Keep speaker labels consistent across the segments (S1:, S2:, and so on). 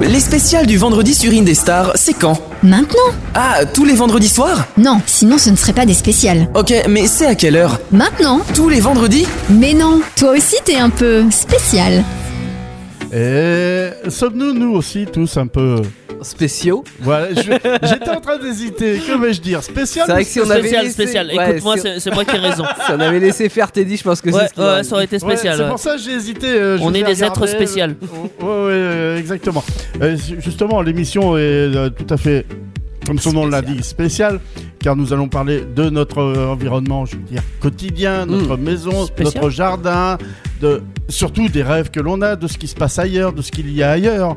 S1: Les spéciales du vendredi sur Indestar, c'est quand
S2: Maintenant
S1: Ah, tous les vendredis soirs
S2: Non, sinon ce ne serait pas des spéciales.
S1: Ok, mais c'est à quelle heure
S2: Maintenant
S1: Tous les vendredis
S2: Mais non, toi aussi t'es un peu spécial.
S3: Et sommes-nous, nous aussi, tous un peu.
S4: spéciaux.
S3: Voilà, je- j'étais en train d'hésiter. Que vais-je dire Spécial
S4: C'est vrai
S3: ou
S4: que si on avait
S5: Spécial,
S4: laissé-
S5: spécial.
S4: Ouais,
S5: Écoute-moi,
S4: si on-
S5: c'est c'est moi qui ai raison.
S4: si on avait laissé faire Teddy, je pense que c'est
S5: Ouais,
S4: ce qu'il aurait
S5: ouais, ça aurait été
S3: Ouais,
S5: spécial.
S3: C'est
S5: ouais.
S3: pour ça que j'ai hésité. euh, je
S5: On
S3: vais
S5: est des
S3: regarder,
S5: êtres spéciaux.
S3: euh, ouais, ouais, ouais, exactement. Euh, ju- justement, l'émission est euh, tout à fait, comme son nom l'indique, spéciale, car nous allons parler de notre euh, environnement, je veux dire, quotidien, notre maison,
S5: Hmm. Spécial.
S3: notre jardin, de, surtout des rêves que l'on a, de ce qui se passe ailleurs, de ce qu'il y a ailleurs.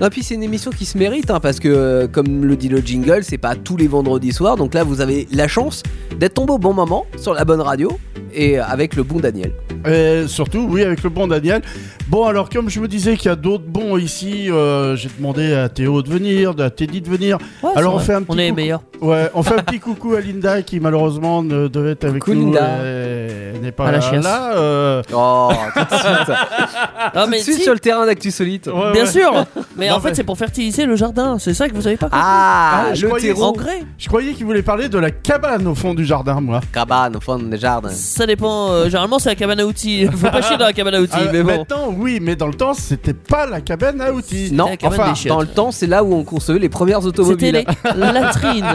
S4: Non, puis c'est une émission qui se mérite, hein, parce que, euh, comme le dit le jingle, c'est pas tous les vendredis soirs. Donc là, vous avez la chance d'être tombé au bon moment, sur la bonne radio, et euh, avec le bon Daniel.
S3: Et surtout, oui, avec le bon Daniel. Bon, alors, comme je vous disais qu'il y a d'autres bons ici, euh, j'ai demandé à Théo de venir, à Teddy de venir.
S5: Ouais,
S3: alors, on
S5: c'est vrai.
S3: fait un petit
S5: On est les
S3: coucou.
S5: meilleurs.
S3: Ouais, on fait un petit coucou à Linda qui malheureusement ne devait être avec
S4: Coucou,
S3: nous.
S4: Linda.
S3: euh, Elle n'est pas
S5: À la
S3: là.
S5: chiasse.
S3: euh,
S4: Oh, tout de suite,
S5: Ah,
S4: tout de
S5: mais
S4: suite
S5: si,
S4: sur le terrain d'Actu Solite.
S3: ouais,
S5: bien
S3: ouais.
S5: sûr. Mais
S3: Non,
S5: en fait,
S3: mais-
S5: c'est pour fertiliser le jardin. C'est ça que vous avez pas compris.
S4: Ah,
S3: Ah, je
S4: le
S3: croyais-
S4: terreau.
S5: Engrais.
S3: Je croyais qu'il voulait parler de la cabane au fond du jardin, moi.
S4: Cabane au fond du jardin.
S5: Ça dépend. euh, généralement, c'est la cabane à outils. Faut pas chier dans la cabane à outils,
S4: Ah,
S3: Euh,
S5: mais bon.
S3: Maintenant, oui, mais dans le temps, c'était pas la cabane à outils.
S4: Non,
S5: la cabane
S3: enfin,
S5: des chiottes.
S4: Dans le temps, c'est là où on concevait les premières
S5: C'était
S4: automobiles.
S5: les latrines.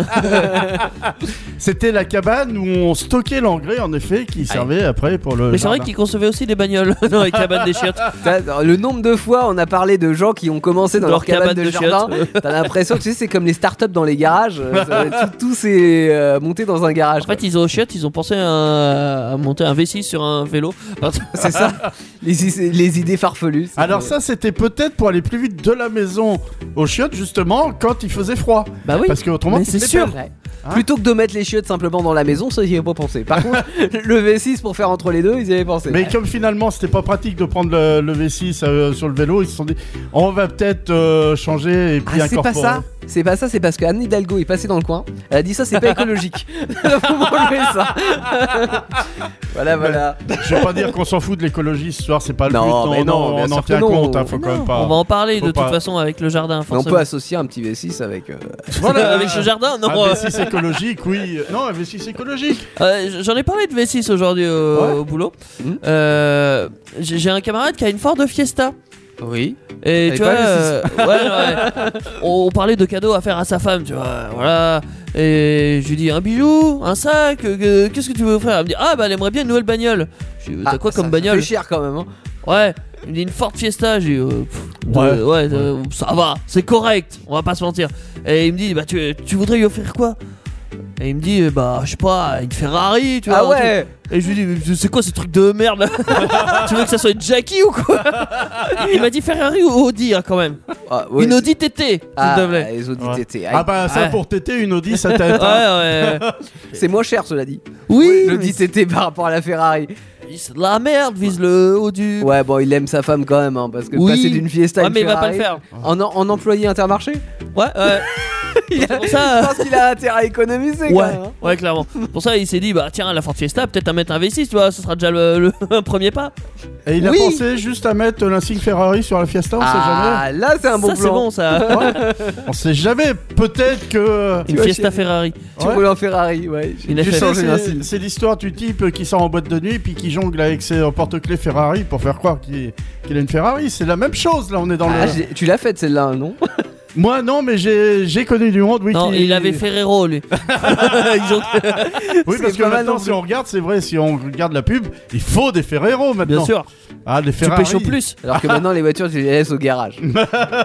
S3: C'était la cabane où on stockait l'engrais, en effet, qui servait après pour le.
S5: Mais c'est vrai
S3: jardin.
S5: qu'ils concevaient aussi des bagnoles dans les cabanes des chiottes.
S4: T'as- Le nombre de fois on a parlé de gens qui ont commencé dans
S5: Dans
S4: leur cabane,
S5: cabane
S4: de,
S5: de
S4: jardin, t'as l'impression que tu sais, c'est comme les startups dans les garages, euh, ça- tout, tout s'est euh, monté dans un garage.
S5: En fait, ils ont aux chiottes, ils ont pensé à, à monter un V6 sur un vélo.
S4: quoi. c'est ça, les, is- les idées farfelues. c'est-
S3: Alors ça, c'était peut-être pour aller plus vite de la maison aux chiottes, justement, quand il faisait froid.
S5: Bah oui.
S3: Parce que autrement,
S5: Mais
S3: tu
S5: c'est
S3: te
S5: sûr.
S3: dépêches.
S4: Ouais. Plutôt que de mettre les chiottes simplement dans la maison, ça j'y ai pas pensé. Par contre, le V6 pour faire entre les deux, ils y avaient pensé.
S3: Mais comme finalement c'était pas pratique de prendre le, le V6 euh, sur le vélo, ils se sont dit on va peut-être euh, changer et puis
S4: Ah, c'est pas
S3: incorporer.
S4: ça, c'est pas ça, c'est parce que Anne Hidalgo est passée dans le coin. Elle a dit ça, c'est pas écologique. Faut m'enlever ça. voilà, voilà.
S3: euh, Je vais pas dire qu'on s'en fout de l'écologie ce soir, c'est pas le
S4: Non,
S3: but. Non,
S4: mais non,
S3: non,
S4: bien
S3: on en
S4: sûr que
S3: tient
S4: non.
S3: compte, hein, faut
S4: Mais
S3: quand même pas.
S5: On va en parler
S3: Faut
S5: de
S3: pas.
S5: toute façon avec le jardin,
S4: Mais on peut
S5: forcément.
S4: associer un petit V6 avec. euh,
S3: Voilà.
S5: avec le jardin, non.
S3: Un
S5: euh,
S3: V6 Ah, écologique, oui. Non, un V6 écologique.
S5: Euh, J'en ai parlé de V6 aujourd'hui au,
S3: Ouais.
S5: au boulot.
S4: Mhm.
S5: Euh, J'ai j'ai un camarade qui a une Ford Fiesta.
S4: Oui.
S5: Et
S4: Elle est
S5: tu
S4: pas
S5: vois, euh, ouais, ouais. on, on parlait de cadeaux à faire à sa femme, tu vois, voilà. Et je lui dis un bijou, un sac, euh, que- qu'est-ce que tu veux offrir Elle me dit ah bah elle aimerait bien une nouvelle bagnole. Je lui dis
S4: Ah,
S5: t'as quoi comme bagnole
S4: C'est cher quand même. hein.
S5: Ouais. Il me dit une Ford Fiesta. J'ai dit, euh, pff,
S3: Ouais.
S5: euh, ouais, euh, ça va, c'est correct, on va pas se mentir. Et il me dit, bah, tu, tu voudrais lui offrir quoi Et il me dit, euh, bah, je sais pas, une Ferrari, tu vois.
S4: Ah
S5: un truc.
S4: ouais
S5: Et je lui dis, mais c'est quoi ce truc de merde là Tu veux que ça soit une Jackie ou quoi Il m'a dit Ferrari ou Audi hein, quand même.
S4: Ah, ouais,
S5: une Audi TT, s'il
S4: c'est- Ah,
S5: te plaît.
S4: les Audi
S3: Ouais.
S4: TT.
S3: Ah bah ça
S5: Ouais.
S3: pour téter une Audi, ça t'aide. hein.
S5: Ouais, ouais.
S4: C'est moins cher, cela dit.
S5: Oui,
S4: L'Audi TT par rapport à la Ferrari.
S5: mais c'est de la merde, vise le haut du.
S4: Ouais, bon, il aime sa femme quand même, hein, parce que
S5: Oui.
S4: passer d'une Fiesta à
S5: Ouais,
S4: une
S5: mais il va pas
S4: Ferrari,
S5: le faire.
S4: En, en- en employé Intermarché
S5: Ouais, ouais. C'est pour ça. euh,
S4: Je pense qu'il a intérêt à économiser quand
S5: Ouais,
S4: même. hein.
S5: ouais, clairement. Pour ça, il s'est dit, bah tiens, la Ford Fiesta, peut-être à mettre un V6, tu vois, ce sera déjà le, le- un premier pas.
S3: Et il a
S5: Oui.
S3: pensé juste à mettre l'insigne Ferrari sur la Fiesta, on
S4: Ah, là c'est un bon
S5: ça, c'est
S4: plan.
S5: bon,
S3: sait
S5: ça.
S3: jamais. Ouais. on sait jamais. Peut-être que.
S5: Une
S4: vois,
S5: Fiesta
S4: chez-
S5: Ferrari.
S4: Tu
S3: Ouais.
S4: roules en Ferrari, ouais.
S5: Une
S3: Tu sais,
S5: FF.
S3: c'est- C'est l'histoire du type qui sort en boîte de nuit puis qui jongle avec ses euh, porte-clés Ferrari pour faire croire qu'il qu'il a une Ferrari. C'est la même chose là, on est dans
S4: Ah,
S3: le.
S4: j'ai- tu l'as faite celle-là, non
S3: Moi non, mais j'ai j'ai connu du monde. Oui,
S5: Non,
S3: qui-
S5: il avait Ferrero, lui. Ils ont-
S3: Oui,
S4: c'est
S3: parce que
S4: pas mal
S3: maintenant,
S4: non
S3: si
S4: plus.
S3: on regarde, c'est vrai, si on regarde la pub, il faut des Ferrero maintenant.
S5: Bien sûr,
S3: Ah, des
S5: tu
S3: Ferrari.
S5: pêches au plus.
S4: Alors que maintenant les voitures tu les laisses au garage.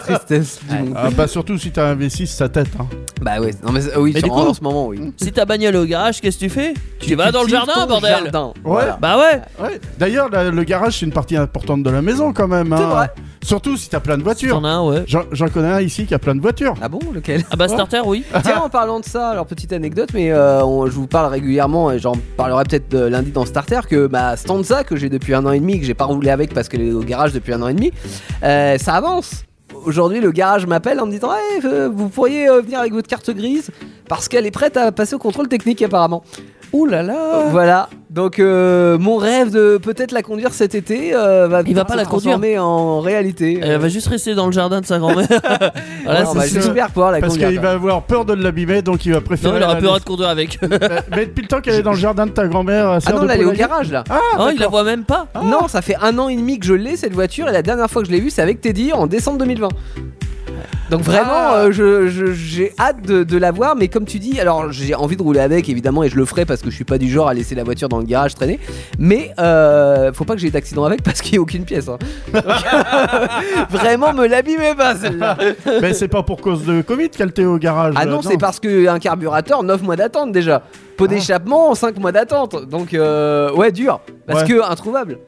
S4: Tristesse du monde.
S3: Ah, bah surtout si t'as un V6, sa tête. hein.
S4: Bah ouais, non mais euh, oui,
S3: Mais
S4: sur-
S3: du coup-
S4: en, en ce moment oui.
S5: Si ta bagnole est au garage, qu'est-ce que tu fais Tu vas dans le
S4: cultives
S5: jardin,
S4: ton
S5: bordel.
S4: jardin. Voilà.
S5: Bah ouais.
S3: Ouais. D'ailleurs, la- le garage, c'est une partie importante de la maison quand même.
S4: C'est
S3: hein.
S4: vrai.
S3: Surtout si t'as plein de voitures.
S5: T'en as un, ouais.
S3: J'en j'en connais un ici qui a plein de voitures.
S4: Ah bon, lequel
S5: Ah bah starter, oui.
S4: Tiens, en parlant de ça, alors petite anecdote, mais euh, on- je vous parle régulièrement et j'en parlerai peut-être euh, lundi dans Starter que ma Stanza que j'ai depuis un an et demi, que j'ai pas roulé avec parce qu'elle est au garage depuis un an et demi, euh, ça avance. Aujourd'hui, le garage m'appelle en me disant Ouais, euh, vous pourriez euh, venir avec votre carte grise parce qu'elle est prête à passer au contrôle technique apparemment.
S5: Ouh là là.
S4: Voilà. Donc euh, mon rêve de peut-être la conduire cet été euh, va,
S5: Il va pas
S4: se
S5: la conduire.
S4: transformer en
S3: Euh,
S4: réalité.
S5: Elle va juste rester dans le jardin de sa grand-mère. voilà,
S4: Alors,
S5: c'est
S4: bah,
S5: sûr.
S4: J'espère pouvoir la
S3: Parce
S4: conduire.
S3: qu'il va avoir peur de l'abîmer, donc il va préférer.
S5: Non, il aura
S3: la
S5: peur
S3: laisser.
S5: de conduire avec.
S3: Mais- Mais depuis le temps qu'elle est dans le jardin de ta grand-mère, euh,
S4: Ah
S3: sœur
S4: non,
S3: de
S4: là, elle est au
S3: Poulailler-
S4: garage là.
S3: Ah,
S5: Oh, il la voit même pas.
S4: Non, ça fait un an et demi que je l'ai cette voiture et la dernière fois que je l'ai vue, c'est avec Teddy en décembre 2020. Donc vraiment,
S3: Ah.
S4: euh, je- je- j'ai hâte de, de la voir, mais comme tu dis, alors j'ai envie de rouler avec évidemment et je le ferai parce que je suis pas du genre à laisser la voiture dans le garage traîner. Mais euh, faut pas que j'ai d'accident avec parce qu'il y a aucune pièce. hein. Donc, vraiment, me l'abîmez pas celle-là.
S3: Mais c'est pas pour cause de Covid qu'elle était au garage. euh,
S4: Ah
S3: là,
S4: non, c'est parce qu'un carburateur, 9 mois d'attente déjà. Pot
S3: Ah.
S4: d'échappement, 5 mois d'attente. Donc euh, ouais, dur. Parce
S3: Ouais.
S4: que introuvable.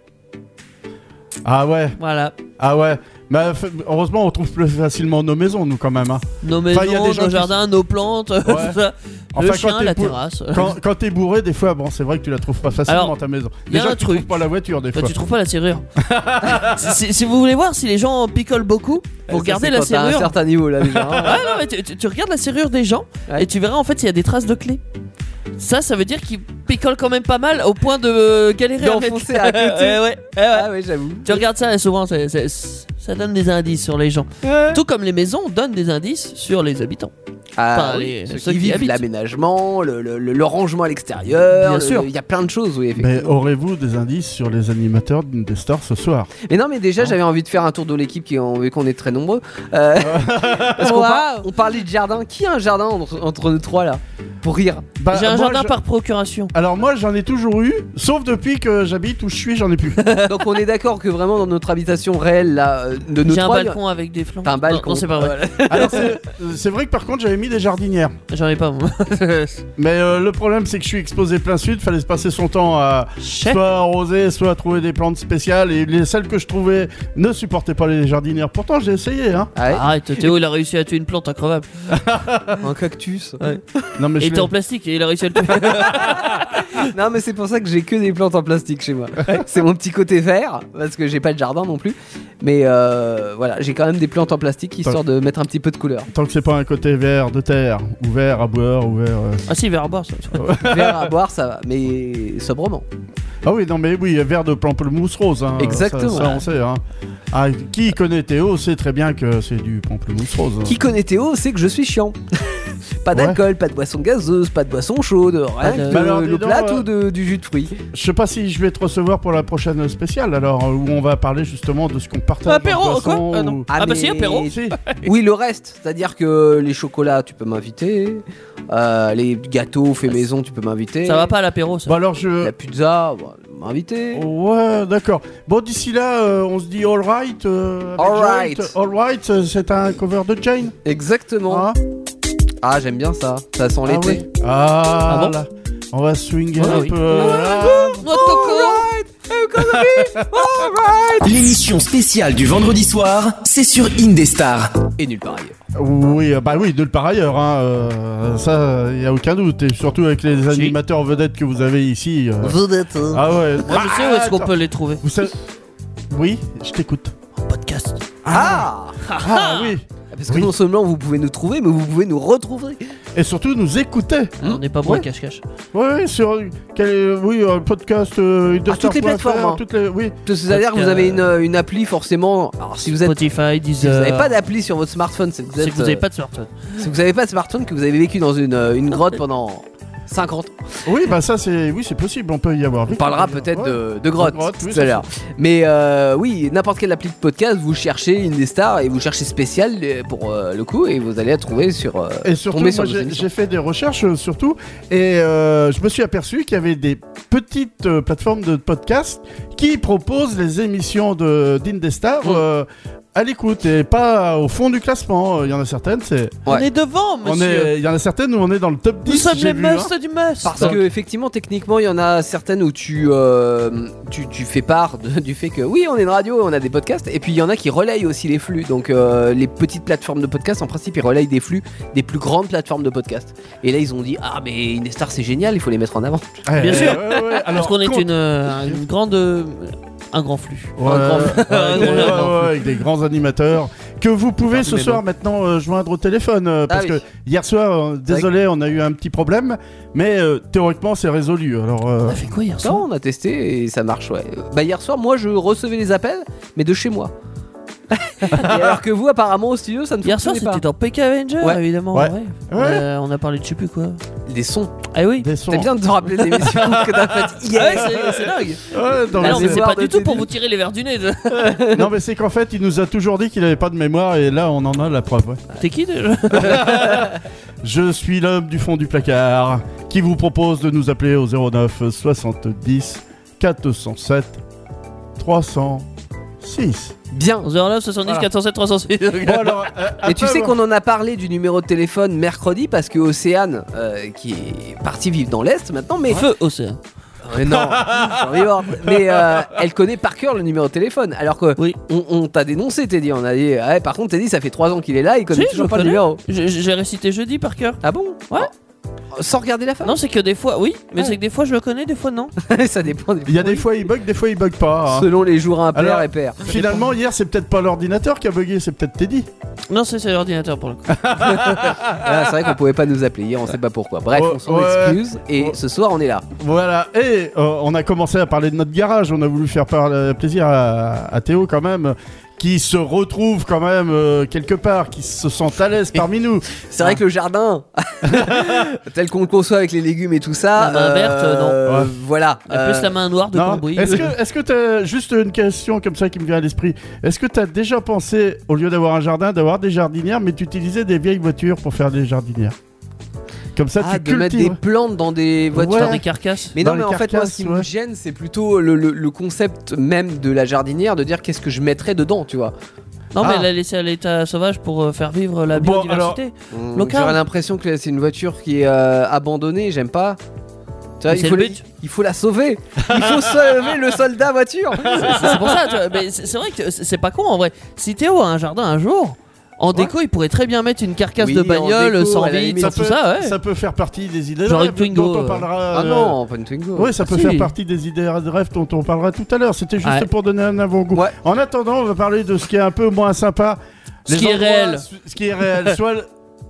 S3: Ah ouais,
S5: Voilà.
S3: ah ouais. Mais f- heureusement, on trouve plus facilement nos maisons, nous, quand même. hein.
S5: Nos
S3: Enfin, il y a des
S5: maisons,
S3: gens
S5: nos
S3: qui-
S5: jardins, nos plantes, euh, tout ça.
S3: Enfin,
S5: le
S3: quand
S5: chien,
S3: t'es
S5: la
S3: pour-
S5: terrasse.
S3: Quand, quand t'es bourré, des fois, bon, c'est vrai que tu la trouves pas facilement
S5: Alors,
S3: ta maison.
S5: y a
S3: Déjà,
S5: un
S3: que tu
S5: truc.
S3: trouves pas la voiture, des
S5: Bah,
S3: fois.
S5: tu trouves pas la serrure. si, si- si vous voulez voir si les gens picolent beaucoup,
S3: Eh,
S5: vous regardez la
S4: C'est quand t'as un
S5: serrure.
S4: certain niveau là déjà. hein.
S5: Ah non, mais tu, tu- tu regardes la serrure des gens
S4: Ouais.
S5: et tu verras en fait il y a des traces de clés. Ça, ça veut dire qu'ils picolent quand même pas mal au point de euh, galérer à
S4: D'enfoncer à côté.
S5: Ouais, ouais, ouais, ouais.
S4: Ah ouais, j'avoue.
S5: Tu regardes ça et souvent c'est- c'est- ça donne des indices sur les gens. Tout comme les maisons donnent des indices sur les habitants.
S4: Ah,
S5: Enfin,
S4: oui,
S5: les-
S4: ceux,
S5: ceux
S4: qui
S5: qui
S4: vivent
S5: habitent.
S4: l'aménagement, le, le- le- le rangement à l'extérieur.
S5: Bien
S4: le-
S5: sûr.
S4: Il y a plein de choses, oui, effectivement.
S3: Mais aurez-vous des indices sur les animateurs des stars ce soir
S4: Mais non, mais
S5: Ah.
S4: déjà, j'avais envie de faire un tour de l'équipe qui en- vu qu'on est très nombreux. Euh, parce qu'on par- on parlait de jardin. Qui a un jardin entre, entre nous trois là Pour rire.
S3: Bah,
S5: J'ai un
S3: moi,
S5: jardin
S3: je-
S5: par procuration.
S3: Alors moi, j'en ai toujours eu, sauf depuis que j'habite où je suis, j'en ai plus.
S4: Donc on est d'accord que vraiment dans notre habitation réelle là, euh, de nos
S5: J'ai un
S4: trois. il y a-
S5: balcon avec des flancs.
S4: T'as un
S5: Non,
S4: balcon.
S5: Non, c'est pas vrai.
S4: Voilà.
S3: Alors c'est c'est vrai que par contre, j'avais mis des jardinières.
S5: J'en ai pas moi.
S3: Mais euh, le problème, c'est que je suis exposé plein sud, fallait se passer son temps à
S5: Chef.
S3: soit arroser, soit à trouver des plantes spéciales. Et les celles que je trouvais ne supportaient pas les jardinières. Pourtant, j'ai essayé. Hein.
S4: Ah ouais,
S5: Arrête, Théo il a réussi à tuer une plante incroyable.
S4: un cactus.
S3: Non mais
S5: Il
S3: je
S5: était
S3: l'ai-
S5: en plastique et il a réussi à le tuer.
S4: Non, mais c'est pour ça que j'ai que des plantes en plastique chez moi. C'est mon petit côté vert, parce que j'ai pas de jardin non plus. Mais euh, voilà, j'ai quand même des plantes en plastique histoire de mettre un petit peu de couleur.
S3: tant que c'est pas un côté vert de terre, ouvert à boire, ouvert. euh.
S5: ah si, vers à boire ça.
S4: Vert à boire, ça va, mais sobrement.
S3: Ah oui, non mais oui, vert de pamplemousse rose. Hein.
S4: Exactement.
S3: Ça, ça, on sait. Hein. Ah, qui connaît Théo sait très bien que c'est du pamplemousse rose. hein.
S4: Qui connaît Théo sait que je suis chiant. pas d'alcool, pas de boisson gazeuse, pas de boisson chaude, rien
S5: de-
S4: que de
S3: Bah alors, dis
S4: l'eau
S3: donc,
S4: plate
S3: euh,
S4: ou de- du jus de fruits.
S3: Je sais pas si je vais te recevoir pour la prochaine spéciale, alors euh, où on va parler justement de ce qu'on partage.
S5: Apéro,
S3: en boisson,
S5: quoi Ah, non.
S3: ou-
S5: Ah, bah si, apéro.
S3: Si.
S4: Oui, le reste, c'est-à-dire que les chocolats, tu peux m'inviter. euh, les gâteaux faits maison, tu peux m'inviter.
S5: Ça va pas à l'apéro ça.
S4: Bah-
S3: Bon Bah, alors je.
S4: La pizza, bah, m'inviter.
S3: Oh. Ouais, d'accord. Bon, d'ici là, euh, on se dit all right. euh, avec
S4: All
S3: Joint.
S4: right.
S3: All right, euh, c'est un cover de Jane.
S4: Exactement.
S3: hein
S4: Ah, j'aime bien ça. Ça sent
S3: ah,
S4: l'été.
S3: ouais. Ah,
S5: Ah bon
S3: là. On va swinguer
S5: Ah
S3: un
S5: oui.
S3: peu. là.
S5: Noix de Oh,
S4: Oh,
S5: coco.
S1: L'émission spéciale du vendredi soir, c'est sur Indestar.
S4: Et nulle part ailleurs.
S3: Oui, euh, bah oui, de le par ailleurs. Hein, euh, ça, il y a aucun doute. Et surtout avec les animateurs vedettes que vous avez ici. euh. Ah ouais.
S5: Moi je sais où est-ce qu'on
S3: attends.
S5: peut les trouver.
S3: Vous savez- Oui, je t'écoute.
S5: En podcast.
S4: Ah
S3: Ah oui.
S4: Parce que
S3: Oui.
S4: non seulement vous pouvez nous trouver, mais vous pouvez nous retrouver.
S3: Et surtout, nous écouter.
S5: On n'est pas bon à
S3: Ouais.
S5: cache-cache.
S3: Oui, oui, sur quel, oui, euh, podcast, euh,
S4: toutes les
S3: Indestar.fr,
S4: plateformes, hein.
S3: toutes les- oui.
S4: C'est-à-dire que vous avez une, une appli forcément. Alors si vous êtes.
S5: Spotify,
S4: Si vous
S5: Deezer.
S4: n'avez pas d'appli sur votre smartphone, c'est que vous
S5: C'est
S4: êtes,
S5: que vous avez
S4: euh,
S5: pas de smartphone.
S4: si vous avez pas de smartphone, que vous avez vécu dans une, euh, une grotte pendant 50 ans.
S3: Oui, bah ça c'est oui, c'est possible, on peut y avoir.
S4: On parlera peut-être de, de grotte,
S3: De grotte, oui,
S4: tout à
S3: ça
S4: l'heure. Mais euh, oui, n'importe quelle appli de podcast, vous cherchez Indestar et vous cherchez spécial euh, pour euh, le coup et vous allez la trouver sur. euh,
S3: Et surtout,
S4: tomber
S3: moi,
S4: sur nos
S3: j'ai
S4: émissions.
S3: j'ai fait des recherches euh, surtout, et euh, je me suis aperçu qu'il y avait des petites euh, plateformes de podcast qui proposent les émissions de d'Indestar euh, à l'écoute et pas au fond du classement. Euh, Il y en a certaines, c'est
S5: On
S4: Ouais.
S5: est devant,
S3: on
S5: monsieur.
S3: est, il y en a certaines où on est dans le top 10
S5: Nous sommes
S3: j'ai
S5: les
S3: vu, hein.
S5: musts du must.
S4: Parce que effectivement, techniquement, il y en a certaines où tu, euh, tu, tu fais part de- du fait que oui, on est une radio, on a des podcasts, et puis il y en a qui relayent aussi les flux. Donc euh, les petites plateformes de podcasts, en principe, ils relayent des flux des plus grandes plateformes de podcasts. Et là, ils ont dit ah mais Indestar c'est génial, il faut les mettre en avant.
S3: hein. Ouais,
S5: Bien sûr.
S3: ouais, ouais, ouais.
S5: Parce
S3: Alors,
S5: qu'on est
S3: compte-
S5: une, euh, une grande. euh, un grand flux.
S3: Ouais,
S5: Un grand-
S3: ouais, ouais,
S5: un grand-
S3: ouais, avec des grands animateurs que vous pouvez
S4: Perdu
S3: ce
S4: mes
S3: soir maintenant euh, joindre au téléphone. euh,
S5: Ah
S3: parce
S4: oui.
S3: que hier soir, euh, désolé, on a eu un petit problème, mais euh, théoriquement c'est résolu. Alors, euh,
S5: On a fait quoi hier soir
S4: Non, on a testé et ça marche, ouais. Bah, hier soir, moi, je recevais les appels, mais de chez moi. Et alors que vous, apparemment, au studio, ça ne
S5: Hier soir,
S4: fonctionnait
S5: c'était dans PK Avenger,
S4: Ouais.
S5: évidemment.
S3: Ouais.
S5: Euh, on a parlé de je sais plus quoi.
S4: pas. Des sons.
S5: Ah oui
S3: des sons.
S4: C'est bien de te rappeler des missions que t'as faites
S5: Ah ouais,
S4: hier.
S5: c'est- c'est dingue
S3: Ouais, dans la
S5: Ah Non, mais
S3: saison.
S5: c'est
S4: mémoire
S5: pas
S4: de
S5: du tout
S4: tes
S5: pour
S4: vies.
S5: vous tirer les verres du nez. de-
S3: non, mais c'est qu'en fait, il nous a toujours dit qu'il n'avait pas de mémoire et là, on en a la preuve. ouais.
S5: T'es qui déjà
S3: Je suis l'homme du fond du placard qui vous propose de nous appeler au 09 70 407 306.
S4: Bien.
S5: 09 70 407 306.
S3: Bon, alors, euh,
S4: Et tu
S3: après,
S4: sais
S3: bon,
S4: qu'on en a parlé du numéro de téléphone mercredi parce que Océane, euh, qui est partie vivre dans l'Est maintenant, mais
S5: Feu oh, océan.
S4: Mais non, j'en rigole. Mais euh, elle connaît par cœur le numéro de téléphone. Alors que
S5: Oui.
S4: on, on t'a dénoncé, Teddy. On a dit, ouais, par contre, Teddy, ça fait 3 ans qu'il est là, il connaît
S5: Si,
S4: toujours
S5: je
S4: pas le
S5: connais.
S4: numéro.
S5: Je- je- J'ai récité jeudi par cœur.
S4: Ah bon Ah.
S5: Ouais.
S4: Sans regarder la femme
S5: Non, c'est que des fois, oui, mais
S4: Ouais.
S5: c'est que des fois je le connais, des fois non.
S4: Ça dépend des
S3: Il y a des fois il bug, des fois il bug pas. hein.
S4: Selon les jours impairs
S3: Alors-
S4: et pairs.
S3: Finalement, hier, c'est peut-être pas l'ordinateur qui a bugué, c'est peut-être Teddy.
S5: Non, c'est c'est l'ordinateur pour le coup.
S4: Ah, c'est vrai qu'on pouvait pas nous appeler hier, on sait pas pourquoi. Bref,
S3: Ouais,
S4: on s'en
S3: ouais.
S4: excuse et
S3: Ouais.
S4: ce soir on est là.
S3: Voilà, et euh, on a commencé à parler de notre garage, on a voulu faire par- euh, plaisir à, à Théo quand même, qui se retrouve quand même euh, quelque part, qui se sent à l'aise parmi nous.
S4: C'est
S3: Ah.
S4: vrai que le jardin, tel qu'on le conçoit avec les légumes et tout ça, euh,
S5: La main verte,
S3: non. Ouais.
S4: Voilà.
S5: Il y a
S4: euh,
S5: plus la main noire de
S3: Non.
S5: Cambouis.
S3: Est-ce que, est-ce que t'as juste une question comme ça qui me vient à l'esprit Est-ce que t'as déjà pensé, au lieu d'avoir un jardin, d'avoir des jardinières, mais d'utiliser des vieilles voitures pour faire des jardinières Comme ça,
S4: ah,
S3: tu
S4: de mettre des
S3: cultives.
S4: plantes dans des voitures.
S5: Faire des carcasses
S4: Mais
S3: Dans
S4: non, mais
S3: les
S4: en fait, moi, ce
S3: carcasses,
S4: qui
S3: ouais.
S4: me gêne, c'est plutôt le, le- le concept même de la jardinière, de dire qu'est-ce que je mettrais dedans, tu vois.
S5: Non, mais
S3: Ah.
S5: la laisser à l'état sauvage pour euh, faire vivre la
S3: Bon,
S5: biodiversité.
S4: Mm,
S5: Local.
S4: J'aurais l'impression que c'est une voiture qui est euh, abandonnée, j'aime pas. Tu vois,
S5: Mais
S4: il,
S5: c'est
S4: faut
S5: le
S4: la-
S5: but.
S4: il faut la sauver. Il faut sauver le soldat voiture.
S5: C'est c'est pour ça, tu vois, mais c'est c'est vrai que c'est c'est pas con en vrai. Si Théo a un jardin un jour, en déco, il pourrait très bien mettre une carcasse
S4: Oui,
S5: de
S4: en
S5: bagnole
S4: déco,
S5: sans
S4: à la
S5: vide,
S4: limite.
S5: sans
S3: ça,
S5: tout
S3: peut,
S5: ça, ouais.
S3: ça peut faire partie des idées
S5: Genre
S3: de
S5: une
S3: rêve
S5: Twingo,
S3: dont on
S5: euh.
S3: parlera.
S4: Ah
S3: euh,
S4: non, pas une Twingo.
S3: Oui, ça peut
S5: Ah, si.
S3: faire partie des idées de rêve dont on parlera tout à l'heure. C'était juste
S5: Ouais.
S3: pour donner un avant-goût.
S4: Ouais.
S3: En attendant, on va parler de ce qui est un peu moins sympa.
S5: Ce
S3: Les
S5: qui est
S3: endroits-
S5: réel.
S3: Ce qui est réel. Soit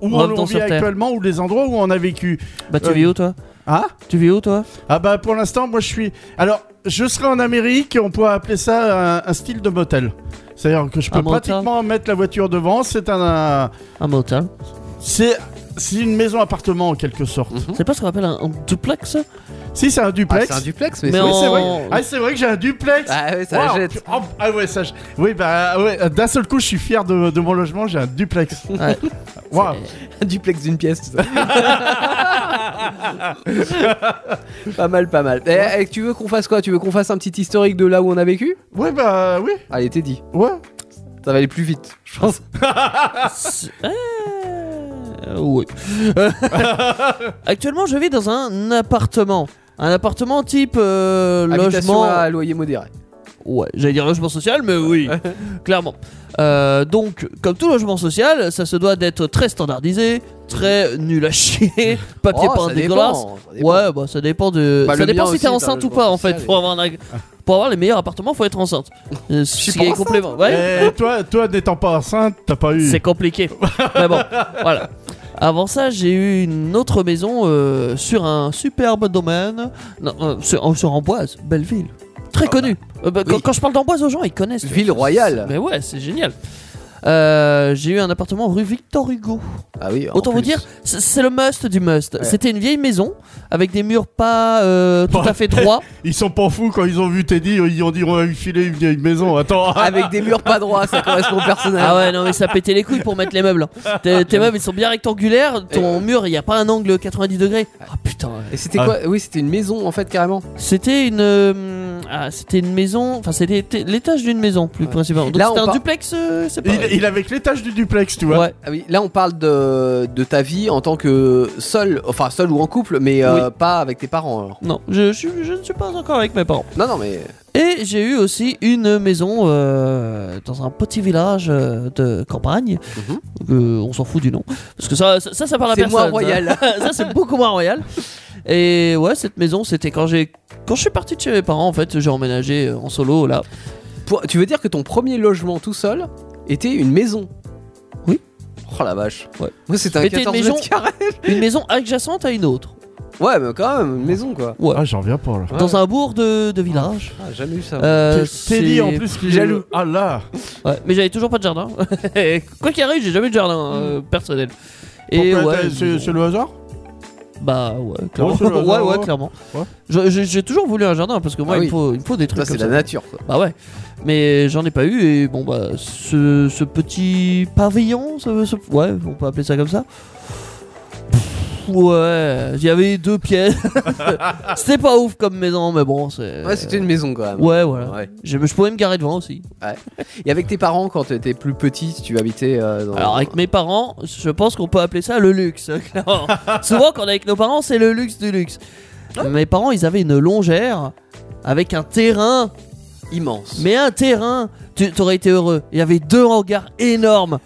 S3: où on,
S5: Revenons
S3: vit
S5: sur Terre.
S3: actuellement ou les endroits où on a vécu.
S5: Bah, tu
S3: Euh,
S5: vis où toi
S3: Hein
S5: Tu vis où toi
S3: Ah bah pour l'instant, moi je suis. Alors, je serai en Amérique et on pourrait appeler ça un, un style de motel. C'est-à-dire que je peux
S5: Un motel.
S3: pratiquement mettre la voiture devant. C'est un, un-
S5: Un motel.
S3: c'est c'est une maison appartement en quelque sorte.
S5: C'est pas ce qu'on appelle un, un duplex
S3: Si c'est un
S4: Ah,
S3: duplex.
S4: c'est un duplex, mais,
S5: Mais
S4: c'est-
S3: Oui,
S5: en-
S3: c'est vrai. Ah, c'est vrai que j'ai un duplex.
S4: Ah ouais, ça
S3: Wow.
S4: jette.
S3: Oh, ah ouais, ça. je- Oui, bah ouais, d'un seul coup, je suis fier de, de mon logement, j'ai un duplex.
S5: Ouais.
S3: Wow.
S4: Un duplex d'une pièce. tout ça. pas mal, pas mal. Eh, eh, tu veux qu'on fasse quoi Tu veux qu'on fasse un petit historique de là où on a vécu
S3: Ouais, bah oui,
S4: Allez, t'es dit.
S3: ouais.
S4: Ça va aller plus vite, je pense.
S5: C'est- Euh, oui. Actuellement, je vis dans un appartement. Un appartement type euh,
S4: Habitation
S5: logement.
S4: à loyer modéré.
S5: Ouais, j'allais dire logement social, mais oui, clairement. Euh, donc, comme tout logement social, ça se doit d'être très standardisé, très nul à chier, papier
S4: Oh,
S5: peint
S4: ça
S5: dégueulasse.
S4: dépend, ça dépend.
S5: Ouais, bah ça dépend de.
S4: Bah,
S5: ça
S4: le
S5: dépend
S4: mien
S5: si t'es
S4: aussi,
S5: enceinte
S4: t'as
S5: ou
S4: un
S5: pas
S4: logement
S5: en fait.
S4: social,
S5: Pour avoir, un ag- pour avoir les meilleurs appartements, faut être enceinte. Euh,
S4: suis
S5: Ce
S4: pas
S5: qui est
S4: enceinte.
S5: complément. Ouais.
S3: Et toi, toi n'étant pas enceinte, t'as pas eu.
S5: C'est compliqué. Mais bon, voilà. Avant ça, j'ai eu une autre maison euh, sur un superbe domaine. Non, euh, sur, euh, sur Amboise, belle ville. Très connue. Euh, bah, quand,
S4: Ah Oui.
S5: quand je parle d'Amboise aux gens, ils connaissent. tu vois.
S4: Ville royale.
S5: Mais ouais, c'est génial. Euh, j'ai eu un appartement rue Victor Hugo.
S4: Ah oui, en
S5: Autant vous
S4: plus.
S5: dire, c'est c'est le must du must.
S4: Ouais.
S5: C'était une vieille maison avec des murs pas euh, tout
S3: Pas-
S5: à fait droits.
S3: Ils sont pas fous quand ils ont vu Teddy, euh, ils ont dit on va lui filer une vieille maison. Attends. ah,
S4: Avec des murs pas droits, ça correspond au personnage.
S5: Ah ouais, non, mais ça pétait les couilles pour mettre les meubles. hein. Tes, tes meubles, ils sont bien rectangulaires. Ton mur, il n'y a pas un angle 90 degrés. Ah putain. ouais.
S4: Et c'était
S3: Ah.
S4: quoi Oui, c'était une maison en fait, carrément.
S5: C'était une, euh, ah, c'était une maison. Enfin, c'était t- l'étage d'une maison plus principalement. Donc
S4: Là,
S5: c'était
S4: on
S5: un
S4: par-
S5: duplex. euh, c'est pas.
S3: Il, il est avec l'étage du duplex, tu vois.
S5: ouais.
S4: Ah oui, là on parle de, de ta vie en tant que seul, enfin seul ou en couple, mais euh, pas avec tes parents. alors.
S5: Non, je, je- je ne suis pas encore avec mes parents.
S4: Non, non, mais
S5: Et j'ai eu aussi une maison euh, dans un petit village euh, de campagne. Euh, on s'en fout du nom. Parce que ça, ça, ça, ça parle à
S4: Mhm. C'est
S5: personne.
S4: moins
S5: hein.
S4: royal.
S5: ça. ça, c'est beaucoup moins royal. Et ouais, cette maison, c'était quand j'ai. Quand je suis parti de chez mes parents, en fait, j'ai emménagé euh, en solo là.
S4: pour- tu veux dire que ton premier logement tout seul était une maison
S5: Oui.
S4: Oh la vache.
S5: Ouais.
S4: Moi, c'était un
S5: Mais t'as une
S4: 14
S5: maison-
S4: mètres carrés.
S5: Une maison adjacente à une autre.
S4: Ouais, mais quand même, une maison quoi.
S5: Ouais.
S3: Ah, j'en reviens pas là.
S5: Dans un bourg de, de village.
S4: Ah, jamais eu ça.
S5: Euh,
S3: T'es dit en
S5: c'est-
S3: plus qu'il
S4: jaloux.
S3: Ah là
S5: Ouais, mais j'avais toujours pas de jardin. Quoi qu'il arrive, j'ai jamais de jardin euh, personnel. Et
S3: Pourquoi
S5: ouais,
S3: t'as- C'est
S5: bon,
S3: c'est le hasard
S5: bah ouais, clairement.
S3: c'est le
S5: ouais,
S3: hasard,
S5: ouais,
S3: ouais.
S5: clairement.
S3: Ouais.
S5: Je- je- J'ai toujours voulu un jardin parce que moi,
S4: Ah
S5: il,
S4: oui.
S5: me faut, il me faut des trucs
S4: ça, c'est
S5: comme
S4: de la
S5: ça.
S4: nature. quoi.
S5: Bah ouais. Mais j'en ai pas eu et bon bah ce, ce petit pavillon, ce- ce- ouais, on peut appeler ça comme ça. Pff, Ouais, il y avait deux pièces. C'était pas ouf comme maison, mais bon, c'est.
S4: Ouais, c'était une maison quand même.
S5: Ouais, voilà.
S4: Ouais.
S5: Je, je pouvais me garer devant aussi.
S4: Et avec tes parents, quand t'étais plus petit, tu habitais euh, dans.
S5: Alors avec mes parents, je pense qu'on peut appeler ça le luxe. hein, clairement. Souvent quand on est avec nos parents, c'est le luxe du luxe.
S4: Ah.
S5: Mes parents, ils avaient une longère avec un terrain,
S4: immense.
S5: mais un terrain, tu t'aurais été heureux. Il y avait deux hangars énormes,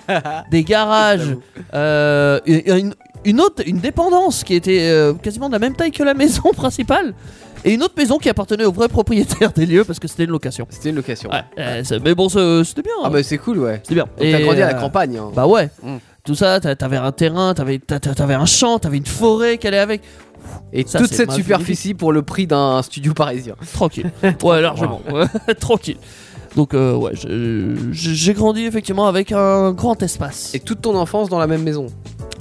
S5: des garages,
S4: J'avoue.
S5: euh, une, une autre, une dépendance qui était euh, quasiment de la même taille que la maison principale, et une autre maison qui appartenait au vrai propriétaire des lieux parce que c'était une location.
S4: C'était une location.
S5: Ouais, euh, c'est- mais bon, c'est- c'était bien.
S4: Ah, bah c'est cool, ouais.
S5: C'était bien.
S4: Donc t'as
S5: Et,
S4: grandi à la
S5: euh,
S4: campagne. hein.
S5: bah ouais.
S4: Mm.
S5: Tout ça, t'a- t'avais un terrain, t'avais t'a- t'a- t'avais un champ, t'avais une forêt qu'elle est avec.
S4: Et
S5: ça,
S4: toute
S5: c'est
S4: cette
S5: ma
S4: superficie pour le prix d'un studio parisien.
S5: Tranquille. Ouais, largement. Ouais, Tranquille. Donc euh, ouais, je- je- j'ai grandi effectivement avec un grand espace.
S4: Et toute ton enfance dans la même maison.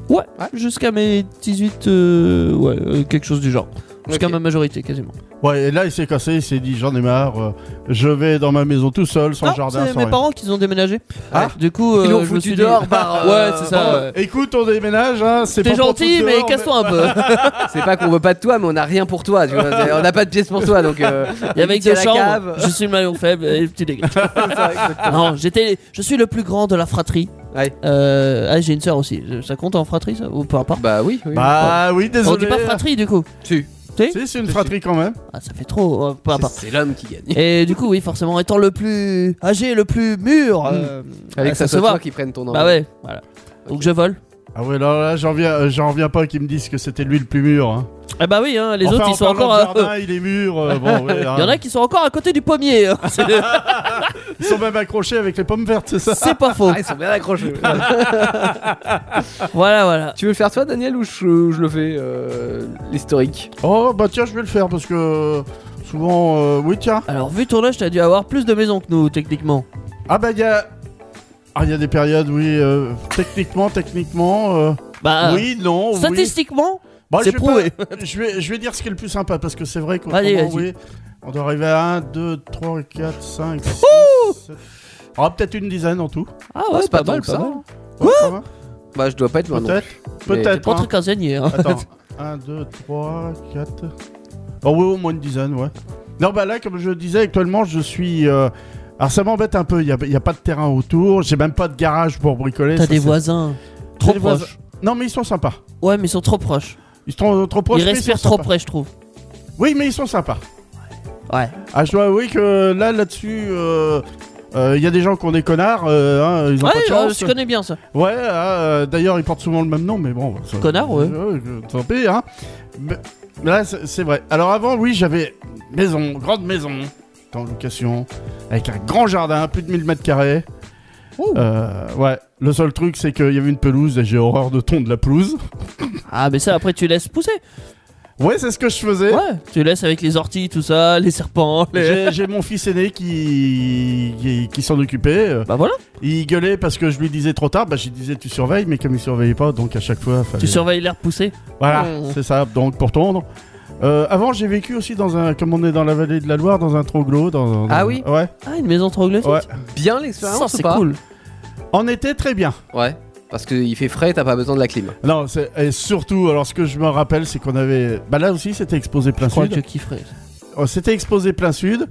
S5: ouais, jusqu'à mes 18... euh, ouais, euh, quelque chose du genre. Jusqu'à
S4: Ok.
S5: ma majorité quasiment.
S3: Ouais, et là il s'est cassé, il s'est dit j'en ai marre, euh, je vais dans ma maison tout seul, sans
S5: Non,
S3: jardin,
S5: c'est
S3: sans
S5: mes
S3: rien.
S5: parents qui ont déménagé.
S4: Ah.
S5: Du coup,
S4: Ils
S5: euh,
S4: l'ont
S5: je me
S4: foutu
S5: suis dit-
S4: dehors par, euh,
S5: Ouais, c'est ça.
S4: par-
S5: ouais.
S3: Écoute, on déménage, hein, c'est pas
S5: T'es
S3: pour
S5: gentil,
S3: tout
S5: mais
S3: dehors,
S5: casse-toi un peu.
S4: C'est pas qu'on veut pas de toi, mais on a rien pour toi. Tu vois. C'est- On n'a pas de pièces pour toi, donc. Euh,
S5: Il y avait
S4: habiter à
S5: deux
S4: la
S5: chambres.
S4: cave.
S5: Je suis le maillon faible et le petit dégât.
S4: Ça, exactement.
S5: Non, j'étais, je suis le plus grand de la fratrie.
S4: Ouais.
S5: Euh, ah, j'ai une sœur aussi. Ça compte en fratrie, ça Ou peu importe.
S4: Bah oui. oui.
S3: Bah oui, désolé.
S5: On dit pas fratrie du coup.
S4: Tu.
S3: Si, c'est une fratrie quand même.
S5: Ah, ça fait trop. euh, peu importe.
S4: C'est l'homme qui gagne.
S5: Et du coup, oui, forcément, étant le plus âgé, le plus mûr, euh,
S4: Avec
S5: bah,
S4: ça,
S5: ça se
S4: soit toi
S5: voit.
S4: qui prennent ton nom.
S5: Bah ouais, voilà. Donc je vole.
S3: Ah ouais, là, là j'en viens, euh, j'en reviens pas qu'ils me disent que c'était lui le plus mûr. hein.
S5: Ah bah oui, hein, les
S3: Enfin,
S5: autres ils
S3: en
S5: sont
S3: parlant
S5: encore.
S3: de
S5: à-
S3: jardin, il est mûr. euh, bon, ouais, hein.
S5: Il y en a qui sont encore à côté du pommier. hein. C'est,
S3: Ils sont même accrochés avec les pommes vertes, c'est ça
S5: c'est pas faux.
S4: Ah, ils sont bien accrochés.
S5: Voilà, voilà.
S4: tu veux le faire toi, Daniel, ou je, je le fais euh, l'historique
S3: Oh bah tiens, je vais le faire parce que euh, souvent, euh, oui tiens.
S5: Alors, vu ton âge, t'as dû avoir plus de maisons que nous, techniquement.
S3: Ah bah il y a, ah il y a des périodes, oui, euh, techniquement, techniquement, euh,
S5: Bah,
S3: oui, non, oui.
S5: statistiquement,
S3: Bah,
S5: c'est
S3: je vais
S5: prouvé.
S3: pas- Je vais, je vais dire ce qui est le plus sympa parce que c'est vrai qu'on
S5: Vas-y, vas-y.
S3: oui, on doit arriver à 1, 2, 3, 4, 5, 6, 7... Ah, peut-être une dizaine en tout.
S5: ah ouais,
S4: c'est pas tant que ça.
S3: Ouais, ça va
S4: Bah, je dois pas être loin. non.
S3: Peut-être.
S4: Mais
S5: C'est
S3: Peut-être.
S5: pas un
S3: hein.
S5: truc à enseigner, hein.
S3: Attends, 1, 2, 3, 4. Oh oui, au moins une dizaine, ouais. Non, bah là, comme je le disais, actuellement, je suis. euh, Alors ça m'embête un peu, il n'y a, il y a pas de terrain autour, j'ai même pas de garage pour bricoler.
S5: T'as
S3: ça,
S5: des
S3: c'est-
S5: voisins trop
S3: des voisins.
S5: proches.
S3: Non, mais ils sont sympas.
S5: Ouais, mais ils sont trop proches.
S3: Ils sont trop proches.
S5: ils
S3: mais
S5: respirent
S3: sont
S5: trop
S3: sympas.
S5: près, je trouve.
S3: Oui, mais ils sont sympas.
S5: Ouais.
S3: Ah, je dois avouer que là, là-dessus, euh, euh, il y a des gens qui ont des connards, euh, hein, ils ont
S5: Ouais,
S3: pas de
S5: euh,
S3: chance.
S5: je connais bien ça.
S3: Ouais, ah, euh, d'ailleurs, ils portent souvent le même nom, mais bon. ça-
S5: Connard, ouais.
S3: Euh, tant pis, hein. Mais- mais là, c'est c'est vrai. Alors, avant, oui, j'avais maison, grande maison, en location, avec un grand jardin, plus de 1000 mètres carrés. Euh, ouais, le seul truc, c'est qu'il y avait une pelouse et j'ai horreur de ton de la pelouse.
S5: Ah, mais ça, après, tu laisses pousser.
S3: Ouais, c'est ce que je faisais.
S5: Ouais. Tu laisses avec les orties, tout ça, les serpents. les-
S3: J'ai- J'ai mon fils aîné qui, qui, qui s'en occupait. euh,
S5: Bah voilà,
S3: Il gueulait parce que je lui disais trop tard. Bah, je lui disais tu surveilles, mais comme il surveillait pas, donc à chaque fois.
S5: tu
S3: fallait-
S5: surveilles l'air pousser.
S3: Voilà,
S5: Mmh.
S3: c'est ça. Donc pour tondre. Euh, avant, j'ai vécu aussi dans un, comme on est dans la vallée de la Loire, dans un troglo. Dans, dans-
S4: Ah oui
S3: Ouais.
S5: Ah, une maison troglodyte.
S3: Ouais.
S4: Bien
S5: Ça,
S4: l'expérience ou
S5: c'est
S4: pas
S5: cool.
S3: En été, très bien.
S4: Ouais. Parce qu'il fait frais, t'as pas besoin de la clim.
S3: Non, c'est- et surtout, alors ce que je me rappelle, c'est qu'on avait, bah là aussi, c'était exposé plein
S5: Je crois
S3: sud.
S5: que je kifferais.
S3: On s'était Oh, exposé plein sud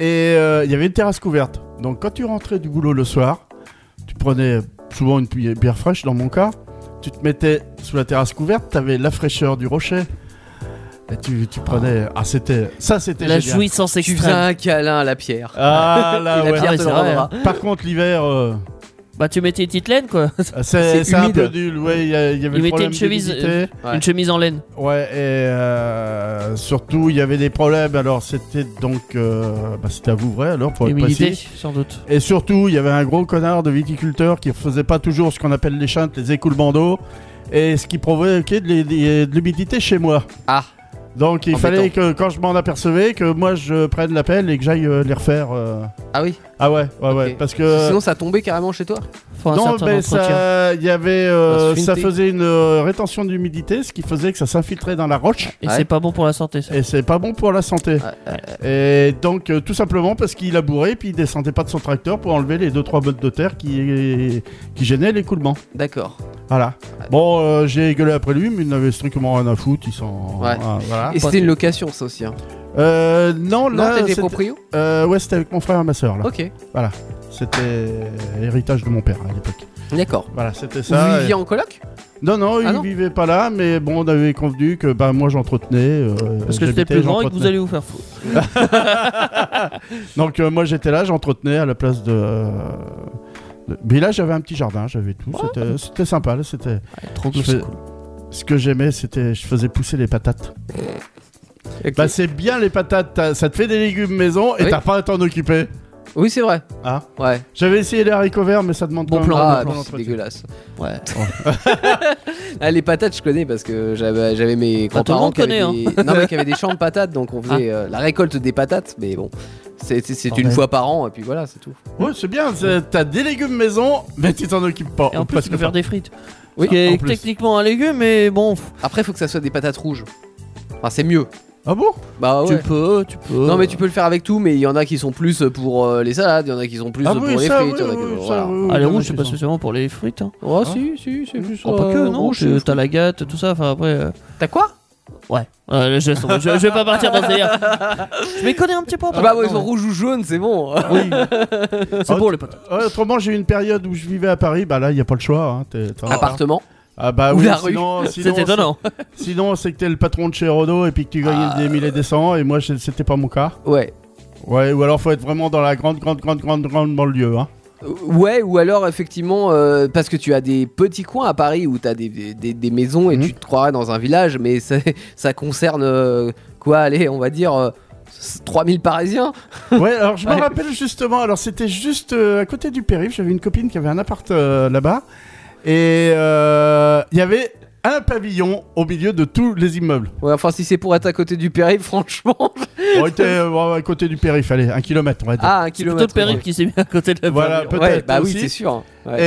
S3: et euh, il y avait une terrasse couverte. Donc quand tu rentrais du boulot le soir, tu prenais souvent une pi- bière fraîche dans mon cas, tu te mettais sous la terrasse couverte, t'avais la fraîcheur du rocher. Et tu, tu prenais. Ah, c'était. Ça, c'était
S5: La
S3: génial.
S5: jouissance
S4: Tu faisais
S5: extrême.
S4: un câlin à la pierre.
S3: Ah
S4: Et
S3: là
S4: la
S3: ouais.
S5: Ah,
S4: pierre
S5: mais
S4: te
S5: c'est
S4: le
S5: vrai,
S4: rendra.
S3: Par contre, l'hiver, euh,
S5: Bah, tu mettais une petite laine, quoi.
S3: Euh, C'est
S4: C'est
S3: c'est un
S4: humide.
S3: peu nul, ouais, il y, a- il y avait
S5: Il
S3: le
S5: mettait
S3: problème
S5: une chemise, euh.
S3: d'humidité.
S4: Ouais.
S5: Une chemise en laine.
S3: Ouais, et euh, surtout, il y avait des problèmes. Alors, c'était donc. euh, bah, c'était à Vouvray, alors, pour être
S5: Humidité,
S3: précis.
S5: sans doute.
S3: Et surtout, il y avait un gros connard de viticulteur qui faisait pas toujours ce qu'on appelle les chantes, les écoulements d'eau, et ce qui provoquait de l'hé- de l'humidité chez moi.
S4: Ah,
S3: Donc il
S4: Embêtant.
S3: fallait que quand je m'en apercevais, que moi je prenne la pelle et que j'aille euh, les refaire. euh.
S4: ah oui.
S3: Ah ouais, ouais, ouais,
S4: Ok.
S3: parce que
S4: Sinon, ça tombait carrément chez toi.
S5: Faut un
S3: non,
S5: certain
S3: mais
S5: entretien.
S3: ça, il y avait, euh,
S4: La
S3: ça
S4: salinité.
S3: faisait une euh, rétention d'humidité, ce qui faisait que ça s'infiltrait dans la roche.
S5: Et
S4: Ouais.
S5: c'est pas bon pour la santé, ça.
S3: Et c'est pas bon pour la santé. Et donc, euh, tout simplement parce qu'il labourait et puis il descendait pas de son tracteur pour enlever les 2-3 bottes de terre qui, qui gênaient l'écoulement.
S4: D'accord.
S3: Voilà. Bon, euh, j'ai gueulé après lui, mais il n'avait strictement rien à foutre. Ils sont.
S4: Ouais.
S3: voilà.
S4: Et c'était une location, ça aussi. Hein.
S3: Euh, non,
S4: Non,
S3: là.
S4: t'étais
S3: c'était- Ah.
S4: proprio
S3: euh, ouais, c'était avec mon frère et ma soeur. Là.
S4: Ok.
S3: C'était héritage de mon père à l'époque.
S4: D'accord.
S3: Voilà, c'était
S4: Vous
S3: ça.
S4: viviez en coloc
S3: Et- Non, non,
S4: Ah
S3: il
S4: non
S3: vivait pas là, mais bon, on avait convenu que bah, moi j'entretenais. euh,
S5: Parce que c'était
S3: j'habitais,
S5: plus grand et que vous
S3: j'entretenais.
S5: allez vous faire foutre.
S3: Donc euh, moi j'étais là, j'entretenais à la place de. euh, de- Mais là j'avais un petit jardin, j'avais tout. C'était- C'était sympa, là, c'était.
S5: trop
S3: je fais- Ce que j'aimais, c'était je faisais pousser les patates.
S4: Ok.
S3: Bah c'est bien les patates, t'as- ça te fait des légumes maison et
S4: Oui.
S3: t'as pas à t'en occuper.
S4: Oui, c'est vrai.
S3: Ah.
S4: Ouais.
S3: J'avais essayé les haricots verts, mais ça demande
S5: Bon
S3: quand
S5: plan,
S3: même
S4: Ah,
S3: un
S4: mais
S3: bon
S4: c'est
S3: entretien.
S4: dégueulasse.
S5: Ouais.
S4: Ah, les patates, je connais parce que j'avais j'avais mes
S5: Bah, tout le
S4: grands-parents
S5: monde
S4: qui, avaient
S5: connaît, Ah.
S4: des- non, mais qui avaient des champs de patates, donc on faisait euh, la récolte des patates, mais bon, c'est c'est- c'est une
S3: Bordel.
S4: fois par an, et puis voilà, c'est tout.
S3: Ouais, c'est bien, c'est- t'as des légumes maison, mais tu t'en occupes pas.
S5: Et en
S3: ou
S5: plus,
S3: presque
S5: tu peux faire
S3: pas.
S5: des frites.
S4: Oui,
S5: qui
S3: en
S5: est
S3: plus.
S5: techniquement un légume, mais bon, pff,
S4: Après, faut que ça soit des patates rouges. Enfin, c'est mieux.
S3: Ah bon
S4: Bah ouais.
S5: tu peux, tu peux.
S3: Euh.
S4: Non, mais tu peux le faire avec tout, mais il y en a qui sont plus pour euh, les salades, il y en a qui sont plus
S3: Ah
S4: pour
S3: oui,
S4: les
S3: ça,
S4: frites,
S3: oui,
S4: il y en a qui.
S3: oui, ça,
S4: voilà.
S3: oui, oui,
S5: Ah, les
S3: il y en a
S5: rouges,
S3: qui
S5: c'est pas
S3: sont-
S5: spécialement pour les frites. Hein.
S4: Oh,
S3: Ah.
S4: si, si, c'est plus.
S5: Oh, pas que,
S4: euh,
S5: non.
S4: rouge,
S5: tu-
S4: je
S5: T'as la gâte, tout ça. Enfin, après. euh,
S4: crois. T'as quoi
S5: Ouais. Euh, le geste, je, je vais pas partir dans ce délire. Je m'y connais un petit peu.
S4: Ah bah, ouais, ils sont rouges ou jaunes, c'est bon.
S3: Oui. Ah,
S5: C'est pour les potes.
S3: Ouais, autrement, j'ai eu une période où je vivais à Paris. Bah là, il n'y a pas le choix. hein, t'es- t'en-
S4: Appartement.
S3: Ah bah
S4: Ou
S3: oui,
S4: la rue.
S3: sinon, sinon,
S5: C'est étonnant.
S3: sinon, c'est que t'es le patron de chez Renault et puis que tu gagnes
S4: Ah.
S3: des mille et des cents. Et moi, je- c'était pas mon cas.
S4: Ouais.
S3: Ouais, ou alors faut être vraiment dans la grande, grande, grande, grande, grande banlieue. Hein.
S4: Euh, Ouais, ou alors effectivement, euh, parce que tu as des petits coins à Paris où tu as des, des- des- des maisons et
S3: Mhm.
S4: tu te croirais dans un village, mais ça, ça concerne euh, quoi Allez, on va dire euh, s- 3000 Parisiens
S3: Ouais, alors je me
S4: Ouais.
S3: rappelle justement. Alors c'était juste euh, à côté du périph. J'avais une copine qui avait un appart euh, là-bas. Et euh, il y avait un pavillon au milieu de tous les immeubles.
S4: Ouais, enfin, si c'est pour être à côté du périph', franchement.
S3: On était euh, bon, à côté du périph. Allez, un kilomètre, on va dire.
S4: Ah, un
S5: C'est plutôt
S4: kilomètre.
S5: le périph' qui s'est mis à côté de la
S3: Voilà,
S5: pavillon.
S3: peut-
S4: Ouais,
S3: peut-être
S4: bah oui,
S3: aussi.
S4: c'est sûr. Ouais.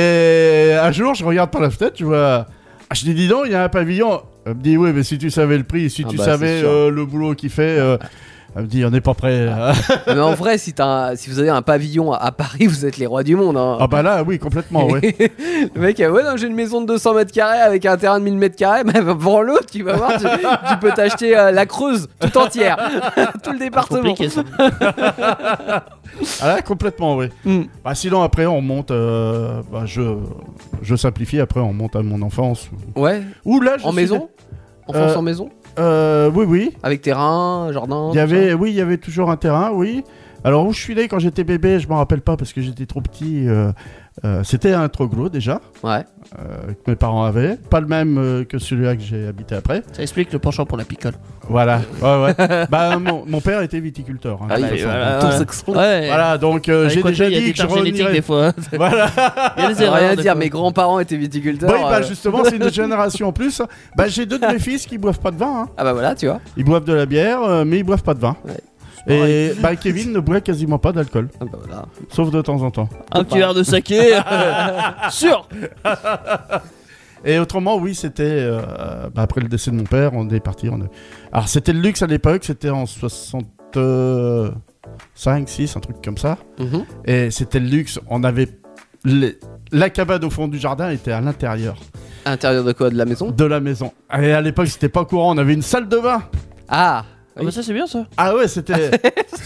S3: Et un jour, je regarde par la fenêtre, je vois. Ah, je dis, dis donc, il y a un pavillon. Elle me dit, oui, mais si tu savais le prix, si
S4: Ah
S3: tu
S4: bah, c'est
S3: savais
S4: sûr.
S3: euh, le boulot qu'il fait. euh, Elle me dit, on n'est pas prêt. Ah.
S4: Mais en vrai, si, t'as un- si vous avez un pavillon à, à Paris, vous êtes les rois du monde. hein.
S3: bah là, oui, complètement, oui.
S4: le mec, euh, ouais, non, j'ai une maison de 200 mètres carrés avec un terrain de 1000 mètres carrés. Mais prends l'autre, tu vas voir, tu, tu peux t'acheter euh, la Creuse tout entière, tout le département.
S5: compliqué ça.
S3: Ah là, complètement, oui.
S4: Mm.
S3: Bah, sinon, après, on monte. euh, bah, je, je simplifie, après, on monte à mon enfance.
S4: Ouais,
S3: Ou là, je
S4: en
S3: suis-
S4: maison Enfance
S3: Euh,
S4: en maison
S3: Euh, Oui, oui.
S4: Avec terrain, jardin
S3: Il y
S4: tout
S3: avait, oui, il y avait toujours un terrain, oui. Alors où je suis né quand j'étais bébé, je m'en rappelle pas parce que j'étais trop petit. euh, euh, c'était un troglo déjà,
S4: ça Ouais.
S3: euh, que mes parents avaient, pas le même euh, que celui-là que j'ai habité après.
S5: Ça explique le penchant pour la picole.
S3: Voilà. Ouais, ouais. bah mon, mon père était viticulteur. hein,
S4: Ah
S3: de
S4: bah,
S3: toute façon.
S5: voilà.
S4: Tout
S5: ouais.
S4: s'explique.
S5: Ouais.
S3: Voilà, donc euh,
S5: Avec
S3: j'ai
S5: quoi
S3: déjà
S5: il y a
S3: dit
S5: des
S3: que je
S5: tares génétiques des
S3: renierais.
S5: fois. Ah,
S3: Voilà.
S5: Il y a des
S4: Rien
S5: erreurs.
S4: à
S5: des
S4: dire,
S5: fois.
S4: mes grands-parents étaient viticulteurs.
S3: Oui, bah
S4: euh,
S3: justement, c'est une génération en plus. Bah j'ai deux de mes fils qui boivent pas de vin. hein.
S4: Ah bah voilà, tu vois.
S3: Ils boivent de la bière, euh, mais ils boivent pas de vin.
S4: Ouais.
S3: Et bah Kevin ne boit quasiment pas d'alcool,
S4: Ah bah voilà.
S3: sauf de temps en temps.
S5: Un petit verre de saké. Sûr.
S3: Et autrement, oui, c'était euh, bah, après le décès de mon père, on est parti. On est- Alors, c'était le luxe à l'époque, c'était en 65, 6, un truc comme ça.
S4: Mhm.
S3: Et c'était le luxe, on avait. les- La cabane au fond du jardin était à l'intérieur
S4: À l'intérieur de quoi De la maison
S3: de la maison. Et à l'époque, c'était pas courant, on avait une salle de bain.
S4: Ah
S5: Ah bah ça c'est bien ça.
S3: Ah ouais, c'était.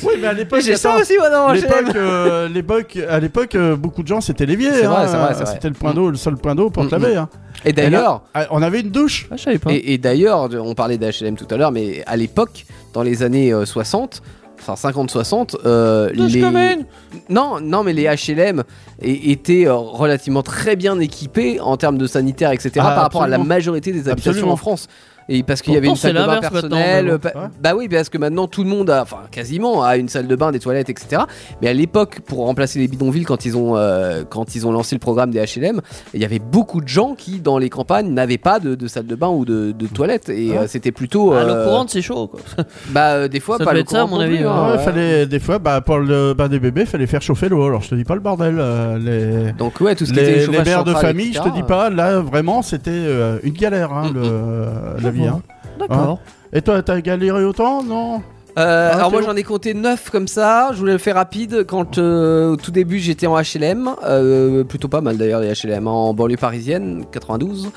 S3: oui, mais à l'époque,
S4: J'ai ça
S3: attends,
S4: aussi, moi, dans
S3: l'époque, euh, l'époque- à l'époque, euh, beaucoup de gens, c'était l'évier.
S4: C'est vrai,
S3: hein.
S4: c'est vrai, c'est vrai.
S3: C'était le point d'eau, le seul point d'eau pour te
S4: Mhm.
S3: laver. hein.
S4: Et
S3: Et là,
S4: d'ailleurs,
S3: ah, on avait une douche.
S5: Ah je savais pas.
S4: et, et d'ailleurs, de- on parlait d'HLM tout à l'heure, mais à l'époque, dans les années euh, 60, enfin 50-60, euh,
S5: Touche
S4: les...
S5: comme une.
S4: Non, non, mais les HLM é- étaient euh, relativement très bien équipés en termes de sanitaire, etc.
S3: Ah,
S4: par rapport à la
S3: absolument.
S4: majorité des habitations
S3: Absolument.
S4: en France. Et parce qu'il y avait
S5: Pourtant,
S4: une salle
S5: c'est
S4: de bain
S5: l'inverse maintenant,
S4: personnelle.
S5: maintenant.
S4: pa-
S3: Ouais.
S4: Bah oui, parce que maintenant tout le monde a, enfin quasiment, a une salle de bain, des toilettes, etc. Mais à l'époque, pour remplacer les bidonvilles, quand ils ont, euh, quand ils ont lancé le programme des HLM, il y avait beaucoup de gens qui, dans les campagnes, n'avaient pas de, de salle de bain ou de, de toilette. Et
S3: Ouais.
S4: euh, c'était plutôt.
S5: Ah, l'eau
S4: euh,
S5: courante, c'est chaud quoi.
S4: Bah, euh, des fois,
S5: Ça
S4: pas
S5: doit
S4: le
S5: être ça, à
S4: courant
S5: mon
S4: non
S5: avis,
S4: plus,
S5: ouais.
S4: hein.
S3: Ouais, fallait, des fois, bah, pour le bain des bébés, fallait faire chauffer l'eau. Alors, je te dis pas le bordel. euh, les...
S4: Donc, ouais, tout ce qui était
S3: les, les
S4: chauffage
S3: mères de
S4: central,
S3: famille, je
S4: etc.,
S3: te dis pas, là vraiment c'était euh, une galère hein,
S4: Mm,
S3: le- euh, la vie. hein.
S5: D'accord.
S3: Et toi, t'as galéré autant Non
S4: Euh,
S3: Ah,
S4: alors moi
S3: Théo
S4: j'en ai compté 9 comme ça, je voulais le faire rapide, quand euh, au tout début j'étais en HLM, euh, plutôt pas mal d'ailleurs les HLM, hein, en banlieue parisienne, 92.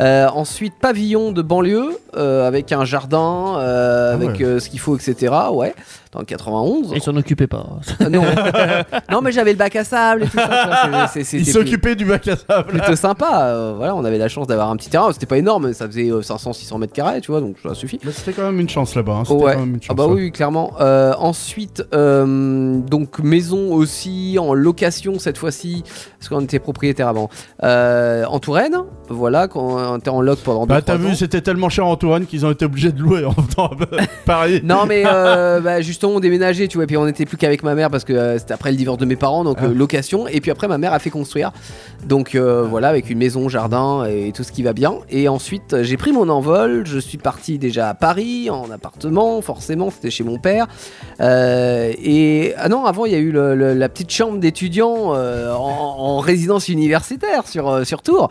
S4: Euh, ensuite pavillon de banlieue, euh, avec un jardin, euh,
S3: Ah ouais.
S4: avec euh, ce qu'il faut, etc. Ouais, dans le 91.
S5: Ils s'en occupaient pas.
S4: Euh, non. non mais j'avais le bac à sable et tout ça. quoi. C'est- c'est- c'était
S3: Il
S4: plus-
S3: s'occupait du bac à sable.
S4: plutôt sympa, euh, voilà, on avait la chance d'avoir un petit terrain, c'était pas énorme, ça faisait euh, 500-600 mètres carrés, tu vois, donc ça suffit.
S3: Mais c'était quand même une chance là-bas. hein, c'était
S4: Ouais.
S3: quand même une
S4: Ah
S3: chance,
S4: bah
S3: ouais.
S4: oui, oui, clairement. Euh, ensuite, euh, donc maison aussi en location cette fois-ci, parce qu'on était propriétaire avant. Euh, en Touraine, voilà, quand on était en loc pendant
S3: Bah
S4: deux, trois
S3: t'as vu,
S4: ans.
S3: c'était tellement cher Antoine qu'ils ont été obligés de louer en venant à Paris.
S4: Non mais euh, bah, justement on déménageait tu vois et puis on n'était plus qu'avec ma mère parce que euh, c'était après le divorce de mes parents donc
S3: Ah.
S4: euh, location et puis après ma mère a fait construire donc euh, voilà avec une maison jardin et tout ce qui va bien et ensuite euh, j'ai pris mon envol je suis parti déjà à Paris en appartement forcément c'était chez mon père Euh, et ah non avant il y a eu le- le- la petite chambre d'étudiants euh, en, en résidence universitaire sur euh, sur Tours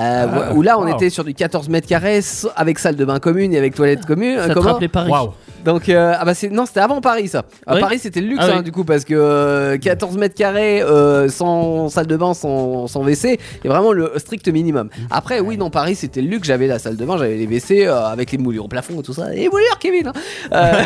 S4: euh,
S3: Ah,
S4: où là on
S3: wow.
S4: était sur du 14 mètres carrés so- avec salle de bain commune et avec toilette commune euh,
S5: Ça te
S4: commun.
S5: rappelait Paris.
S3: Waouh.
S4: Donc euh, ah bah c'est non c'était avant Paris ça. À
S5: Oui.
S4: Paris c'était le luxe
S5: Ah oui.
S4: hein, du coup parce que euh, 14 mètres carrés euh, sans salle de bain sans, sans WC c'est vraiment le strict minimum. Après oui non Paris c'était le luxe j'avais la salle de bain j'avais les WC euh, avec les moulures au plafond et tout ça et les moulures Kevin. hein. Euh,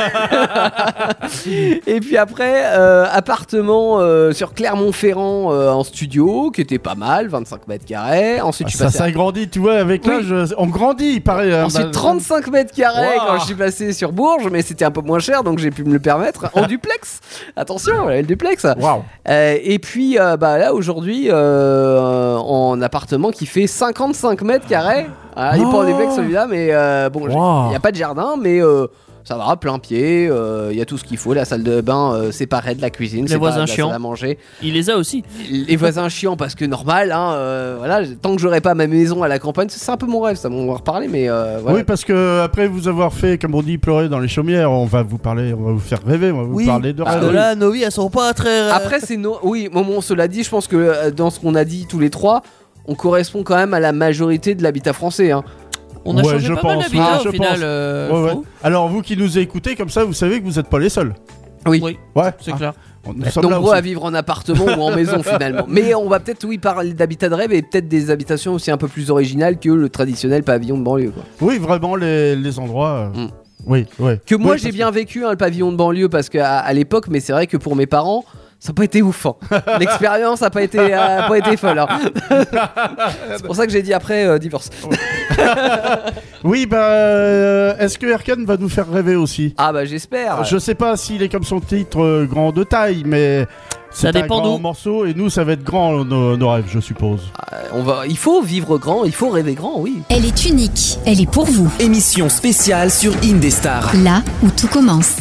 S4: et puis après euh, appartement euh, sur Clermont-Ferrand euh, en studio qui était pas mal 25 mètres carrés ensuite
S3: Ah,
S4: je suis
S3: ça
S4: passé à
S3: ça grandit, tu vois, avec
S4: Oui.
S3: l'âge, on grandit, pareil. hein,
S4: Ensuite,
S3: bah-
S4: 35 mètres carrés
S3: Wow.
S4: quand je suis passé sur Bourges, mais c'était un peu moins cher, donc j'ai pu me le permettre en duplex. Attention, on avait le duplex.
S3: Waouh.
S4: Euh, et puis, euh, bah, là, aujourd'hui, euh, en appartement qui fait 55 mètres carrés. Ah, Il est pas en
S3: Oh.
S4: duplex celui-là, mais euh, bon, j'ai- il
S3: Wow.
S4: n'y a pas de jardin, mais euh, ça va, plein pied, euh, il y a tout ce qu'il faut, la salle de bain euh, séparée de la cuisine,
S5: Les
S4: séparée
S5: voisins
S4: de la salle
S5: chiants.
S4: à manger
S5: Il les a aussi.
S4: les voisins chiants parce que normal hein, euh, voilà tant que j'aurai pas ma maison à la campagne c'est un peu mon rêve ça on va en reparler mais euh, voilà.
S3: Oui, parce que après vous avoir fait, comme on dit, pleurer dans les chaumières, on va vous parler, on va vous faire rêver, on va vous parler de
S4: Ah,
S5: parce
S3: rêve.
S5: que là, nos vies, elles sont pas très. euh,
S4: après c'est nos oui bon, bon, cela dit je pense que euh, dans ce qu'on a dit tous les trois on correspond quand même à la majorité de l'habitat français hein.
S5: on a
S3: Ouais,
S5: changé
S3: je
S5: pas mal
S3: pense,
S5: d'habitat
S3: ouais,
S5: au
S3: je
S5: final.
S3: pense.
S5: euh,
S3: Ouais, ouais.
S5: je trouve.
S3: Alors vous qui nous écoutez comme ça, vous savez que vous n'êtes pas les seuls.
S4: oui,
S5: Oui,
S3: Ouais.
S5: c'est
S3: Ah,
S5: clair.
S3: on- nous sommes
S4: Donc
S3: là
S4: nombreux
S3: aussi.
S4: à vivre en appartement ou en maison finalement mais on va peut-être oui parler d'habitat de rêve et peut-être des habitations aussi un peu plus originales que le traditionnel pavillon de banlieue quoi.
S3: Oui, vraiment les, les endroits. euh,
S4: Mm.
S3: Oui, oui.
S4: que moi
S3: Oui,
S4: j'ai
S3: parce
S4: bien vécu hein, le pavillon de banlieue parce que à, à l'époque mais c'est vrai que pour mes parents ça n'a pas été ouf. hein. L'expérience n'a pas été, euh, pas été folle. hein. c'est pour ça que j'ai dit après euh, divorce.
S3: Oui, bah, euh, est-ce que Erkan va nous faire rêver aussi
S4: Ah bah j'espère.
S3: Je sais pas s'il est comme son titre euh, grand de taille, mais c'est
S5: Ça dépend
S3: un grand
S5: d'où.
S3: morceau et nous ça va être grand nos, nos rêves, je suppose.
S4: Euh, On va, il faut vivre grand, il faut rêver grand, oui.
S2: Elle est unique, elle est pour vous,
S1: Émission spéciale sur Indestar.
S2: là où tout commence.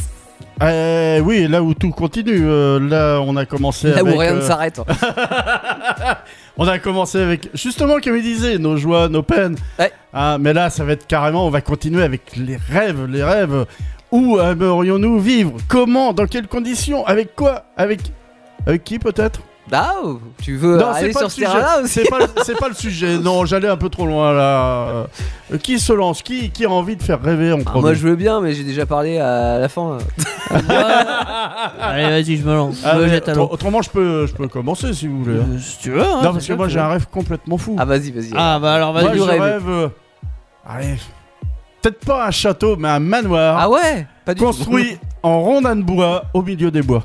S3: Euh, oui, là où tout continue, euh, là on a commencé
S4: Là
S3: avec.
S4: où rien ne
S3: euh,
S4: s'arrête. hein.
S3: on a commencé avec justement comme il disait nos joies, nos peines.
S4: Ouais.
S3: Ah, mais là ça va être carrément, on va continuer avec les rêves, les rêves. Où aimerions-nous vivre Comment Dans quelles conditions Avec quoi Avec avec qui peut-être
S4: Ah, oh, tu veux
S3: Non,
S4: aller
S3: c'est pas
S4: sur
S3: le
S4: ce
S3: sujet.
S4: terrain-là aussi
S3: C'est pas, c'est pas le sujet. Non, j'allais un peu trop loin là. Euh, qui se lance qui, qui a envie de faire rêver en
S4: Ah,
S3: premier
S4: Moi je veux bien, mais j'ai déjà parlé à la fin.
S5: Allez, vas-y, je me lance. Je
S3: Ah,
S5: me
S3: mais
S5: jette à
S3: autre-
S5: l'eau.
S3: Autrement, je peux, je peux commencer si vous voulez. hein.
S5: Euh, Si tu veux. hein,
S3: non,
S5: c'est
S3: parce que
S5: sûr,
S3: moi
S5: tu
S3: j'ai
S5: veux.
S3: un rêve complètement fou.
S4: Ah vas-y, vas-y.
S5: Ah, bah alors,
S3: moi
S5: vas-y.
S4: du
S3: je
S4: rêve.
S3: rêve. euh, allez, peut-être pas un château, mais un manoir
S4: Ah ouais Pas du tout.
S3: construit en rondin de bois au milieu des bois.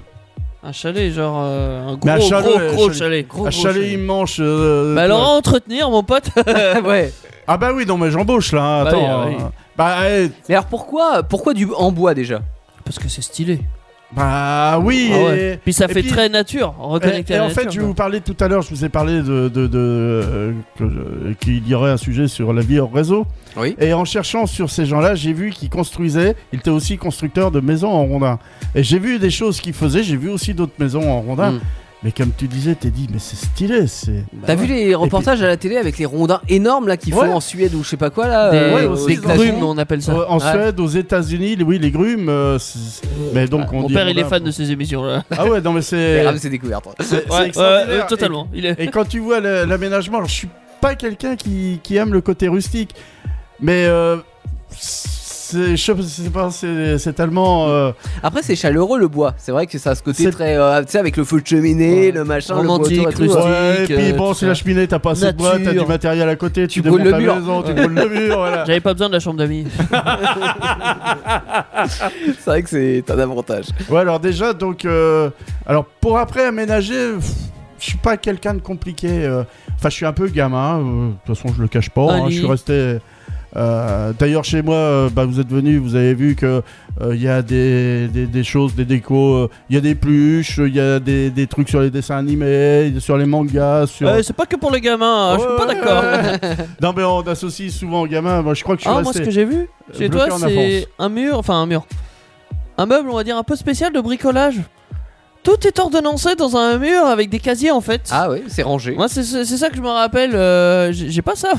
S5: Un chalet, genre. euh, un gros,
S3: Mais un chalet,
S5: gros,
S3: un
S5: gros
S3: chalet.
S5: chalet. gros,
S3: un
S5: gros
S3: chalet immense. euh,
S5: Oh, Bah
S3: toi.
S5: alors, à entretenir, mon pote.
S4: ouais.
S3: Ah bah oui, non mais j'embauche là. hein,
S5: Bah
S3: attends.
S5: oui, ah oui.
S3: euh, Bah, eh,
S4: Mais alors pourquoi, pourquoi du en bois déjà
S5: Parce que c'est stylé.
S3: Bah oui.
S5: Ah
S3: et-
S5: ouais. Puis ça
S3: et
S5: fait
S3: puis-
S5: très nature, reconnecté
S3: et, et
S5: à la
S3: en fait,
S5: nature,
S3: je vais vous parler tout à l'heure, je vous ai parlé de, de- de- euh, que- euh, qu'il y aurait un sujet sur la vie hors réseau.
S4: Oui.
S3: Et en cherchant sur ces gens-là, j'ai vu qu'ils construisaient, ils étaient aussi constructeurs de maisons en rondin. Et j'ai vu des choses qu'ils faisaient, j'ai vu aussi d'autres maisons en rondin.
S5: Hmm.
S4: Mm.
S3: Mais comme tu disais, t'es dit, mais c'est stylé, c'est...
S5: Bah
S4: T'as vu les reportages à la télé avec les rondins énormes là qu'ils font
S3: Ouais.
S4: en Suède ou je sais pas quoi là
S5: quoi. Des,
S4: euh,
S3: ouais,
S4: aux
S3: aussi,
S5: des
S3: ils ont-
S4: États-Unis.
S5: grumes, on appelle ça.
S3: Euh, en
S4: Ouais.
S3: Suède, aux États-Unis, les- oui, les grumes. euh, c'est- mais donc on
S5: Bah, Mon
S3: dit
S5: père, il est
S3: rondin.
S5: fan de ces émissions-là.
S3: Ah ouais, non mais
S4: Les
S3: c'est.
S4: rames, c'est découverte.
S3: c'est- c'est
S5: Ouais, ouais,
S3: extraordinaire.
S5: ouais, totalement. Il est...
S3: Et quand tu vois le- l'aménagement, alors je suis pas quelqu'un qui, qui aime le côté rustique, mais euh, c'est, je sais pas, c'est, c'est tellement. euh,
S4: Après, c'est chaleureux le bois. C'est vrai que ça a ce côté
S3: C'est-
S4: très. euh, tu sais, avec le feu de cheminée,
S5: Ouais.
S4: le machin,
S5: Romantique,
S4: le bois autour et tout,
S5: rustique,
S4: ouais.
S3: ouais, et puis
S5: euh,
S3: bon,
S5: tout
S3: c'est
S5: ça.
S3: la cheminée, t'as pas assez de bois, t'as
S5: Nature.
S3: du matériel à côté, tu,
S4: Tu brûles
S3: démontes
S4: le
S3: ta
S4: mur.
S3: maison, tu brûles le mur, voilà.
S5: J'avais pas besoin de la chambre d'amis.
S4: C'est vrai que c'est un avantage.
S3: Ouais, alors déjà, donc, euh, alors pour après aménager, pff, je suis pas quelqu'un de compliqué. euh. Enfin, je suis un peu gamin. euh, De toute façon, je le cache pas.
S5: Un
S3: hein, je
S5: lit.
S3: suis resté. euh, D'ailleurs, chez moi, euh, bah, vous êtes venus, vous avez vu que euh, il y a des, des, des choses, des décos. euh, Il y a des peluches, il y a des, des trucs sur les dessins animés, sur les mangas, sur.
S5: Euh, c'est pas que pour les gamins, hein, je suis pas
S3: Ouais,
S5: d'accord.
S3: ouais, ouais. non, mais on associe souvent aux gamins. Moi, je crois que je suis
S5: Ah, moi, ce
S3: resté.
S5: que j'ai vu chez
S3: bloqué
S5: toi,
S3: en
S5: c'est un mur, enfin un mur, un meuble, on va dire, un peu spécial de bricolage. Tout est ordonnancé dans un mur avec des casiers en fait.
S4: Ah oui, c'est rangé.
S5: Moi, c'est c'est- c'est ça que je me rappelle. euh, j'ai j'ai pas ça.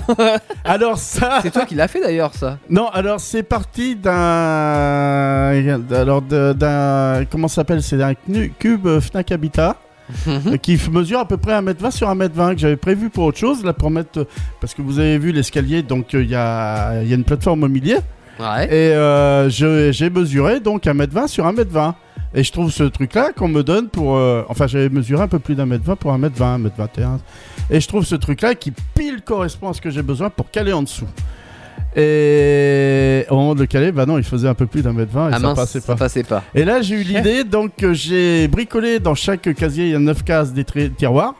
S3: Alors ça.
S4: C'est toi qui l'as fait d'ailleurs, ça.
S3: Non, alors c'est parti d'un. Alors de- d'un. Comment ça s'appelle C'est d'un cnu- cube euh, Fnac Habitat. euh, qui f- mesure à peu près 1m20 sur 1m20 que j'avais prévu pour autre chose là pour mettre euh, parce que vous avez vu l'escalier donc euh, il y, a, il y a une plateforme au milieu
S4: Ouais.
S3: et euh, je- j'ai mesuré donc 1m20 sur 1m20 et je trouve ce truc là qu'on me donne pour euh, enfin j'avais mesuré un peu plus d'1m20 pour 1m20 1m21 et je trouve ce truc là qui pile correspond à ce que j'ai besoin pour caler en dessous et au moment de le caler bah non il faisait un peu plus d'1m20 et
S4: Ah
S3: ça
S4: mince,
S3: passait pas
S4: ça passait pas.
S3: et là, j'ai eu l'idée, donc euh, j'ai bricolé dans chaque casier, il y a 9 cases des tri- tiroirs.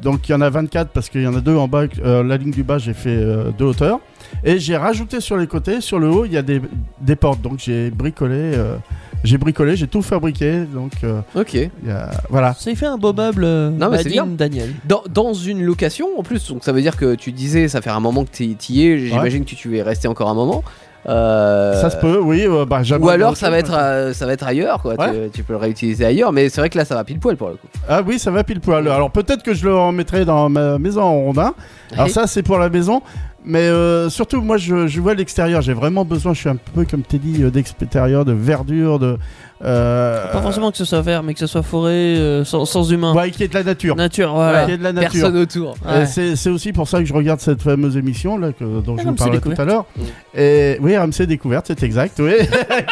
S3: Donc il y en a 24 parce qu'il y en a deux en bas, euh, la ligne du bas, j'ai fait euh, deux hauteurs. Et j'ai rajouté sur les côtés, sur le haut, il y a des, des portes. Donc j'ai bricolé, euh, j'ai bricolé, j'ai tout fabriqué. Donc euh,
S4: Ok.
S3: il y a- voilà.
S5: Ça fait un beau meuble. euh,
S4: Non, mais c'est
S5: Nadine,
S4: bien.
S5: Daniel.
S4: Dans, dans une location en plus, donc ça veut dire que tu disais, ça fait un moment que t'y t'y es, j'imagine que tu es resté encore un moment. Euh,
S3: Ça se peut, oui. euh, bah,
S4: Ou
S3: j'abandonne
S4: alors
S3: autre
S4: ça va,
S3: chose.
S4: être, euh, ça va être ailleurs, quoi.
S3: Ouais.
S4: Tu, tu peux le réutiliser ailleurs, mais c'est vrai que là ça va pile poil pour le coup.
S3: Ah oui, ça va pile poil. Alors peut-être que je le remettrai dans ma maison en rondin. Alors
S4: Oui.
S3: ça, c'est pour la maison. Mais euh, surtout, moi, je, je vois l'extérieur. J'ai vraiment besoin, je suis un peu comme t'es dit, euh, d'extérieur, de verdure, de... euh,
S5: Pas forcément que ce soit vert, mais que ce soit forêt, euh, sans, sans humain.
S3: Ouais, qui est de la nature.
S5: Nature, voilà.
S3: Qui est de la nature.
S4: Personne autour.
S3: Euh,
S5: Ouais. Ah,
S3: C'est c'est aussi pour ça que je regarde cette fameuse émission là, que, dont je vous
S5: RMC
S3: parlais tout à l'heure.
S4: Mm.
S3: Et oui, RMC Découverte, c'est exact, oui,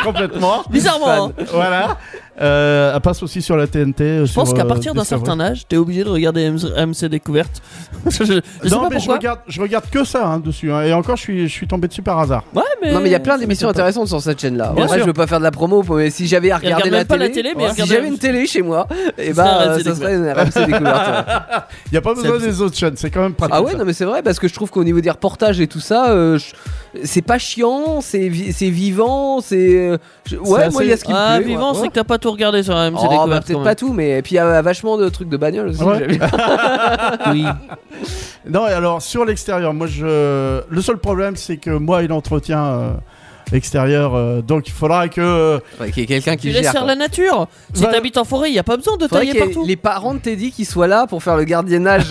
S3: complètement.
S5: Bizarrement, hein.
S3: voilà. Euh, elle passe aussi euh, sur la TNT.
S5: je pense qu'à partir d'un certain âge, t'es obligé de regarder MC Découverte. je, je sais
S3: Non,
S5: pas
S3: mais je
S5: pourquoi.
S3: regarde, je regarde que ça hein, dessus. hein. Et encore, je suis, je suis tombé dessus par hasard.
S5: Ouais, mais
S4: Non mais il y a plein
S5: ça
S4: d'émissions
S5: m'étonne Euh, pas.
S4: intéressantes sur cette chaîne là.
S5: Bien
S4: Moi
S5: sûr.
S4: je veux pas faire de la promo, mais si j'avais à
S5: Elle regarde
S4: regarder la
S5: même pas
S4: télé,
S5: la télé, mais elle
S4: si
S5: regarde
S4: j'avais
S5: la-
S4: une télé chez moi, et
S5: Ça serait
S4: bah
S5: RMC
S4: euh, ça serait une RMC découverte. ouais.
S3: Il n'y a pas besoin
S5: C'est-
S3: des autres chaînes, c'est quand même pratique.
S4: Ah ouais,
S3: ça.
S4: non mais c'est vrai parce que je trouve qu'au niveau des reportages et tout ça, euh, je- c'est pas chiant, c'est vi- c'est vivant, c'est euh, je- ouais,
S3: C'est
S4: moi il y a ce qui me
S5: Ah,
S4: plaît,
S5: vivant,
S4: ouais.
S5: c'est que t'as pas tout regardé sur MC
S4: Oh, bah,
S5: Découverte.
S4: peut-être pas tout, mais et puis il y a vachement de trucs de bagnole aussi.
S3: Ah ouais.
S4: j'avais-
S5: pas Oui.
S3: Non, et alors sur l'extérieur, moi je. Le seul problème, c'est que moi et l'entretien euh, extérieur, euh, donc il faudra que. euh,
S4: Ouais, qu'il y ait quelqu'un qui
S5: Tu laisses
S4: gère.
S5: faire
S4: quoi. Bah,
S5: la nature. Si
S3: Voilà.
S5: t'habites en forêt, il y a pas besoin de
S4: Faudrait
S5: tailler
S4: qu'il y ait
S5: partout.
S4: les parents de Teddy qui soient là pour faire le gardiennage.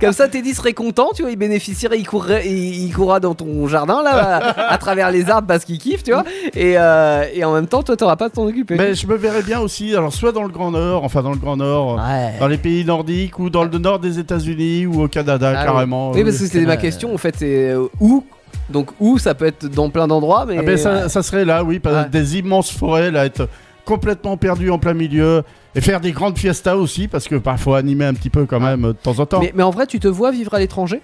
S4: Comme ça, Teddy serait content, tu vois, il bénéficierait, il courrait, il, il courra dans ton jardin là, à, à travers les arbres parce qu'il kiffe, tu vois. Et, euh, et en même temps, toi, t'auras pas à t'en occuper.
S3: Mais Ben, je me verrais bien aussi, alors soit dans le Grand Nord, enfin dans le Grand Nord, euh,
S4: Ouais.
S3: dans les pays nordiques, ou dans le Nord des États-Unis, ou au Canada,
S4: Ah oui.
S3: carrément.
S4: Oui,
S3: euh,
S4: parce que c'était ma question en fait, c'est euh, où Donc où ça peut être dans plein d'endroits, mais.
S3: Ah ben, ça, ça serait là, oui, pas-
S4: Ouais.
S3: des immenses forêts, là, être complètement perdu en plein milieu, et faire des grandes
S4: Ah.
S3: fiestas aussi, parce que parfois animer un petit peu quand même euh, de temps en temps.
S4: mais, mais en vrai, tu te vois vivre à l'étranger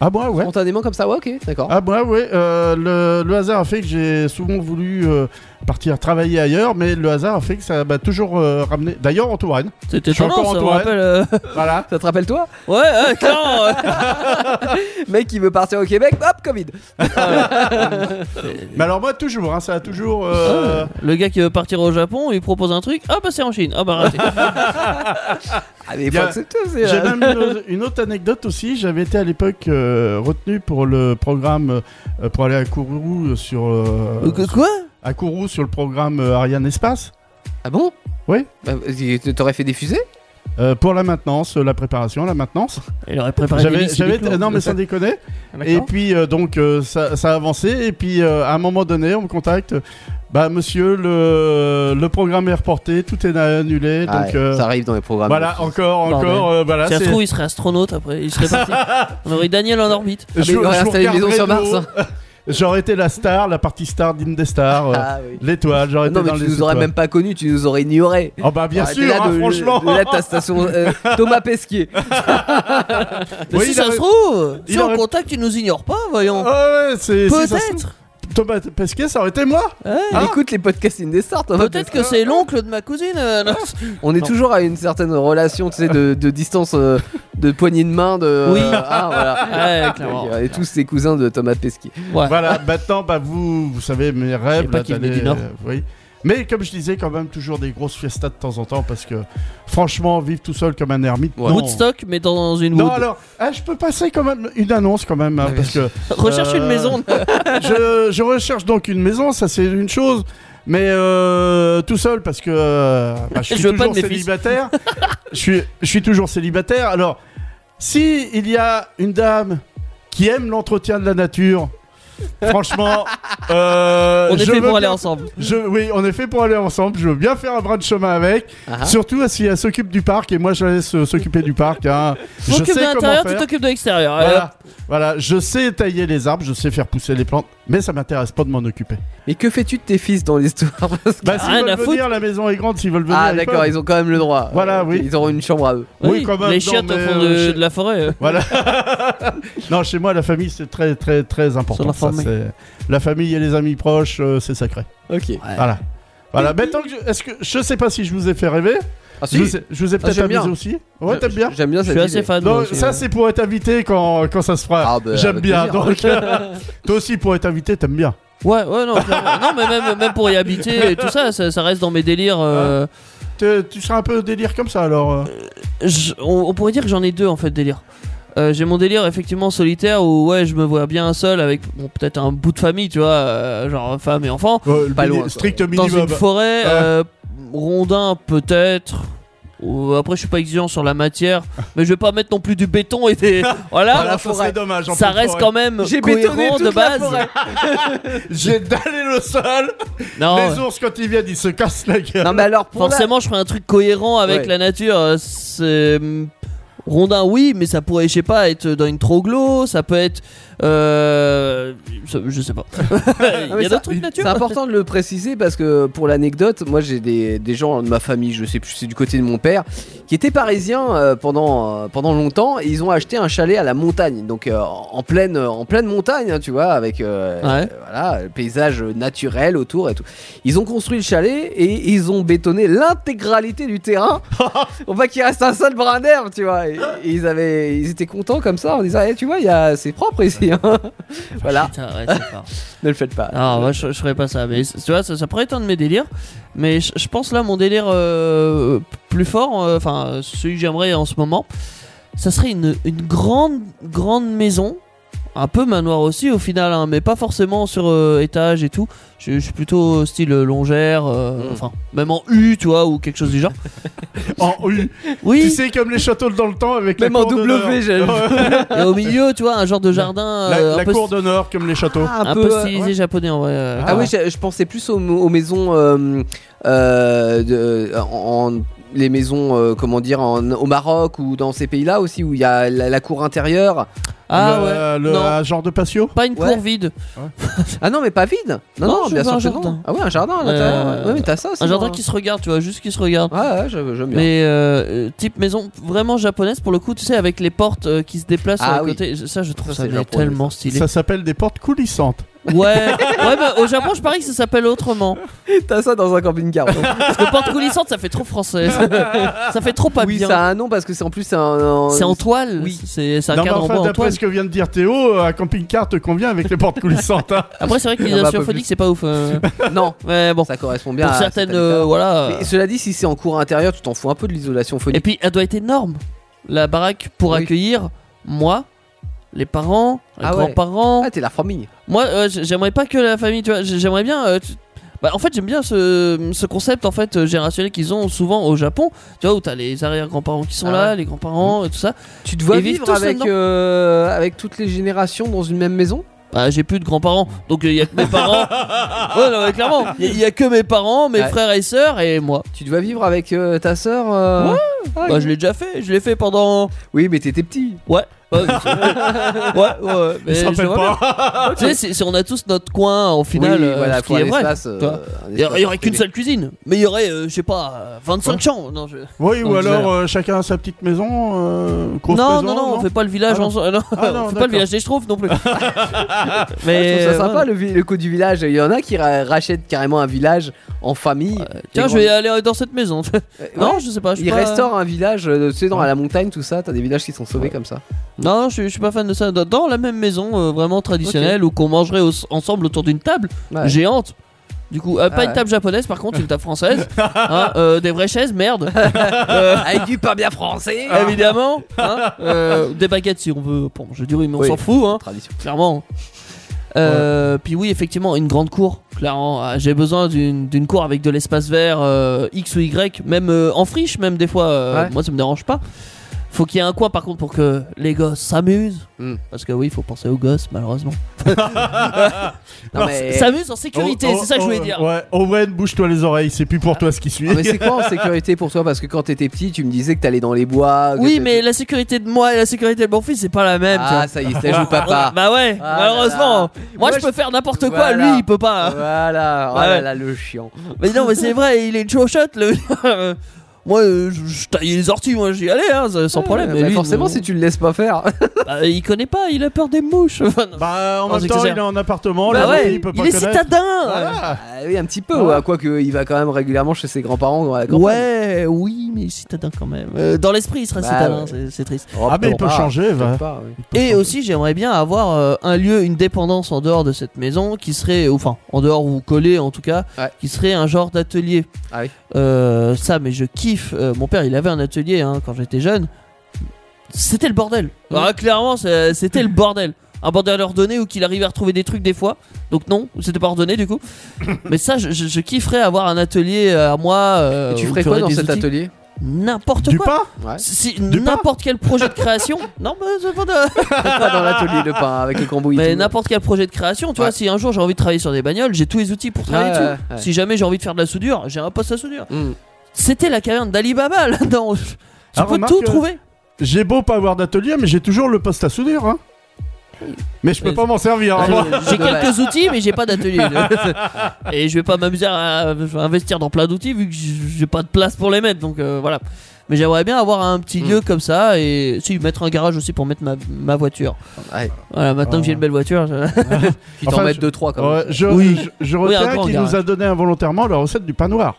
S3: Ah moi, ouais.
S4: Spontanément comme ça, ouais, ok, d'accord.
S3: Ah moi, ouais. euh, le, le hasard a fait que j'ai souvent voulu euh, partir travailler ailleurs, mais le hasard a fait que ça m'a toujours euh, ramené. D'ailleurs, en Touraine.
S5: C'était
S3: Je suis
S5: étonnant,
S3: encore
S5: ça me
S3: Antoine.
S5: rappelle. euh,
S3: Voilà.
S4: Ça te rappelle toi
S5: Ouais, euh, clairement, ouais.
S4: Mec qui veut partir au Québec, hop, Covid
S3: Mais alors moi, toujours, hein, ça a toujours... euh,
S5: Le gars qui veut partir au Japon, il propose un truc. Ah bah c'est en Chine. Ah bah raté.
S4: Ah mais il
S3: Y
S4: faut
S3: a-
S4: accepter, c'est...
S3: J'ai
S4: euh,
S3: même une, une autre anecdote aussi. J'avais été à l'époque euh, retenu pour le programme euh, pour aller à Kourou sur euh,
S5: Euh, que- Quoi
S3: à Kourou sur le programme euh, Ariane Espace
S4: Ah bon
S3: Oui.
S4: Bah, euh, T'aurais fait des fusées
S3: euh, pour la maintenance, euh, la préparation, la maintenance.
S5: Il aurait préparé des
S3: J'avais,
S5: listes
S3: j'avais-
S5: de plans.
S3: non mais sans déconner. Et
S5: hein. D'accord.
S3: puis euh, donc euh, ça, ça a avancé et puis euh, à un moment donné on me contacte. Bah monsieur le, le programme est reporté, tout est annulé
S4: Ah
S3: donc
S4: ouais,
S3: euh,
S4: Ça arrive dans les programmes.
S3: voilà encore
S5: Bordel.
S3: encore euh, voilà.
S5: Si ça se
S3: c'est-
S5: trouve, il serait astronaute après. Il serait parti. On aurait eu Daniel en orbite.
S4: Ah, mais il aurait installé une maison
S3: regarderai
S4: sur
S3: de
S4: Mars.
S3: haut. J'aurais été la star, la partie star d'Indestar, euh,
S4: Ah oui.
S3: l'étoile, j'aurais été
S4: Non mais
S3: dans
S4: tu
S3: les
S4: nous aurais
S3: étoiles.
S4: même pas connus, tu nous aurais ignorés.
S3: Oh bah bien
S4: T'aurais été
S3: sûr,
S4: là
S3: hein,
S4: de-
S3: franchement.
S4: de là de ta station euh, Thomas Pesquier.
S5: Mais
S3: Oui,
S5: si
S3: il
S5: ça
S3: aurait-
S5: se trouve,
S3: il
S5: si on
S3: aurait-
S5: contacte, il nous ignore pas, voyons.
S3: Ah ouais, c'est c'est ça.
S5: Peut-être.
S3: Thomas Pesquet, ça aurait été moi.
S5: Ouais.
S3: Ah.
S4: Écoute les podcasts Indestar, Thomas
S5: Peut-être que c'est l'oncle de ma cousine. euh,
S3: Ah,
S5: non.
S4: On est
S5: Non.
S4: toujours à une certaine relation, tu sais, de, de distance, euh, de poignée de main, de.
S5: Oui.
S4: ah, voilà.
S5: Ouais, clairement.
S4: Et tous ses cousins de Thomas Pesquet.
S5: Ouais.
S3: Voilà, maintenant bah vous vous savez mes rêves
S5: pas
S3: là,
S5: qu'il venait
S3: d'aller,
S5: du Nord.
S3: euh, oui. Mais comme je disais, quand même toujours des grosses fiestas de temps en temps parce que franchement, vivre tout seul comme un ermite. non.
S5: Woodstock, mais dans une
S3: Non
S5: wood.
S3: alors, ah, je peux passer quand même une annonce quand même hein, parce que
S5: Recherche une
S3: Euh,
S5: maison.
S3: je, je recherche donc une maison, ça c'est une chose, mais euh, tout seul parce que euh, bah, je suis
S5: Je veux pas
S3: toujours
S5: de mes fils.
S3: célibataire. je, suis, je suis toujours célibataire. Alors, si il y a une dame qui aime l'entretien de la nature, franchement, euh,
S5: On est
S3: je
S5: fait
S3: veux
S5: pour aller
S3: bien-
S5: ensemble.
S3: je, oui, on est fait pour aller ensemble. Je veux bien faire un brin de chemin avec.
S4: Ah.
S3: Surtout si elle s'occupe du parc et moi je la laisse euh, s'occuper du parc. hein.
S5: Tu
S3: Je
S5: t'occupes de
S3: sais comment
S5: l'intérieur, tu
S3: faire.
S5: t'occupes de l'extérieur. Euh,
S3: Voilà. voilà, je sais tailler les arbres, je sais faire pousser les plantes, mais ça m'intéresse pas de m'en occuper.
S4: Mais que fais-tu de tes fils dans l'histoire Parce que-
S3: Bah, s'ils
S5: rien
S3: veulent
S5: à
S3: venir, la maison est grande, s'ils veulent venir.
S4: Ah, d'accord, ils ont quand même le droit.
S3: Voilà,
S4: Ok,
S3: oui.
S4: Ils auront une chambre à eux.
S3: Oui,
S5: oui,
S3: quand même,
S5: Les
S3: non,
S5: chiottes au
S3: mais,
S5: fond
S3: euh,
S5: de, de la forêt. euh.
S3: Voilà. non, chez moi, la famille, c'est très, très, très important.
S5: Sur la
S3: ça,
S5: famille.
S3: c'est- la famille et les amis proches, euh, c'est sacré.
S4: Ok.
S3: Voilà. Voilà, maintenant que je... Est-ce que... Je sais pas si je vous ai fait rêver.
S4: Ah,
S3: je,
S4: si.
S3: vous ai... je vous ai peut-être
S4: j'aime
S3: amusé
S4: bien.
S3: aussi. Ouais, t'aimes bien
S4: J'aime bien
S5: Je
S4: cette
S5: suis
S4: idée.
S5: assez fan.
S3: Non,
S5: moi, aussi,
S3: ça
S5: euh.
S3: c'est pour être invité quand, quand ça se fera.
S4: Ah, bah,
S3: J'aime
S4: avec
S3: bien.
S4: plaisir.
S3: Donc, toi aussi pour être invité, t'aimes bien.
S5: Ouais, ouais, non, clairement. non, mais même, même pour y habiter et tout ça, ça, ça reste dans mes délires. euh,
S3: Tu- tu seras un peu délire comme ça alors. euh.
S5: je- on, on pourrait dire que j'en ai deux en fait, délire. Euh, j'ai mon délire effectivement solitaire où ouais je me vois bien seul avec bon, peut-être un bout de famille tu vois euh, genre femme et enfant
S3: Ouais, le
S4: Pas
S3: mini-
S4: loin, quoi.
S3: strict
S5: dans
S3: minimum.
S5: une forêt
S3: Ouais.
S5: euh, rondin peut-être Ou- après je suis pas exigeant sur la matière mais je vais pas mettre non plus du béton et des
S3: Ah,
S5: voilà
S3: ça serait dommage. en
S5: ça
S3: pleine
S5: reste
S3: forêt.
S5: quand même
S4: J'ai bétonné
S5: cohérent
S4: toute
S5: de base
S4: la forêt.
S3: J'ai dallé le sol.
S5: non
S3: les ours, quand ils viennent, ils se cassent la gueule.
S4: Non, mais alors pour la-
S5: Forcément, je ferais un truc cohérent avec
S4: Ouais.
S5: la nature. euh, c'est- hum, Rondin, oui, mais ça pourrait, je sais pas, être dans une troglo, ça peut être. euh, ça- je sais pas.
S4: Ah,
S5: Il
S4: mais
S5: y a
S4: ça-
S5: d'autres trucs nature.
S4: C'est important de le préciser parce que pour l'anecdote, moi j'ai des, des gens de ma famille, je sais plus, c'est du côté de mon père, qui étaient parisiens euh, pendant, euh, pendant longtemps et ils ont acheté un chalet à la montagne, donc euh, en, pleine, en pleine montagne, hein, tu vois, avec euh,
S5: Ouais.
S4: euh, voilà, le paysage naturel autour et tout. Ils ont construit le chalet et ils ont bétonné l'intégralité du terrain pour pas qu'il reste un seul brin d'herbe, tu vois. Et, et ils, avaient, ils étaient contents comme ça en disant, Eh, tu vois, il y a- c'est propre ici. hein. voilà,
S5: Putain, ouais, c'est fort.
S4: ne le faites pas.
S5: Ah, ouais, je, je ferais pas ça. Mais c- tu vois, ça, ça pourrait être un de mes délires. Mais je, je pense là, mon délire euh, plus fort, euh, enfin, celui que j'aimerais en ce moment, ça serait une, une grande, grande maison. Un peu manoir aussi au final, hein, mais pas forcément sur euh, étage et tout. Je, je suis plutôt euh, style euh, longère, euh,
S4: Mm.
S5: enfin, même en U, tu vois, ou quelque chose du genre.
S3: En U. Tu
S5: Oui,
S3: sais, comme les châteaux dans le temps avec
S4: Même
S3: la
S4: en
S3: cour d'honneur.
S4: W, j'aime.
S3: Ouais.
S5: et au milieu, tu vois, un genre de jardin
S3: La,
S5: euh,
S3: la
S5: un, peu,
S3: cour d'honneur, comme les châteaux.
S4: Ah,
S5: un peu euh, stylisé japonais en vrai. euh,
S4: Ah
S5: quoi.
S4: oui, je, je pensais plus aux, aux maisons, euh, euh, de- en, en- les maisons, euh, comment dire, en- au Maroc ou dans ces pays-là aussi où il y a la, la cour intérieure
S5: Ah
S3: le,
S5: ouais.
S3: le-
S5: non.
S3: un genre de patio
S5: Pas une cour
S4: Ouais.
S5: vide.
S4: Ah non, mais pas vide Non,
S5: Non,
S4: non,
S5: je
S4: bien
S5: veux
S4: sûr
S5: un
S4: que non.
S5: jardin.
S4: Ah ouais, un jardin à
S5: Euh,
S4: l'intérieur. ouais. Ouais, mais t'as ça
S5: Un
S4: sinon,
S5: jardin
S4: hein.
S5: qui se regarde, tu vois, juste qui se regarde.
S4: Ouais, ouais, j'aime j'aime bien.
S5: Mais euh, euh, type maison vraiment japonaise pour le coup, tu sais, avec les portes euh, qui se déplacent
S4: Ah
S5: sur
S4: oui.
S5: les côtés. Ça, je trouve
S4: Ça,
S5: ça,
S4: c'est
S5: mais
S4: japonais,
S5: tellement stylé.
S3: Ça s'appelle des portes coulissantes.
S5: Ouais, ouais, bah, au Japon, je parie que ça s'appelle autrement.
S4: T'as ça dans un camping-car. donc.
S5: Parce que porte coulissante, ça fait trop français. Ça, ça fait trop pas
S4: oui,
S5: bien.
S4: ça a un nom parce que c'est en plus c'est un. un-
S5: C'est en toile.
S4: Oui.
S5: C'est c'est un
S3: Non, mais
S5: cadre en
S3: enfin,
S5: bois en
S3: d'après
S5: toile.
S3: ce que vient de dire Théo, euh, un camping-car te convient avec les portes coulissantes. hein.
S5: Après, c'est vrai que
S4: Ah bah,
S5: les
S4: un peu
S5: asyrophoniques, c'est pas ouf. euh.
S4: Non,
S5: Ouais, bon.
S4: ça correspond bien
S5: Pour
S4: à
S5: certaines,
S4: cet
S5: euh,
S4: habitat.
S5: voilà.
S4: Mais cela dit, si c'est en cours intérieur, tu t'en fous un peu de l'isolation
S5: Et
S4: phonique.
S5: puis, elle doit être énorme. La baraque pour
S4: Oui.
S5: accueillir moi, les parents, les
S4: Ah ouais.
S5: grands-parents.
S4: Ah, t'es la famille.
S5: Moi, euh, j- j'aimerais pas que la famille, tu vois, j- j'aimerais bien. euh, tu- Bah, en fait, j'aime bien ce, ce concept en fait euh, générationnel qu'ils ont souvent au Japon. Tu vois, où t'as les arrière-grands-parents qui sont
S4: Ah
S5: là,
S4: ouais.
S5: les grands-parents, euh, tout ça.
S4: Tu te vois
S5: Et vivent
S4: vivre
S5: tous
S4: avec,
S5: là-dedans.
S4: euh, avec toutes les générations dans une même maison
S5: Bah, j'ai plus de grands-parents, donc il y a que mes parents. ouais, non, mais clairement, il y, a que mes parents, mes
S4: Ouais.
S5: frères et sœurs et moi.
S4: Tu te vois vivre avec euh, ta sœur euh, ah,
S5: Bah,
S4: oui.
S5: je l'ai déjà fait, je l'ai fait pendant.
S4: Oui, mais t'étais petit.
S5: Ouais. Ouais, c'est- ouais, ouais. Mais
S3: Ils se
S5: Euh, je
S3: rappellent
S5: vois bien.
S3: pas.
S5: Tu sais, c'est- c'est- on a tous notre coin au final.
S4: oui,
S5: euh,
S4: voilà,
S5: ce qui
S4: faut un
S5: est vrai.
S4: espace, euh,
S5: toi.
S4: un
S5: Il y,
S4: espace
S5: il y aurait qu'une
S4: privé.
S5: seule cuisine, mais il y aurait, euh, je sais pas, euh, 25 chambres. Non, je-
S3: Oui, ou
S5: Donc,
S3: alors euh, chacun a sa petite maison, euh, grosse
S5: non,
S3: maison.
S5: non, non, on fait pas le village
S3: Ah non.
S5: ensemble. Non,
S3: Ah non,
S5: on fait pas
S3: d'accord.
S5: le village des Schtroumpfs non plus.
S4: Je
S5: mais
S4: trouve ça
S5: euh,
S4: sympa
S5: voilà.
S4: le, vi- le coup du village. Il y en a qui ra- rachètent carrément un village en famille.
S5: Tiens,
S4: Et
S5: je vais aller dans cette maison.
S4: grand- Ouais.
S5: non, je sais pas. je suis
S4: Ils
S5: pas-
S4: restaurent un village, euh, tu sais, dans à la montagne, tout ça. T'as des villages qui sont sauvés comme ça.
S5: Non, je, je suis pas fan de ça. Dans, dans la même maison euh, vraiment traditionnelle où qu'on mangerait au- ensemble autour d'une table
S4: Ouais.
S5: géante. Du coup, euh, pas
S4: Ah
S5: une
S4: ouais.
S5: table japonaise par contre, une table française. Hein, euh, des vraies chaises, merde. Euh, Ah.
S4: Avec du pain bien français.
S5: évidemment. hein. Euh, des baguettes si on veut. Bon, je dirais, mais on
S4: Oui.
S5: s'en fout. Hein.
S4: Tradition.
S5: clairement. Euh, Puis oui, effectivement, une grande cour, clairement. Ah, J'ai besoin d'une d'une cour avec de l'espace vert euh, X ou Y, même euh, en friche, même des fois. euh,
S4: Ouais.
S5: Moi, ça me dérange pas. Faut qu'il y ait un coin par contre pour que les gosses s'amusent.
S3: Hmm.
S4: Mm.
S5: Parce que oui, il faut penser aux gosses, malheureusement.
S4: Non, mais,
S5: S'amusent en sécurité,
S3: Oh, oh,
S5: c'est ça que je voulais
S3: oh,
S5: dire.
S3: Ouais, Owen, bouge-toi les oreilles, c'est plus pour toi ce qui suit.
S4: Ah, mais c'est quoi en sécurité pour toi Parce que quand t'étais petit, tu me disais que t'allais dans les
S3: oh,
S4: bois. que
S5: Oui,
S4: t'étais-
S5: mais la sécurité de moi et la sécurité de mon fils, c'est pas la même. tu vois.
S4: Ah, ça y est, ça joue papa.
S5: Bah ouais,
S4: Ah là là.
S5: malheureusement. Moi,
S4: Moi,
S5: je
S4: je-
S5: peux faire n'importe quoi,
S4: Voilà.
S5: lui, il peut pas.
S4: Voilà, oh
S5: Ouais.
S4: là là, le chiant.
S5: Mais non, mais c'est vrai, il est une chauchotte, le. moi, euh, je, je taillais les orties, moi j'y allais, hein, ça- sans problème.
S4: Ouais,
S5: mais
S4: bah,
S5: lui,
S4: forcément,
S5: non.
S4: si tu le laisses pas faire.
S5: Bah, il connaît pas, il a peur des mouches. Enfin, non.
S3: Bah, en
S5: Non,
S3: même temps, il
S5: j'exagère.
S3: est en
S4: Oh
S3: appartement,
S5: Bah
S3: la
S5: ouais,
S3: famille, il peut pas
S5: est
S3: connaître.
S5: citadin.
S3: Voilà.
S4: Ah oui, un petit peu, ouais, quoique il va quand même régulièrement chez ses grands-parents dans la campagne.
S5: Ouais, oui, mais citadin quand même. Euh, dans l'esprit, il sera
S4: Bah,
S5: citadin,
S4: ouais.
S5: c'est- c'est triste.
S4: Oh,
S3: Ah, mais il
S4: bon,
S3: peut changer, va.
S4: peut-être pas, oui.
S5: Et aussi, j'aimerais bien avoir euh, un lieu, une dépendance en dehors de cette maison qui serait, enfin, en dehors ou collé en tout cas,
S4: Ouais.
S5: qui serait un genre d'atelier.
S4: Ah oui.
S5: Euh, ça, mais je kiffe. Euh, mon père, il avait un atelier hein, quand j'étais jeune. C'était le bordel. Ah, clairement, c'est- c'était le bordel. Un bordel ordonné où qu'il arrivait à retrouver des trucs des fois. Donc non, c'était pas ordonné du coup. mais ça, je, je- je kifferais avoir un atelier à moi. euh,
S4: Et tu
S5: où
S4: ferais quoi
S5: aurais
S4: dans
S5: des
S4: cet
S5: outils.
S4: atelier
S5: N'importe
S3: Du
S5: quoi.
S3: pain
S4: Ouais.
S5: Si-
S3: Du pain
S5: N'importe quel projet de création. non, mais c'est pas de...
S4: pas dans l'atelier le pain avec le cambouis.
S5: Mais
S4: tout.
S5: n'importe quel projet de création, tu vois,
S4: Ouais.
S5: si un jour j'ai envie de travailler sur des bagnoles, j'ai tous les outils pour travailler
S4: Ouais,
S5: dessus.
S4: ouais, ouais.
S5: Si jamais j'ai envie de faire de la soudure, j'ai un poste à soudure.
S4: Mm.
S5: C'était la caverne d'Alibaba là-dedans. Tu
S3: Ah,
S5: peux
S3: remarque,
S5: tout
S3: euh,
S5: trouver.
S3: J'ai beau pas avoir d'atelier, mais j'ai toujours le poste à soudure. hein. Mais je peux
S5: Mais-
S3: pas m'en servir.
S4: Ah,
S3: hein, moi.
S5: J'ai quelques outils, mais j'ai pas d'atelier. Et je vais pas m'amuser à euh, investir dans plein d'outils vu que j'ai pas de place pour les mettre. Donc euh, voilà. Mais j'aimerais bien avoir un petit
S4: Mm.
S5: lieu comme ça et si mettre un garage aussi pour mettre ma, ma voiture.
S4: Ouais. Ah.
S5: Voilà, maintenant que j'ai une belle voiture, je-
S4: Qui t'en
S3: Enfin,
S4: mettent
S3: je-
S4: deux trois quand
S3: Ouais,
S4: même.
S3: je,
S5: Oui.
S3: je, je
S5: Oui, un
S3: retiens
S5: grand
S3: qu'il
S5: garage.
S3: nous a donné involontairement la recette du pain noir.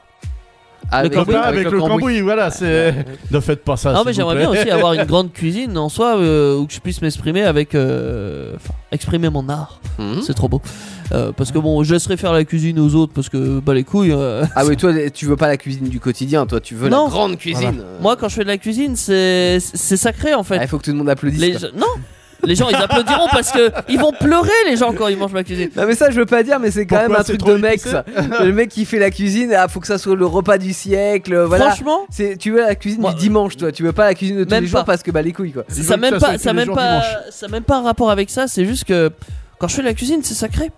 S5: Le
S3: Le
S5: cambouis,
S3: pain avec, le cambouis, voilà, c'est. Ne faites pas ça.
S5: Non
S3: Ah, s'il
S5: Ah, mais
S3: vous
S5: j'aimerais
S3: plaît.
S5: bien aussi avoir une grande cuisine en soi euh, où que je puisse m'exprimer avec euh, enfin, exprimer mon art.
S3: Hmm
S4: Mhm.
S5: C'est trop beau. Euh, parce que bon, je laisserai faire la cuisine aux autres parce que bah les couilles. euh,
S4: Ah oui, toi tu veux pas la cuisine du quotidien, toi tu veux
S5: Non.
S4: la grande cuisine. Euh,
S5: Moi quand je fais de la cuisine, c'est c'est sacré en fait.
S4: ah, il faut que tout le monde applaudisse.
S5: les
S4: quoi.
S5: gens- non, les gens ils applaudiront parce que ils vont pleurer les gens quand ils mangent ma cuisine.
S4: Non mais ça je veux pas dire mais c'est quand
S3: Pourquoi
S4: même un
S3: c'est
S4: truc
S3: trop
S4: de mec
S3: épicé
S4: ça. Le mec qui fait la cuisine, ah, faut que ça soit le repas du siècle, euh, voilà.
S5: Franchement,
S4: C'est tu veux la cuisine
S5: Moi,
S4: du dimanche toi, tu veux pas la cuisine de tous
S5: même
S4: les jours
S5: pas.
S4: parce que bah les couilles quoi.
S3: Ils
S5: ça
S3: veulent
S5: même
S3: que ça
S5: pas
S3: soit
S5: ça
S3: tous les
S5: même
S3: jours
S5: pas
S3: dimanche.
S5: ça même pas un rapport avec ça. C'est juste que quand je fais de la cuisine, c'est sacré.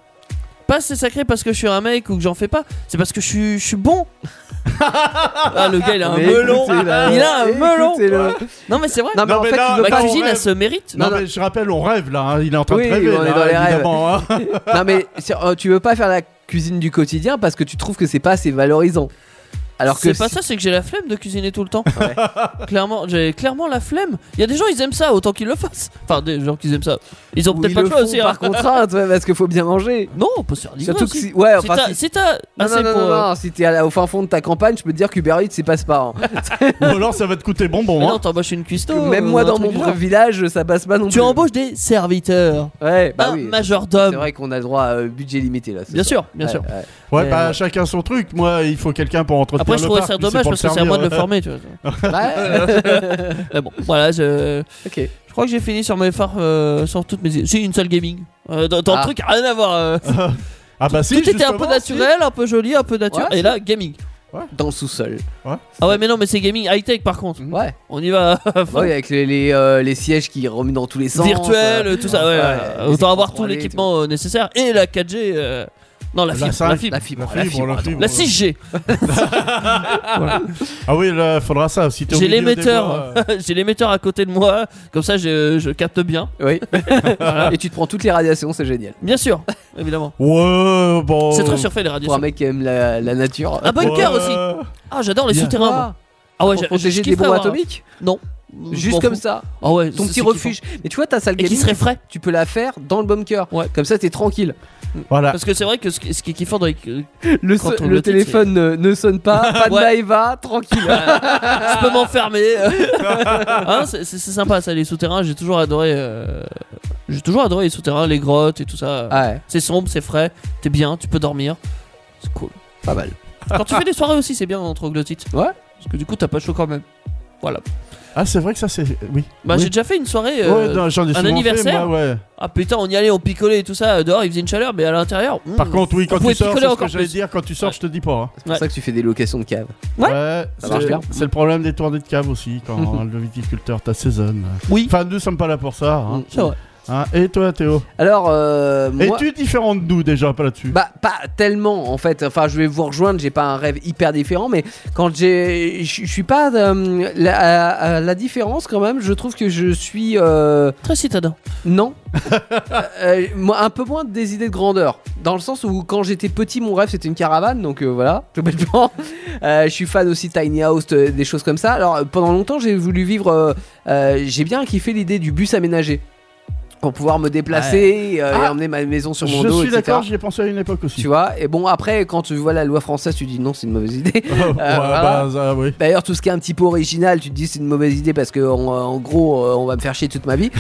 S5: pas c'est sacré parce que je suis un mec ou que j'en fais pas, c'est parce que je suis, je suis bon. ah, le gars, il a un
S4: Mais
S5: melon. Ah,
S4: écoutez-le.
S5: Il a un melon.
S4: Écoutez-le.
S5: Non, mais c'est vrai.
S4: Non, mais
S3: Non,
S4: en
S3: mais
S4: fait,
S3: là,
S4: il veut
S3: là,
S5: Ma
S4: pas
S3: on
S5: cuisine,
S3: rêve.
S5: elle se mérite.
S3: Non,
S4: Non,
S3: mais je rappelle, on rêve là, hein, il est en train
S4: Oui,
S3: de rêver.
S4: on est
S3: là,
S4: dans les rêves.
S3: évidemment, hein.
S4: non mais sur- euh, tu veux pas faire la cuisine du quotidien parce que tu trouves que c'est pas assez valorisant. Alors que
S5: c'est pas
S4: si-
S5: ça, c'est que j'ai la flemme de cuisiner tout le temps. clairement, j'ai clairement la flemme. Il y a des gens, ils aiment ça autant qu'ils le fassent. Enfin, des gens qui aiment ça. Ils ont
S4: ou
S5: peut-être
S4: ils
S5: pas
S4: le
S5: le choix
S4: font
S5: aussi.
S4: par
S5: hein.
S4: contrainte ouais, parce qu'il faut bien manger.
S5: Non, on peut se faire livrer
S4: Surtout que
S5: aussi.
S4: si ouais
S5: Si
S4: enfin
S5: t'as
S4: si-
S5: si t'as
S4: non,
S5: assez
S4: non, non,
S5: pour.
S4: non,
S5: euh,
S4: non, si t'es à la- au fin fond de ta campagne, je peux te dire qu'Uber Eats c'est pas ce pas. hein.
S3: Ou alors ça va te coûter
S5: mais
S3: bonbon.
S5: Non,
S3: Hein.
S5: t'embauches une cuistot.
S4: Même
S5: ou
S4: moi
S5: euh, un
S4: dans
S5: truc
S4: mon
S5: du
S4: propre
S5: genre.
S4: village, ça passe pas non plus.
S5: Tu embauches des serviteurs.
S4: Ouais, bah
S5: un
S4: oui. C'est
S5: majordome.
S4: vrai qu'on a le droit à euh, budget limité là. ce
S5: Ah, Bien
S4: soir.
S5: sûr, bien
S4: Ouais,
S5: sûr.
S4: ouais.
S3: Ouais,
S5: Mais,
S3: bah
S5: euh,
S3: chacun son truc. Moi, il faut quelqu'un pour entretenir
S5: Après, je
S3: le
S5: trouvais
S3: parc,
S5: ça
S3: puis c'est
S5: dommage
S3: pour
S5: parce que c'est à
S3: servir,
S5: moi de le
S3: ouais.
S5: former. Tu vois.
S4: Ouais,
S5: Mais bon, voilà, je,
S4: ok.
S5: je crois que j'ai fini sur mes phares, euh, sur toutes mes. Si, une seule gaming. Euh, dans dans
S4: Ah.
S5: le truc, rien à voir. euh.
S3: Ah bah si.
S5: Tout était un peu
S3: justement,
S5: naturel, un peu joli, un peu naturel.
S4: Ouais,
S5: et là, gaming.
S4: Dans le sous-sol.
S5: Ah ouais, mais non, mais c'est gaming high-tech par contre.
S4: Ouais.
S5: On y va.
S4: Ouais,
S5: à fond.
S4: Ah bah avec les, les, euh, les sièges qui remuent dans tous les sens.
S5: Virtuel,
S4: euh,
S5: tout ça. Ouais,
S4: ouais,
S5: ouais.
S4: les
S5: Autant
S4: écrans
S5: avoir tout
S4: 3D,
S5: l'équipement euh, nécessaire et la 4G. euh, Non, la
S3: La
S5: fibre.
S3: cinq,
S5: La fibre.
S4: La fibre. oh, La
S3: La fibre,
S4: fibre.
S3: la
S4: attends.
S3: fibre.
S5: La 6G.
S3: Ah oui, là, faudra ça. Si t'es au
S5: J'ai
S3: milieu des
S5: l'émetteur.
S3: bois, euh,
S5: J'ai l'émetteur à côté de moi. Comme ça, je, je capte bien.
S4: Oui. Et tu te prends toutes les radiations, c'est génial.
S5: Bien sûr, évidemment.
S3: Ouais, bon.
S5: C'est très surfait les radios.
S4: Pour un mec qui aime la, la nature.
S5: Un bunker
S3: Ouais.
S5: aussi. Ah, j'adores les
S3: Bien.
S5: souterrains. moi. Ah ouais,
S4: pour
S5: j'ai-
S4: protéger
S5: je
S4: des bombes
S5: kifferais avoir-
S4: atomiques
S5: Je m'en
S4: Juste comme
S5: fous.
S4: ça.
S5: Ah ouais,
S4: Ton
S5: c'est-
S4: petit
S5: c'est
S4: refuge. Mais tu vois, ta salle
S5: kiffant. Et qui
S4: gaming,
S5: serait frais.
S4: tu peux la faire dans le bunker.
S5: Ouais.
S4: Comme ça, t'es tranquille.
S3: Voilà.
S5: Parce que c'est vrai que ce qui ce qui est kiffant dans les. euh, Je
S4: Le,
S5: Quand
S4: so-
S5: on
S4: le
S5: le titre,
S4: téléphone ne, ne sonne pas, pas de
S5: Ouais.
S4: Maeva, tranquille. Ah.
S5: peux m'enfermer. euh. Hein, c'est c'est- c'est sympa ça, les souterrains. J'ai toujours adoré. euh, J'ai toujours adoré les souterrains, les grottes et tout ça.
S4: Ah Ouais,
S5: C'est sombre, c'est frais, t'es bien, tu peux dormir. C'est cool.
S4: pas mal.
S5: Quand tu fais des soirées aussi, c'est bien entre troglodyte.
S4: Ouais.
S5: Parce que du coup, t'as pas chaud quand même. Voilà.
S3: Ah, c'est vrai que ça, c'est. Oui.
S5: Bah,
S3: Oui.
S5: j'ai déjà fait une soirée.
S3: Ouais,
S5: euh,
S3: non, j'en ai souvent fait,
S5: anniversaire
S3: moi, ouais.
S5: Ah putain, on y allait, on picolait et tout ça. euh, Dehors, il faisait une chaleur, mais à l'intérieur. hmm,
S3: Par contre, oui,
S5: on
S3: quand
S5: pouvait
S3: tu sors, c'est
S5: picoler
S3: ce que
S5: encore
S3: j'allais
S5: plus.
S3: dire. Quand tu sors, je te dis pas. hein.
S4: C'est pour
S5: Ouais.
S4: ça que tu fais des locations de cave.
S5: Ouais.
S3: c'est-
S4: marche bien.
S3: C'est le problème des tournées de cave aussi, quand le viticulteur t'assaisonne.
S5: Hmm. Oui.
S3: Enfin, nous sommes pas là pour ça.
S4: Ah,
S3: hein.
S5: C'est vrai.
S3: Hein, Et toi, Théo
S4: Mm, Alors, euh, moi-
S3: Es-tu différent de nous déjà pas là-dessus
S4: Bah pas tellement en fait. Enfin je vais vous rejoindre. J'ai pas un rêve hyper différent, mais quand j'ai, je je suis pas euh, la, à- à la différence quand même. Je trouve que je suis euh,
S5: Très citadin.
S4: non, Euh, moi, un peu moins des idées de grandeur. Dans le sens où quand j'étais petit, mon rêve c'était une caravane, donc euh, voilà, tout bêtement. Euh, je suis fan aussi de tiny house, de- des choses comme ça. Alors euh, pendant longtemps j'ai voulu vivre. euh, euh, j'ai bien kiffé l'idée du bus aménagé pour pouvoir me déplacer euh, et
S3: Ah.
S4: emmener ma maison sur mon
S3: Je
S4: dos,
S3: suis
S4: etc.
S3: d'accord, j'y ai pensé à une époque aussi.
S4: Tu vois, et bon, après, quand tu vois la loi française, tu dis non, c'est une mauvaise idée. Euh,
S5: Euh,
S3: Ouais, bah, ça, oui.
S4: D'ailleurs, tout ce qui est un petit peu original, tu te dis c'est une mauvaise idée parce que en, en gros, euh, on va me faire chier toute ma vie.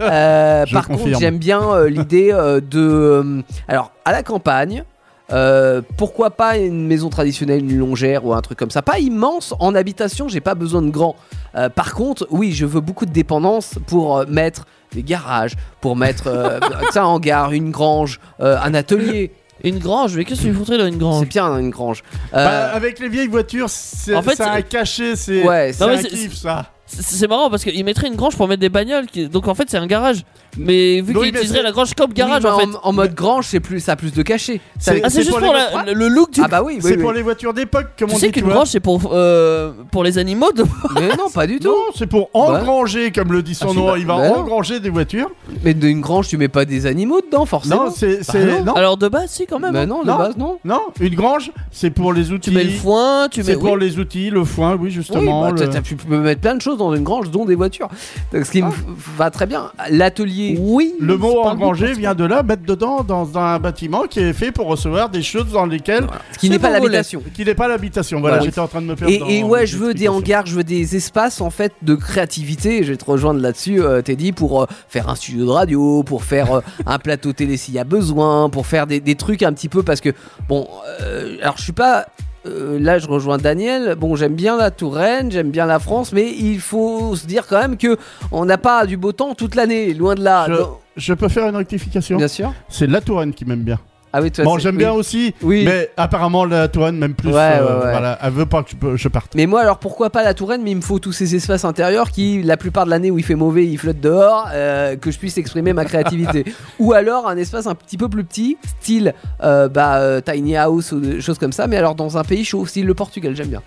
S4: Euh,
S3: Je
S4: par
S3: confirme.
S4: contre, j'aime bien euh, l'idée euh, de. euh, alors, à la campagne. euh, pourquoi pas une maison traditionnelle, une longère ou un truc comme ça Pas immense en habitation, j'ai pas besoin de grand. Euh, par contre, oui, je veux beaucoup de dépendance pour euh, mettre des garages, pour mettre euh, tu sais, un hangar, une grange, euh, un atelier.
S5: Une grange, mais qu'est-ce que tu foutrais dans une
S4: C'est
S5: grange
S4: bien hein, une grange. Euh,
S3: Bah, euh, avec les vieilles voitures, c'est
S5: en fait,
S3: ça a
S5: c'est-
S3: caché, c'est
S4: Ouais,
S3: c'est
S5: non, mais
S3: un
S5: c'est-
S3: kiff ça.
S5: C'est c'est marrant parce qu'il mettrait une grange pour mettre des bagnoles. qui- Donc en fait, c'est un garage. Mais vu
S3: Non,
S5: qu'il
S3: il met-
S5: utiliserait la grange comme garage
S4: Oui, mais
S5: en fait.
S4: mode grange, c'est plus, ça a plus de cachet. Ça-
S3: C'est-
S5: Ah, c'est juste
S3: pour
S5: pour,
S3: les
S5: la-
S4: voitures.
S5: le, le look du.
S4: ah bah oui, oui,
S3: C'est
S4: oui.
S3: pour les voitures d'époque, comme
S5: tu
S3: on
S5: sais
S3: dit.
S5: qu'une
S3: vois.
S5: grange, c'est pour, euh, pour les animaux. de-
S4: Mais non, pas du tout.
S3: Non, c'est pour engranger, comme le dit
S4: Ah,
S3: son
S4: c'est
S3: nom.
S4: pas-
S3: Il va
S4: bah non.
S3: engranger des voitures.
S4: Mais d'une grange, tu mets pas des animaux dedans, forcément.
S3: Non, c'est c'est- non.
S5: Alors de base, si quand même.
S4: Bah
S5: hein.
S4: non, de
S3: Non.
S4: base, non.
S3: non, une grange, c'est pour les outils.
S5: Tu mets le foin, tu mets.
S3: C'est
S5: oui.
S3: pour les outils, le foin, oui
S4: Oui,
S3: justement.
S4: bah,
S3: le-
S4: t'as- t'as- tu peux mettre plein de choses dans une grange, dont des voitures. Donc, ce qui me f- va très bien. L'atelier.
S5: Oui.
S3: Le mot
S5: c'est pas
S3: engranger
S5: bon.
S3: vient de là, mettre dedans dans un bâtiment qui est fait pour recevoir des choses dans lesquelles
S4: Ce qui
S5: C'est
S4: n'est pas
S5: bon, relais.
S4: l'habitation.
S3: qui n'est pas l'habitation. Voilà,
S4: Voilà.
S3: j'étais en train de me perdre.
S4: Et, et
S3: dans
S4: ouais,
S3: mes
S4: je veux des
S3: explications.
S4: hangars, je veux des espaces en fait de créativité. Je vais te rejoindre là-dessus, euh, Teddy, pour euh, faire un studio de radio, pour faire euh, un plateau télé s'il y a besoin, pour faire des, des trucs un petit peu parce que bon, euh, alors je suis pas. euh, là, je rejoins Daniel. Bon, j'aime bien la Touraine, j'aime bien la France, mais il faut se dire quand même que on n'a pas du beau temps toute l'année, loin de là.
S3: Je-
S4: Non.
S3: Je peux faire une rectification
S4: Bien sûr.
S3: C'est la Touraine qui m'aime bien.
S4: Ah oui, toi.
S3: Bon,
S4: c'est-
S3: j'aime
S4: oui.
S3: bien aussi,
S4: Oui.
S3: mais apparemment la Touraine, même plus,
S4: Ouais,
S3: euh,
S4: ouais, ouais.
S3: voilà, elle veut pas que je, peux- je parte.
S4: Mais moi, alors pourquoi pas la Touraine, mais il me faut tous ces espaces intérieurs qui, la plupart de l'année où il fait mauvais, il flotte dehors, euh, que je puisse exprimer ma créativité. ou alors un espace un petit peu plus petit, style euh, bah, euh, tiny house ou des choses comme ça, mais alors dans un pays chaud, style le Portugal, j'aime bien.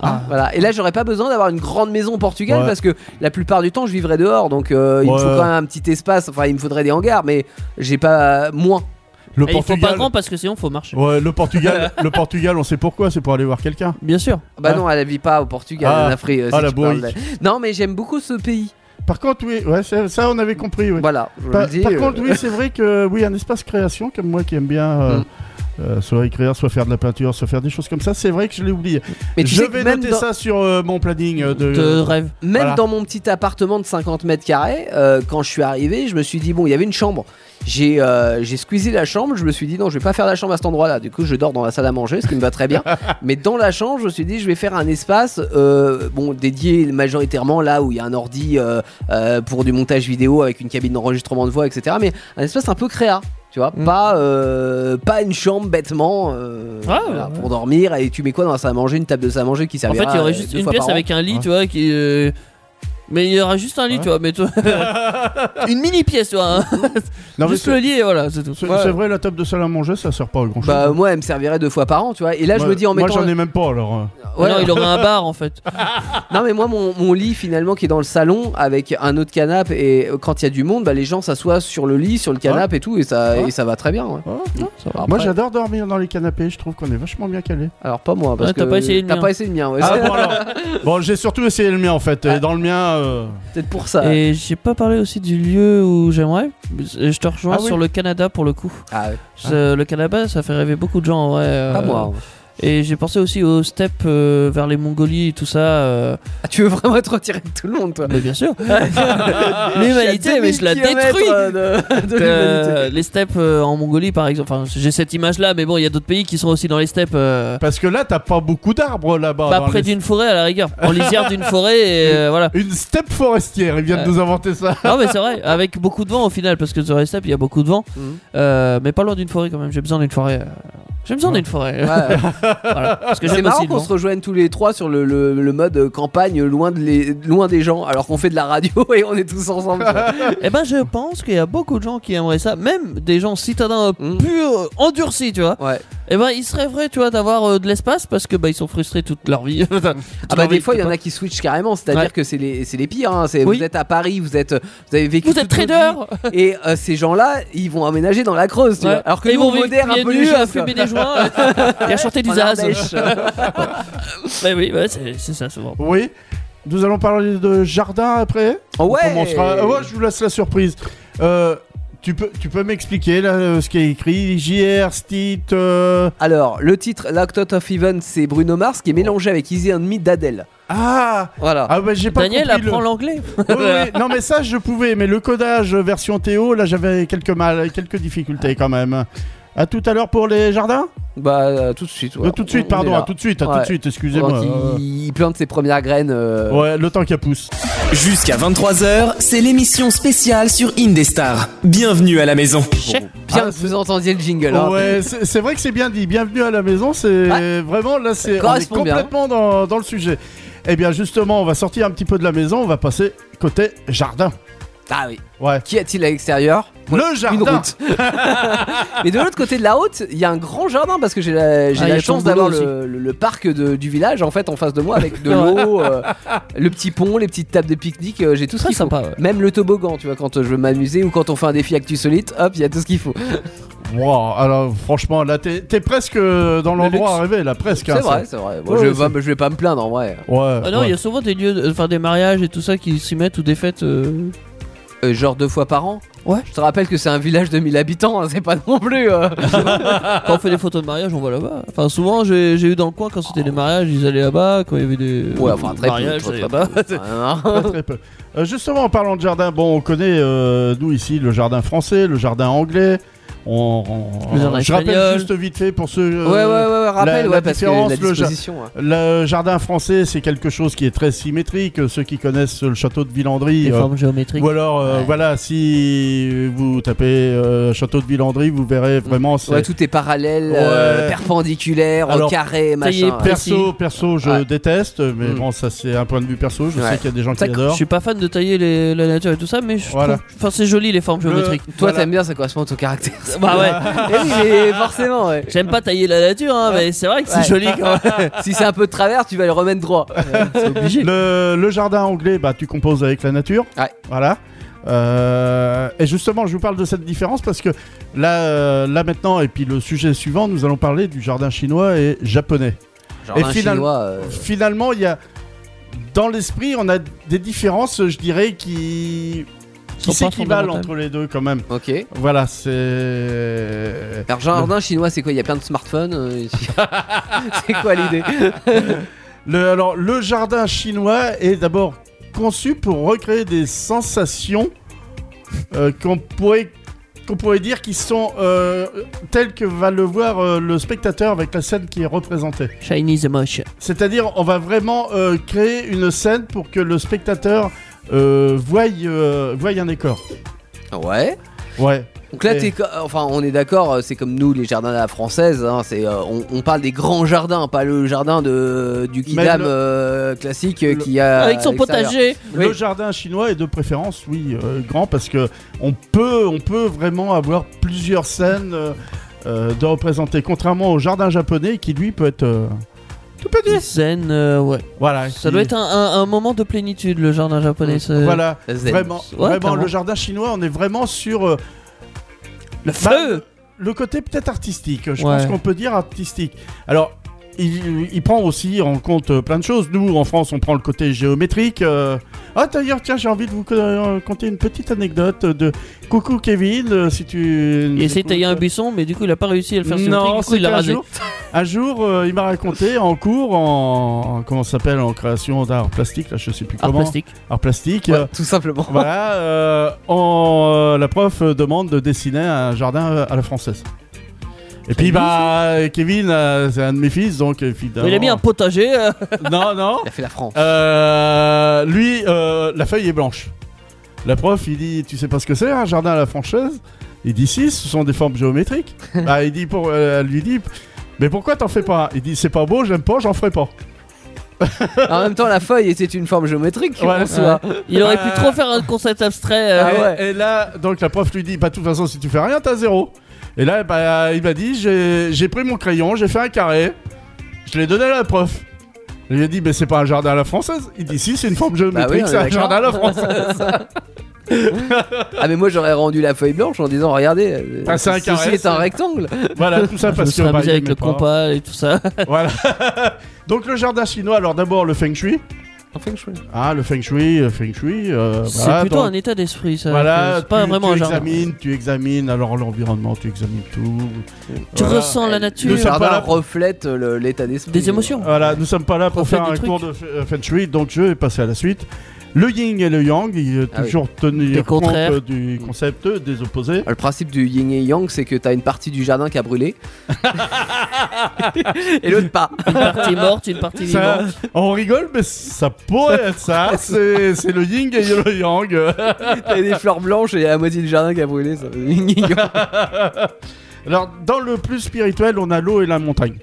S5: Ah.
S4: Voilà. Et là, j'aurais pas besoin d'avoir une grande maison au Portugal
S3: Ouais.
S4: parce que la plupart du temps, je vivrais dehors, donc euh, il me
S3: Ouais.
S4: faut quand même un petit espace. Enfin, il me faudrait des hangars, mais j'ai pas moins.
S3: Le
S5: Et il faut pas grand parce que sinon faut marcher.
S3: Ouais, le Portugal, le Portugal, on sait pourquoi, c'est pour aller voir quelqu'un.
S5: Bien sûr.
S4: Bah
S3: Ouais.
S4: non, elle vit pas au Portugal,
S3: Ah.
S4: en Afrique. euh,
S3: Ah,
S4: si
S3: la
S4: tu parles
S3: Boïque.
S4: de- Non, mais j'aime beaucoup ce pays.
S3: Par contre, oui, ouais, ça, ça, on avait compris. Oui.
S4: Voilà. Bah, je
S3: par
S4: le dis,
S3: par
S4: euh,
S3: contre, oui, c'est vrai que oui, un espace création comme moi qui aime bien. euh,
S4: Mm.
S3: euh, soit écrire, soit faire de la peinture, soit faire des choses comme ça, c'est vrai que je l'ai oublié.
S4: Mais tu
S3: je
S4: sais que
S3: vais
S4: même
S3: noter
S4: dans-
S3: ça sur euh, mon planning euh, de.
S5: De rêve.
S4: Même
S3: Voilà.
S4: dans mon petit appartement de 50 mètres carrés, euh, quand je suis arrivé, je me suis dit, bon, il y avait une chambre. J'ai euh, j'ai squeezé la chambre, je me suis dit, non, je vais pas faire la chambre à cet endroit-là. Du coup, je dors dans la salle à manger, ce qui me va très bien. Mais dans la chambre, je me suis dit, je vais faire un espace euh, bon, dédié majoritairement là où il y a un ordi euh, euh, pour du montage vidéo avec une cabine d'enregistrement de voix, etc. Mais un espace un peu créa. Tu vois,
S5: Mm.
S4: pas, euh, pas une chambre bêtement euh,
S5: Ouais,
S4: voilà,
S5: Ah, ouais.
S4: pour dormir. Et tu mets quoi dans la salle à manger Une table de salle à manger qui
S5: En fait,
S4: servira
S5: il y aurait
S4: euh,
S5: juste
S4: deux
S5: une
S4: fois
S5: pièce
S4: par an.
S5: avec un lit,
S3: Ouais.
S5: tu vois, qui. euh, Mais il y aura juste un lit,
S3: Ouais.
S5: tu vois. Mais toi- une mini pièce, tu vois. hein.
S3: Non, mais
S5: juste
S3: c'est-
S5: le lit et voilà, c'est tout.
S3: c'est
S4: Ouais.
S3: c'est vrai, la table de salle à manger, ça sert pas à grand chose.
S4: Bah moi elle me servirait deux fois par an tu vois et là je me dis en
S3: moi
S4: mettant
S3: j'en ai même pas alors. euh.
S4: Ouais.
S5: Ah Non, il aurait un bar en fait.
S4: non mais moi mon, mon lit finalement qui est dans le salon avec un autre canapé et euh, quand il y a du monde bah les gens s'assoient sur le lit sur le canapé et tout et ça
S3: Ouais.
S4: et ça va très bien ouais.
S3: Ah, Moi
S4: Ah, Après-
S3: j'adore dormir dans les canapés, je trouve qu'on est vachement bien calé.
S4: alors pas moi parce
S5: Ouais,
S4: que
S5: t'as pas essayé le
S4: t'as
S5: mien.
S4: pas essayé le mien ouais.
S3: Ah,
S4: C'est Ah.
S3: bon, alors. Bon, j'ai surtout essayé le mien en fait. Et dans le mien, euh,
S4: peut-être pour ça
S5: Et j'ai pas parlé aussi du lieu où j'aimerais. Je te rejoins
S3: Ah oui.
S5: sur le Canada pour le coup.
S4: Ah, ouais.
S5: Ça- Le Canada, ça fait rêver beaucoup de gens en vrai. euh,
S4: pas moi hein.
S5: Et j'ai pensé aussi aux steppes euh, vers les Mongolies et tout ça. euh,
S4: Ah, tu veux vraiment te retirer de tout le monde toi
S5: Mais bien sûr. L'humanité, mais je la détruis.
S4: détruis de, de l'humanité.
S5: Euh, les steppes euh, en Mongolie, par exemple. Enfin, j'ai cette image-là, mais bon, il y a d'autres pays qui sont aussi dans les steppes. euh,
S3: parce que là t'as pas beaucoup d'arbres là-bas.
S4: Bah,
S5: pas
S3: Oh, dans
S5: près
S3: les-
S5: d'une forêt à la rigueur, en lisière d'une forêt, et euh, voilà.
S3: Une steppe forestière, ils viennent de nous inventer ça.
S5: Non, mais c'est vrai, avec beaucoup de vent au final, parce que sur les steppes, il y a beaucoup de vent,
S4: Mhm.
S5: Euh, mais pas loin d'une forêt quand même. J'ai besoin d'une forêt. euh, J'ai besoin d'une forêt.
S4: Ouais.
S5: Voilà, parce que
S4: C'est
S5: j'aime
S4: marrant
S5: aussi le
S4: qu'on
S5: vent.
S4: se rejoigne tous les trois sur le, le- le mode euh, campagne loin, de les- loin des gens alors qu'on fait de la radio et on est tous ensemble. tu vois.
S5: Eh ben, je pense qu'il y a beaucoup de gens qui aimeraient ça, même des gens citadins euh,
S4: Mhm.
S5: purs, euh, endurcis, tu vois.
S4: Ouais.
S5: Eh ben, il serait vrai, tu vois, d'avoir euh, de l'espace parce que bah ils sont frustrés toute leur vie. Toute
S4: Ah bah
S5: leur
S4: des
S5: vie,
S4: fois il y
S5: tu
S4: en
S5: vois.
S4: a qui switchent carrément, c'est-à-dire
S5: Ouais.
S4: que c'est les, c'est les pires. hein, c'est-
S5: Oui.
S4: Vous êtes à Paris, vous êtes, vous avez vécu.
S5: Vous êtes
S4: toute votre
S5: trader,
S4: vie, Et euh, ces gens-là, ils vont emménager dans la Creuse, tu
S5: Ouais.
S4: vois. Alors que
S5: Et
S4: nous,
S5: ils
S4: on
S5: vont vivre
S4: modère un
S5: pieds
S4: peu
S5: nus,
S4: les choses, quoi.
S5: à fumer des joints euh, et à chanter du
S4: En
S5: zaz.
S4: Ardèche.
S5: Ouais, oui, ouais, c'est c'est ça souvent.
S3: Oui. Nous allons parler de jardin après.
S4: Oh ouais.
S3: On commencera- euh, Ouais, je vous laisse la surprise. Euh, tu peux, tu peux m'expliquer là euh, ce qui est écrit E JR, Stit. euh,
S4: Alors, le titre Locked Out of Heaven, c'est Bruno Mars qui est mélangé avec Easy and Me d'Adèle.
S3: Ah,
S4: Voilà.
S3: ah bah, j'ai pas
S5: Daniel
S3: compris le-
S5: apprend l'anglais.
S3: Oui, oui, Non mais ça je pouvais, mais le codage euh, version Théo, là j'avais quelques mal, quelques difficultés quand même. À tout à l'heure pour les jardins.
S4: Bah, euh, tout de suite.
S3: Euh,
S4: voilà.
S3: tout de
S4: On
S3: suite,
S4: est
S3: pardon,
S4: là.
S3: à tout de suite, à tout
S4: Ouais.
S3: de suite, excusez-moi.
S4: Pendant qu'il- il plante ses premières graines. euh,
S3: Euh, Ouais, le temps qu'elle pousse.
S1: Jusqu'à 23h, c'est l'émission spéciale sur Indestar. Bienvenue à la maison.
S4: Bien
S3: Ah,
S4: que vous entendiez le jingle. hein.
S3: Ouais, c'est c'est vrai que c'est bien dit. Bienvenue à la maison. C'est vraiment là, c'est on est
S4: correspond bien.
S3: complètement dans, dans le sujet. Eh bien, justement, on va sortir un petit peu de la maison. On va passer côté jardin.
S4: Ah oui.
S3: Ouais.
S4: Qu'y a-t-il à l'extérieur
S3: Le
S4: Une
S3: jardin.
S4: route. Et de l'autre côté de la route, il y a un grand jardin parce que j'ai la, j'ai
S5: Ah, il y
S4: la
S5: a ton
S4: chance d'avoir
S5: boulot
S4: le, le- le parc de- du village en fait en face de moi avec de l'eau, euh, le petit pont, les petites tables de pique-nique. euh, j'ai tout ça.
S5: Très sympa. ouais.
S4: Même le toboggan, tu vois, quand euh, je veux m'amuser ou quand on fait un défi actu solide, hop, il y a tout ce qu'il faut.
S3: Wow, alors franchement, là, t'es t'es presque dans
S5: Le
S3: l'endroit rêvé, là, presque. hein,
S4: C'est vrai, c'est vrai. Bon,
S3: Ouais,
S4: je,
S3: ouais,
S4: vais, pas- je vais pas me plaindre en vrai.
S3: Ouais.
S5: Ah non, il
S3: ouais.
S5: y a souvent des lieux, enfin des mariages et tout ça qui s'y mettent ou des fêtes. euh,
S4: Euh, genre deux fois par an
S5: Ouais.
S4: Je te rappelle que c'est un village de 1000 habitants, hein, c'est pas non plus. euh.
S5: Quand on fait des photos de mariage, on va là-bas. Enfin, souvent, j'ai j'ai eu dans le coin quand c'était des mariages, ils allaient là-bas. Quand il y avait des
S4: Ouais, enfin, très peu,
S5: mariages, euh, bah,
S4: très,
S5: ils
S4: très
S5: allaient là-bas.
S4: peu. Hein.
S3: Très, très peu. Euh, justement, en parlant de jardin, bon, on connaît euh, nous ici le jardin français, le jardin anglais. On, on-
S5: Le jardin
S3: je rappelle
S5: espagnol.
S3: juste vite fait pour ceux. euh,
S4: Ouais, ouais, ouais, ouais, rappel,
S3: la-
S4: ouais,
S3: la
S4: parce que
S3: différence,
S4: la
S3: le ja-
S4: disposition. ouais.
S3: Le jardin français, c'est quelque chose qui est très symétrique. Ceux qui connaissent le château de Villandry.
S5: Les
S3: euh,
S5: formes géométriques.
S3: ou alors, euh,
S5: Ouais.
S3: voilà, si vous tapez euh, château de Villandry, vous verrez vraiment. c'est-
S4: Mm. Ouais, tout est parallèle,
S3: Ouais.
S4: euh, perpendiculaire,
S3: Alors,
S4: en carré,
S5: ça y est,
S4: machin. ouais.
S5: per-
S3: Perso, perso, je
S4: Ah, Ouais.
S3: déteste, mais
S4: Mm.
S3: bon, ça c'est un point de vue perso. Je
S4: Ouais.
S3: sais qu'il y a des gens qui
S4: Tac,
S5: Je
S3: adorent.
S5: suis pas fan de tailler les- la nature et tout ça, mais je
S3: Voilà.
S5: trouve- enfin, c'est joli les formes
S3: Le-
S5: géométriques.
S4: Toi,
S3: voilà.
S4: t'aimes bien, ça correspond à ton caractère.
S5: Bah ouais,
S4: Eh oui, mais forcément, ouais.
S5: j'aime pas tailler la nature, hein, mais c'est vrai que c'est
S4: Ouais.
S5: joli quand même.
S4: si c'est un peu de travers, tu vas le remettre droit. c'est obligé.
S3: Le, le jardin anglais, bah, tu composes avec la nature.
S4: Ouais.
S3: Voilà. Euh, et justement, je vous parle de cette différence parce que là, euh, là maintenant, et puis le sujet suivant, nous allons parler du jardin chinois et japonais.
S4: Genre
S3: Et
S4: un
S3: finalement-
S4: chinois. euh,
S3: Finalement, il y a dans l'esprit, on a des différences, je dirais, qui, qui
S5: Sont pas
S3: s'équivalent
S5: fondamentales.
S3: entre les deux quand même.
S4: Ok.
S3: Voilà, c'est.
S4: Alors, jardin chinois, c'est quoi Il y a plein de smartphones euh, ici. C'est quoi l'idée
S3: Le, alors, le jardin chinois est d'abord conçu pour recréer des sensations euh, qu'on pourrait, qu'on pourrait dire qui sont euh, telles que va le voir euh, le spectateur avec la scène qui est représentée.
S5: Chinese moche.
S3: C'est-à-dire, on va vraiment euh, créer une scène pour que le spectateur euh, voie, euh, voie un décor.
S4: Ouais.
S3: Ouais.
S4: Donc là,
S3: Et-
S4: t'es, co- enfin, on est d'accord, euh, c'est comme nous, les jardins à la française. hein, c'est, euh, on, on parle des grands jardins, pas le jardin de, du Kidam
S3: Mais le-
S4: euh, classique euh,
S3: le-
S4: qui a.
S5: Avec
S4: à
S5: son
S4: l'extérieur.
S5: potager.
S4: Oui.
S3: Le jardin chinois est de préférence, oui, euh, grand, parce que on peut, on peut vraiment avoir plusieurs scènes euh, euh, de représenter, contrairement au jardin japonais qui lui peut être euh, tout petit.
S5: Zen, euh, ouais.
S3: Voilà.
S5: Ça
S3: qui-
S5: doit être un, un- un moment de plénitude, le jardin japonais. c'est-
S3: Voilà,
S4: La zen.
S3: vraiment,
S5: Ouais,
S3: vraiment,
S5: clairement.
S3: le jardin chinois, on est vraiment sur euh,
S5: Le feu
S3: Bah, le côté peut-être artistique. Je
S5: Ouais.
S3: pense qu'on peut dire artistique. Alors. Il, il prend aussi en compte euh, plein de choses. Nous, en France, on prend le côté géométrique. euh. Ah, d'ailleurs, tiens, j'ai envie de vous co- euh, conter une petite anecdote de Coucou Kevin, euh, si tu...
S5: Il essayait de tailler un buisson, mais du coup, il a pas réussi à le faire sur le
S3: Non,
S5: truc, du coup, il
S3: c'était
S5: l'a
S3: un
S5: rasé.
S3: jour. Un jour, euh, il m'a raconté en cours en, en- comment ça s'appelle en création d'art plastique, là je sais plus
S5: Art
S3: comment.
S5: plastique.
S3: Art plastique.
S4: Ouais,
S3: euh,
S4: tout simplement.
S3: voilà, euh, en, euh, la prof demande de dessiner un jardin euh, à la française. Et puis bah Kevin, euh, c'est un de mes fils, donc évidemment.
S5: Il a mis un potager. euh,
S3: Non non.
S4: Il a fait la France.
S3: Euh, lui, euh, la feuille est blanche. La prof, il dit, tu sais pas ce que c'est, un jardin à la française Il dit, si, ce sont des formes géométriques. bah, il dit, pour, euh, elle lui dit, mais pourquoi t'en fais pas un Il dit, c'est pas beau, j'aime pas, j'en ferai pas.
S4: en même temps, la feuille était une forme géométrique.
S3: Ouais,
S4: en
S3: ouais.
S4: soi.
S5: il aurait pu
S3: Euh,
S5: trop faire un concept abstrait. euh,
S4: Ah
S3: et,
S4: ouais.
S3: et là, donc la prof lui dit, bah, de toute façon, si tu fais rien, t'as zéro. Et là, bah, il m'a dit, j'ai j'ai pris mon crayon, j'ai fait un carré, je l'ai donné à la prof. Il lui a dit, mais c'est pas un jardin à la française. Il dit, si, c'est une forme
S4: Bah oui,
S3: géométrique,
S4: on est
S3: c'est un
S4: d'accord.
S3: jardin à la française.
S4: Ah, mais moi, j'aurais rendu la feuille blanche en disant Regardez, euh,
S3: Ah, c'est un
S4: ceci
S3: carré,
S4: est un
S3: c'est-
S4: rectangle.
S3: voilà, tout ça
S5: Je me
S3: parce que.
S5: serais
S3: bah,
S5: amusé
S3: il
S5: avec
S3: aimait
S5: le
S3: pas.
S5: compas et tout ça.
S3: Voilà. Donc le jardin chinois, alors d'abord le feng shui. Ah, le feng shui, le feng shui. euh,
S5: C'est
S3: voilà,
S5: plutôt
S3: donc,
S5: un état d'esprit, ça.
S3: Voilà,
S5: c'est pas
S3: tu,
S5: vraiment
S3: tu
S5: un jardin.
S3: examines, tu examines alors l'environnement, tu examines tout.
S5: Tu
S3: Voilà.
S5: ressens la
S4: Le
S3: Nous
S5: nature.
S3: sommes pas
S4: jardin
S3: là-
S4: reflète euh, le- l'état d'esprit. Euh,
S5: Des émotions.
S3: Voilà, nous sommes pas là pour
S5: On fait
S3: faire
S5: des
S3: un
S5: trucs.
S3: cours de f- euh, feng shui, donc je vais passer à la suite. Le yin et le yang, il est
S4: Ah oui.
S3: toujours
S5: Des
S3: tenir compte
S5: contraires. Ah,
S3: euh, du concept euh, des opposés.
S4: Le principe du yin et yang, c'est que t'as une partie du jardin qui a brûlé et l'autre pas.
S5: Une partie morte, une partie
S3: Ça-
S5: vivante.
S3: on rigole, mais ça pourrait être ça. C'est c'est le yin et le yang.
S4: T'as des fleurs blanches et la moitié du jardin qui a brûlé. Ça. fait yin et yang.
S3: Alors, dans le plus spirituel, on a l'eau et la montagne.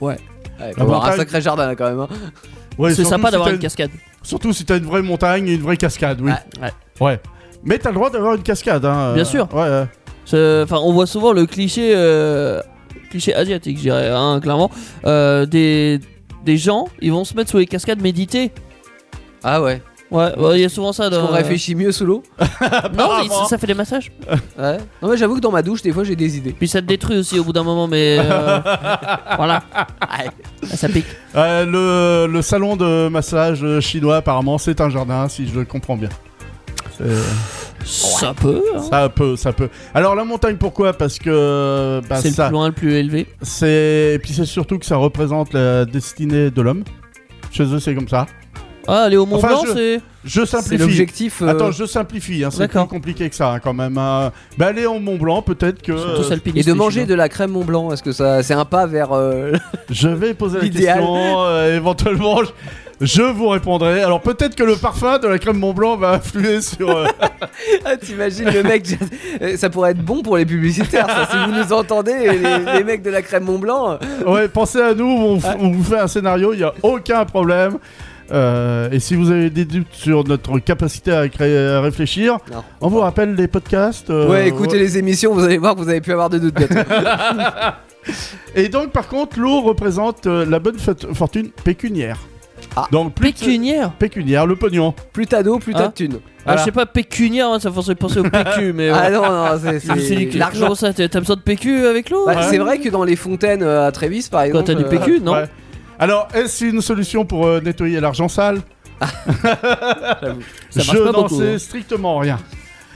S4: Ouais, faut
S3: La
S4: avoir un
S3: montagne.
S4: sacré jardin là quand même. hein.
S3: Ouais,
S5: C'est
S3: surtout
S5: sympa
S3: si
S5: d'avoir
S3: t'as
S5: une cascade.
S3: Surtout si t'as une vraie montagne et une vraie cascade, oui.
S5: Ouais.
S3: Ouais. Mais t'as le droit d'avoir une cascade, hein. euh,
S5: Bien sûr.
S3: Ouais, ouais.
S5: C'est- Enfin, on voit souvent le cliché, euh, cliché asiatique, je dirais, hein, clairement. Euh, des, des gens, ils vont se mettre sous les cascades méditer.
S4: Ah ouais.
S5: Ouais, ouais, il y a souvent ça. Dans, Ah,
S4: On réfléchit mieux sous l'eau.
S5: Non, mais
S3: Apparemment.
S5: ça, ça fait des massages.
S4: Ouais. Non mais j'avoue que dans ma douche, des fois j'ai des idées.
S5: Puis ça te détruit aussi au bout d'un moment, mais euh, voilà,
S4: Ouais.
S5: ça pique.
S3: Euh, le, le salon de massage euh, chinois, apparemment, c'est un jardin, si je le comprends bien. C'est-
S5: Ça peut. hein.
S3: Ça peut, ça peut. Alors, la montagne, pourquoi Parce que. Bah,
S5: c'est le
S3: ça.
S5: plus loin, le plus élevé.
S3: C'est. Et puis, c'est surtout que ça représente la destinée de l'homme. Chez eux, c'est comme ça.
S5: Ah, aller au Mont
S3: Enfin,
S5: Blanc,
S3: je-
S5: c'est.
S3: Je
S4: C'est
S3: simplifie.
S4: l'objectif. euh,
S3: Attends, je simplifie, hein, c'est plus
S5: D'accord.
S3: compliqué que ça hein, quand même. hein. Bah, aller en Mont Blanc, peut-être que.
S5: Surtout
S3: euh,
S5: alpinistes,
S4: Et de
S5: les
S4: manger
S5: Chinois.
S4: de la crème Mont Blanc, est-ce que ça, c'est un pas vers euh,
S3: Je vais poser la
S4: L'idéal.
S3: question, euh, éventuellement, je, je vous répondrai. Alors peut-être que le parfum de la crème Mont Blanc va influer sur... euh,
S4: Ah, T'imagines le mec, euh, ça pourrait être bon pour les publicitaires. ça, si vous nous entendez, les, les mecs de la crème Mont
S5: Euh,
S4: Blanc.
S3: ouais, pensez à nous, on,
S4: Ah.
S3: f- on vous fait un scénario, il n'y a aucun problème. Euh, et si vous avez des doutes sur notre capacité à, créer- à réfléchir,
S4: Non.
S3: on vous rappelle les podcasts. euh,
S4: ouais, écoutez les émissions, vous allez voir que vous avez pu avoir de doutes. peut-être.
S3: Et donc par contre, l'eau représente euh, la bonne fat- fortune pécuniaire.
S4: Ah.
S3: Donc plus de-
S5: Pécuniaire
S3: pécuniaire, le pognon.
S4: plus t'as d'eau, plus t'as
S5: Hein
S4: de thunes.
S5: Ah,
S3: Voilà.
S5: je sais pas, pécuniaire, moi, ça me fait penser au PQ, mais.
S4: Ah
S5: ouais.
S4: non, non, c'est-
S5: Je me suis dit
S4: c'est
S5: que-
S4: l'argent.
S5: Comment ça, t'as t'as besoin de PQ avec l'eau
S4: Bah,
S3: Ouais.
S4: C'est vrai que dans les fontaines euh, à Trévis, par exemple.
S5: t'as du
S4: euh,
S5: PQ. non
S3: Ah, Alors, est-ce une solution pour euh, nettoyer l'argent sale
S5: Ah. Ça marche
S3: Je
S5: pas
S3: n'en
S5: beaucoup,
S3: sais
S5: hein.
S3: strictement rien.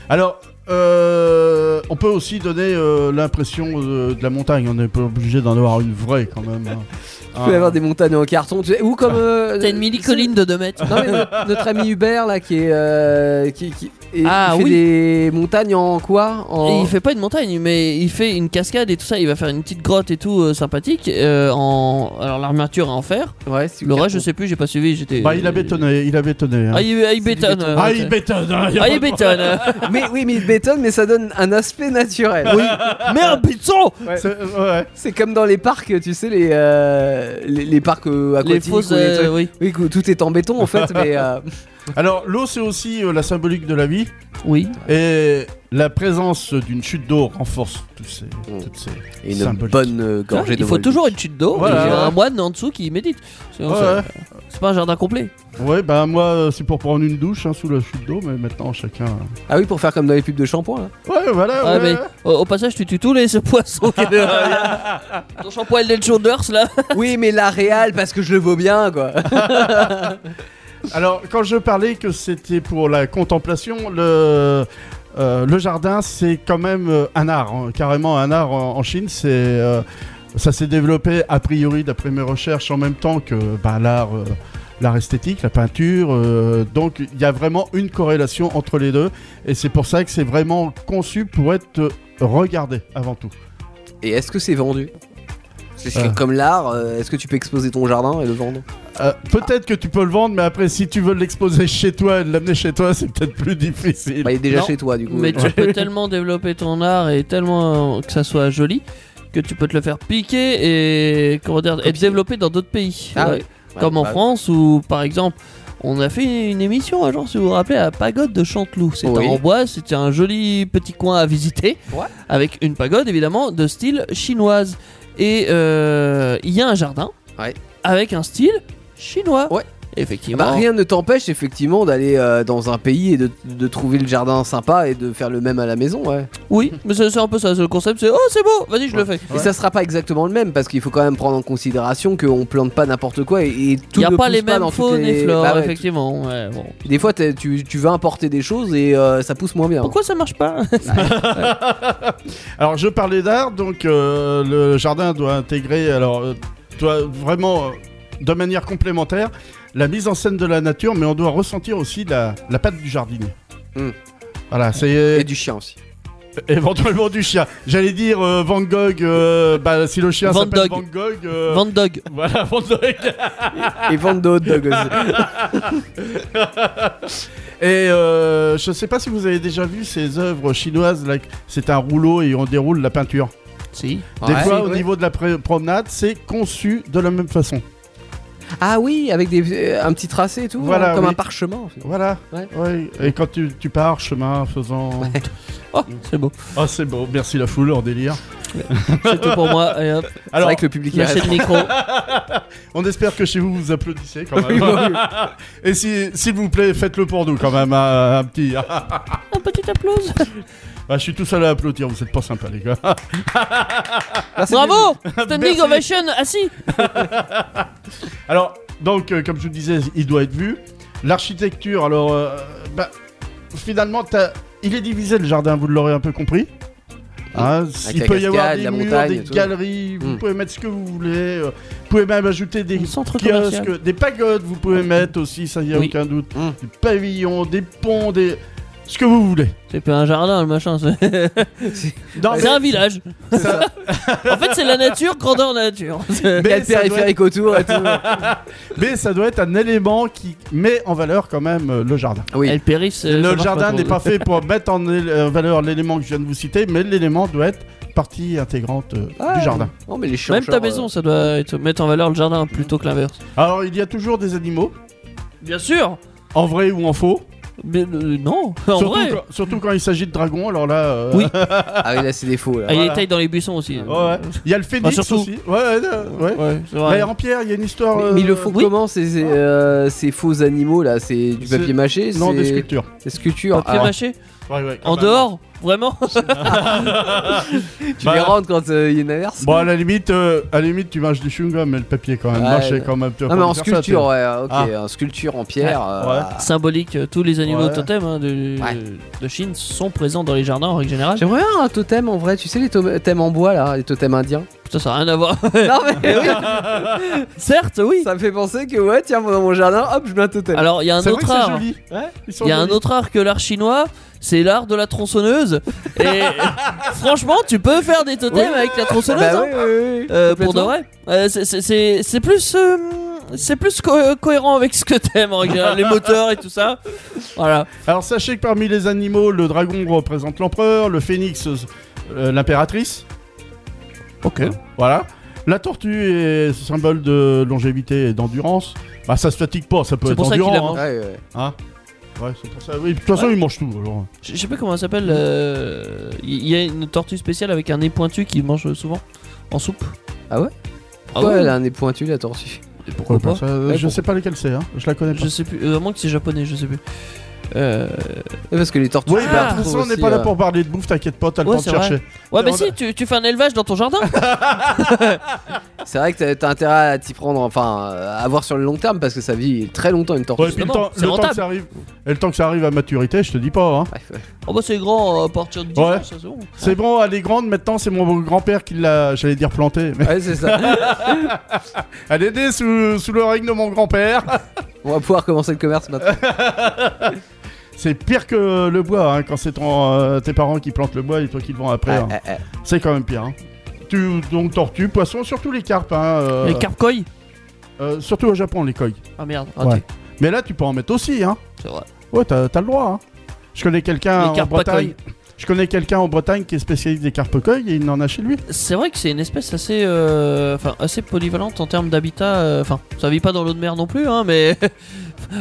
S3: Alors, euh, on peut aussi donner euh, l'impression euh, de la montagne. On n'est pas obligé d'en avoir une vraie quand même. hein.
S4: Tu peux
S3: Hein.
S4: avoir des montagnes en carton, tu sais, ou
S5: Ah.
S4: comme. euh,
S5: T'as une mini-colline de 2 mètres.
S4: Non, mais notre, notre ami Hubert là qui est. euh, qui, qui- et-
S5: Ah,
S4: il fait
S5: oui.
S4: des montagnes en quoi
S5: Et
S4: en...
S5: il fait pas une montagne, mais il fait une cascade et tout ça. Il va faire une petite grotte et tout euh, sympathique. euh, en... Alors l'armature est en fer.
S4: Ouais, c'est
S5: Le reste, je sais plus, j'ai pas suivi. J'étais.
S3: Bah, il a bétonné, il a bétonné. hein.
S5: Ah, il, ah, il bétonne. euh,
S3: Ah,
S5: ouais.
S3: il bétonne. hein, y a
S5: Ah,
S3: pas
S5: il
S3: de-
S5: bétonne. euh.
S4: Mais oui, mais il bétonne, mais ça donne un aspect naturel. Oui.
S5: Merde, putain
S3: C'est- ouais.
S4: C'est comme dans les parcs, tu sais, les, euh, les, les parcs euh,
S5: Les
S4: aquatiques.
S5: fausses.
S4: ou les
S5: euh,
S4: trucs.
S5: oui.
S4: Oui, que tout est en béton en fait, mais. euh,
S3: Alors, l'eau, c'est aussi euh, la symbolique de la vie.
S5: Oui.
S3: Et la présence d'une chute d'eau renforce tous ces,
S5: Mmh.
S3: toutes ces
S4: et une
S3: symboliques.
S4: bonne euh, gorgée
S5: Il
S4: de
S5: faut
S4: Volvic.
S5: toujours une chute d'eau.
S3: Voilà.
S5: et un moine en dessous qui médite. Sinon,
S3: Ouais,
S5: ça-
S3: ouais.
S5: C'est pas un jardin complet.
S3: Ouais, bah moi, euh, c'est pour prendre une douche hein, sous la chute d'eau, mais maintenant chacun. euh.
S4: Ah oui, pour faire comme dans les pubs de shampoing. hein. là.
S3: Ouais, voilà,
S5: Ah,
S3: ouais.
S5: mais, au, au passage, tu tues tous les ce poisson qui est derrière. Ton shampoing Head and Shoulders là.
S4: oui, mais la réal parce que je le vaux bien quoi.
S3: Alors, quand je parlais que c'était pour la contemplation, le, euh, le jardin, c'est quand même euh, un art, hein, carrément un art en, en Chine. C'est, euh, ça s'est développé, a priori, d'après mes recherches, en même temps que bah, l'art. euh, L'art esthétique, la peinture, euh, donc il y a vraiment une corrélation entre les deux, et c'est pour ça que c'est vraiment conçu pour être euh, regardé avant tout.
S4: Et est-ce que c'est vendu Parce que
S3: Euh.
S4: comme l'art, euh, est-ce que tu peux exposer ton jardin et le vendre
S3: Euh, peut-être que tu peux le vendre, mais après, si tu veux l'exposer chez toi et de l'amener chez toi, c'est peut-être plus difficile.
S4: Bah, Il est déjà
S3: Non.
S4: chez toi du coup.
S5: Mais tu peux tellement développer ton art et tellement euh, que ça soit joli que tu peux te le faire piquer et comment dire, être développé dans d'autres pays.
S4: Ah
S5: Ouais.
S4: ouais.
S5: euh, Comme en
S4: bah,
S5: France où par exemple on a fait une émission un jour si vous vous rappelez à Pagode de Chanteloup. C'était
S4: Oui.
S5: en bois, c'était un joli petit coin à visiter
S4: Ouais.
S5: avec une pagode évidemment de style chinoise et euh, il y a un jardin
S4: Ouais.
S5: avec un style chinois.
S4: Ouais.
S5: Effectivement.
S4: Bah, rien ne t'empêche effectivement d'aller euh, dans un pays et de, de trouver le jardin sympa et de faire le même à la maison. Ouais.
S5: Oui, mais c'est c'est un peu ça, c'est le concept, c'est oh c'est beau, vas-y je le fais.
S4: Et ça sera pas exactement le même parce qu'il faut quand même prendre en considération qu'on plante pas n'importe quoi et, et tout
S5: Il n'y a
S4: ne
S5: pas
S4: pousse
S5: les
S4: pas
S5: mêmes
S4: dans toutes
S5: faunes
S4: les-
S5: et flores,
S4: Bah ouais,
S5: effectivement. ouais, bon.
S4: tu- Des fois t'es- tu, tu vas importer des choses et euh, ça pousse moins bien.
S5: Pourquoi ça marche pas
S3: Alors, je parlais d'art, donc euh, le jardin doit intégrer, alors, euh, doit vraiment, euh, de manière complémentaire, la mise en scène de la nature, mais on doit ressentir aussi la, la patte du jardinier.
S4: Hmm.
S3: Voilà,
S4: Et
S3: c'est
S4: du chien aussi.
S3: éventuellement du chien. J'allais dire euh, Van Gogh, euh, bah, si le chien
S5: Van
S3: s'appelle
S5: Gogh.
S3: Van Gogh. euh,
S5: Van Dog.
S3: Voilà, Van Gogh.
S4: Et vendre de hot dogs aussi.
S3: Et euh, je sais pas si vous avez déjà vu ces œuvres chinoises. là, C'est un rouleau et on déroule la peinture.
S5: Si.
S3: Des
S4: Ouais.
S3: fois,
S4: Oui,
S3: au
S4: oui.
S3: niveau de la pré- promenade, c'est conçu de la même façon.
S4: Ah oui, avec des, euh, un petit tracé et tout,
S3: Voilà,
S4: hein, comme
S3: oui.
S4: un parchemin. en fait.
S3: Voilà.
S4: Ouais.
S3: Ouais. Et quand tu, tu pars, chemin faisant.
S5: Oh, c'est beau.
S3: Oh, c'est beau. Merci la foule en délire.
S5: C'est tout pour moi. Et hop,
S4: C'est
S3: Alors,
S4: vrai que le public est
S5: lâchez le micro.
S3: on espère que chez vous vous applaudissez quand même. et si, s'il vous plaît, faites-le pour nous quand même. Un, un petit. Ah,
S5: Un petit applause.
S3: je suis tout seul à applaudir. Vous êtes pas sympa, les gars.
S5: Bravo Standing
S3: Merci.
S5: ovation ah assis.
S3: Alors, donc, euh, comme je vous disais, il doit être vu. L'architecture, alors, euh, bah, finalement, t'as- il est divisé le jardin, vous l'aurez un peu compris. Hein,
S4: Mmh. Avec
S3: Il
S4: la
S3: peut y avoir
S4: cascade,
S3: des
S4: la
S3: murs,
S4: montagne
S3: des
S4: et tout.
S3: galeries, vous
S4: Mm.
S3: pouvez mettre ce que vous voulez, euh, vous pouvez même ajouter des
S5: Un centre commercial.
S3: kiosques, des pagodes, vous pouvez
S4: Mmh.
S3: mettre aussi, ça y a
S5: Oui.
S3: aucun doute,
S4: Mm.
S3: des pavillons, des ponts, des... Ce que Ah, vous voulez.
S5: C'est plus un jardin, le machin. C'est
S3: Non,
S5: c'est un village. en fait, c'est la nature, grandeur nature.
S3: mais,
S4: Il y a le
S3: ça doit être,
S4: périphérique autour et tout.
S3: mais ça doit être un élément qui met en valeur quand même euh, le jardin.
S4: Oui.
S5: Elle périsse. euh, ça
S3: Le
S5: marche
S3: jardin
S5: trop.
S3: n'est pas fait pour mettre en éle- euh, valeur l'élément que je viens de vous citer, mais l'élément doit être partie intégrante euh,
S4: Ouais.
S3: du jardin.
S4: Ah, Non, mais les
S5: Même
S4: chercheurs,
S5: ta
S3: euh.
S5: maison, ça doit être- mettre en valeur le jardin plutôt que l'inverse.
S3: Alors il y a toujours des animaux,
S5: Bien sûr
S3: en vrai ou en faux.
S5: Mais euh, non, en
S3: surtout,
S5: vrai.
S3: quand, surtout quand il s'agit de dragons, alors là. euh,
S5: Oui.
S4: euh, Ah oui, là, c'est des faux. Là.
S5: Ah, Il y a
S3: Voilà.
S5: des tailles dans les buissons aussi.
S3: ouais, ouais. Il y a le phénix
S5: Enfin, Bah, surtout.
S3: aussi. Ouais, ouais, euh, ouais.
S5: Ouais, c'est
S3: Mais
S5: vrai.
S3: en pierre, il y a une histoire.
S4: Mais, mais ils le
S3: euh,
S4: font
S5: oui.
S4: comment ces, ces, euh, ces faux animaux là C'est du
S3: C'est-
S4: papier mâché
S3: Non,
S4: c'est-
S3: des sculptures.
S4: Des sculptures.
S5: Papier
S4: Ah,
S5: mâché
S3: Ouais, ouais, quand
S5: En
S3: même.
S5: dehors Vraiment
S4: tu
S3: Bah,
S4: les rentres quand euh, il y a une averse
S3: Bon, à la limite, euh, à la limite, tu manges du chewing-gum, mais le papier quand même.
S4: Ouais,
S3: mâché
S4: ouais.
S3: quand même. tu vas
S4: Non, mais
S3: pas
S4: en
S3: faire ça,
S4: sculpture,
S3: tu-
S4: ouais, ok.
S3: Ah.
S4: En sculpture, en pierre.
S3: Ouais.
S4: euh,
S5: Symbolique, euh, tous les animaux
S3: Ouais.
S5: totems hein, de,
S4: Ouais.
S5: de Chine sont présents dans les jardins en règle générale.
S4: J'aimerais bien un totem en vrai, tu sais les totems en bois là, les totems indiens.
S5: Ça, ça n'a rien à voir.
S4: non mais oui,
S5: Certes, oui
S4: ça me fait penser que ouais, tiens, moi, dans mon jardin, hop, je mets un totem.
S5: Alors, il y a un
S3: C'est vrai que
S5: autre
S3: c'est
S5: art.
S3: joli. Ouais, ils sont
S5: Il y a un
S3: jolis.
S5: autre art que l'art chinois, c'est l'art de la tronçonneuse. Et franchement, tu peux faire des totems
S4: Oui.
S5: avec la tronçonneuse.
S4: bah,
S5: hein.
S4: oui, oui, oui,
S5: Euh, pour de
S4: complètement.
S5: vrai. Euh, c'est- c'est- c'est c'est plus. euh, c'est plus co- cohérent avec ce que t'aimes en général, les moteurs et tout ça. Voilà.
S3: Alors sachez que parmi les animaux, le dragon représente l'empereur, le phénix euh, l'impératrice. Ok. Voilà. La tortue est symbole de longévité et d'endurance. Bah ça se fatigue pas, ça peut
S5: C'est
S3: être
S5: pour ça qu'il
S3: endurant.
S4: Ouais,
S3: hein.
S4: ouais, ouais.
S3: Hein ouais, c'est pour ça. Oui, de toute façon, ils mangent tout. alors.
S5: Je je sais pas comment ça s'appelle. euh, Il y a une tortue spéciale avec un nez pointu qui mange souvent en soupe.
S4: Ah ouais
S5: Ah
S4: ouais,
S5: ouais
S4: elle a un nez pointu la tortue.
S5: Et Pourquoi pas
S3: Ça, euh,
S5: Ouais,
S3: je
S5: pourquoi
S3: sais pas lesquels c'est, hein. je la connais pas.
S5: Je sais plus. Euh, à moins que c'est japonais, je sais plus. Euh,
S4: Ouais, parce que les tortues.
S3: Oui,
S4: tu
S5: Ah,
S4: les
S3: bah, de
S4: retrouves
S3: toute façon, on n'est
S4: aussi,
S3: pas là
S4: euh,
S3: pour parler de bouffe, t'inquiète pas, t'as le
S5: Ouais,
S3: temps de
S5: c'est vrai.
S3: chercher.
S5: Ouais,
S3: Mais
S5: mais
S3: on a-
S5: bah si, tu, tu fais un élevage dans ton jardin.
S4: C'est vrai que t'as- t'as intérêt à t'y prendre, enfin, euh, à voir sur le long terme parce que ça vit très longtemps une tortue.
S3: Ouais, et puis le
S5: Justement,
S3: temps,
S5: c'est
S3: le temps
S5: rentable.
S3: que ça arrive, et le temps que ça arrive à maturité, je te dis pas. Hein.
S4: Ouais, ouais.
S5: oh bah c'est grand euh, à partir de 10
S3: Ouais.
S5: ans, ça, c'est bon.
S3: C'est bon, elle est grande maintenant, c'est mon grand-père qui l'a, j'allais dire planté. mais-
S4: Ouais, c'est ça.
S3: Elle est née sous, sous le règne de mon grand-père.
S4: on va pouvoir commencer le commerce maintenant.
S3: C'est pire que le bois, hein, quand c'est ton, euh, tes parents qui plantent le bois et toi qui le vends après. hein.
S4: Ouais, ouais, ouais.
S3: C'est quand même pire. hein. Tu, donc tortue, poisson, surtout les carpes. hein, euh,
S5: Les carpcoilles
S3: euh, surtout au Japon, les koi.
S5: Ah merde,
S4: Oh,
S3: Ouais.
S5: raté.
S3: Mais là, tu peux en mettre aussi. Hein.
S5: C'est vrai.
S3: Ouais, t'as t'as le droit. hein. Je connais
S4: Ah,
S3: quelqu'un
S5: Les
S3: en
S5: carpes pas
S3: Bretagne. Je connais quelqu'un en Bretagne qui est spécialiste des carpes koi et il en a chez lui.
S5: C'est vrai que c'est une espèce assez, euh, enfin, assez polyvalente en termes d'habitat. euh, Enfin, ça vit pas dans l'eau de mer non plus, hein, mais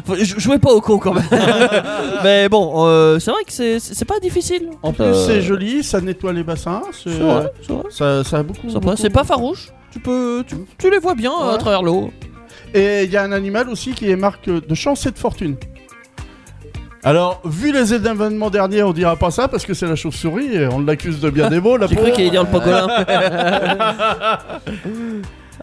S5: Faut- jou- jouez pas au con quand même. mais bon, euh, c'est vrai que c'est- c'est c'est pas difficile.
S3: En plus, c'est joli, ça nettoie les bassins. Euh, c'est- euh,
S5: C'est vrai, c'est vrai.
S3: Ça, ça a beaucoup.
S5: Sympa.
S3: beaucoup-
S5: C'est pas farouche. Tu peux, tu, tu les vois bien euh, à
S3: Ouais.
S5: travers l'eau.
S3: Et il y a un animal aussi qui est marque de chance et de fortune. Alors, vu les événements derniers, on dira pas ça parce que c'est la chauve-souris et on l'accuse de
S4: Ah,
S3: bien des mots. La
S5: J'ai cru
S3: pauvre.
S5: qu'il allait dire le pangolin.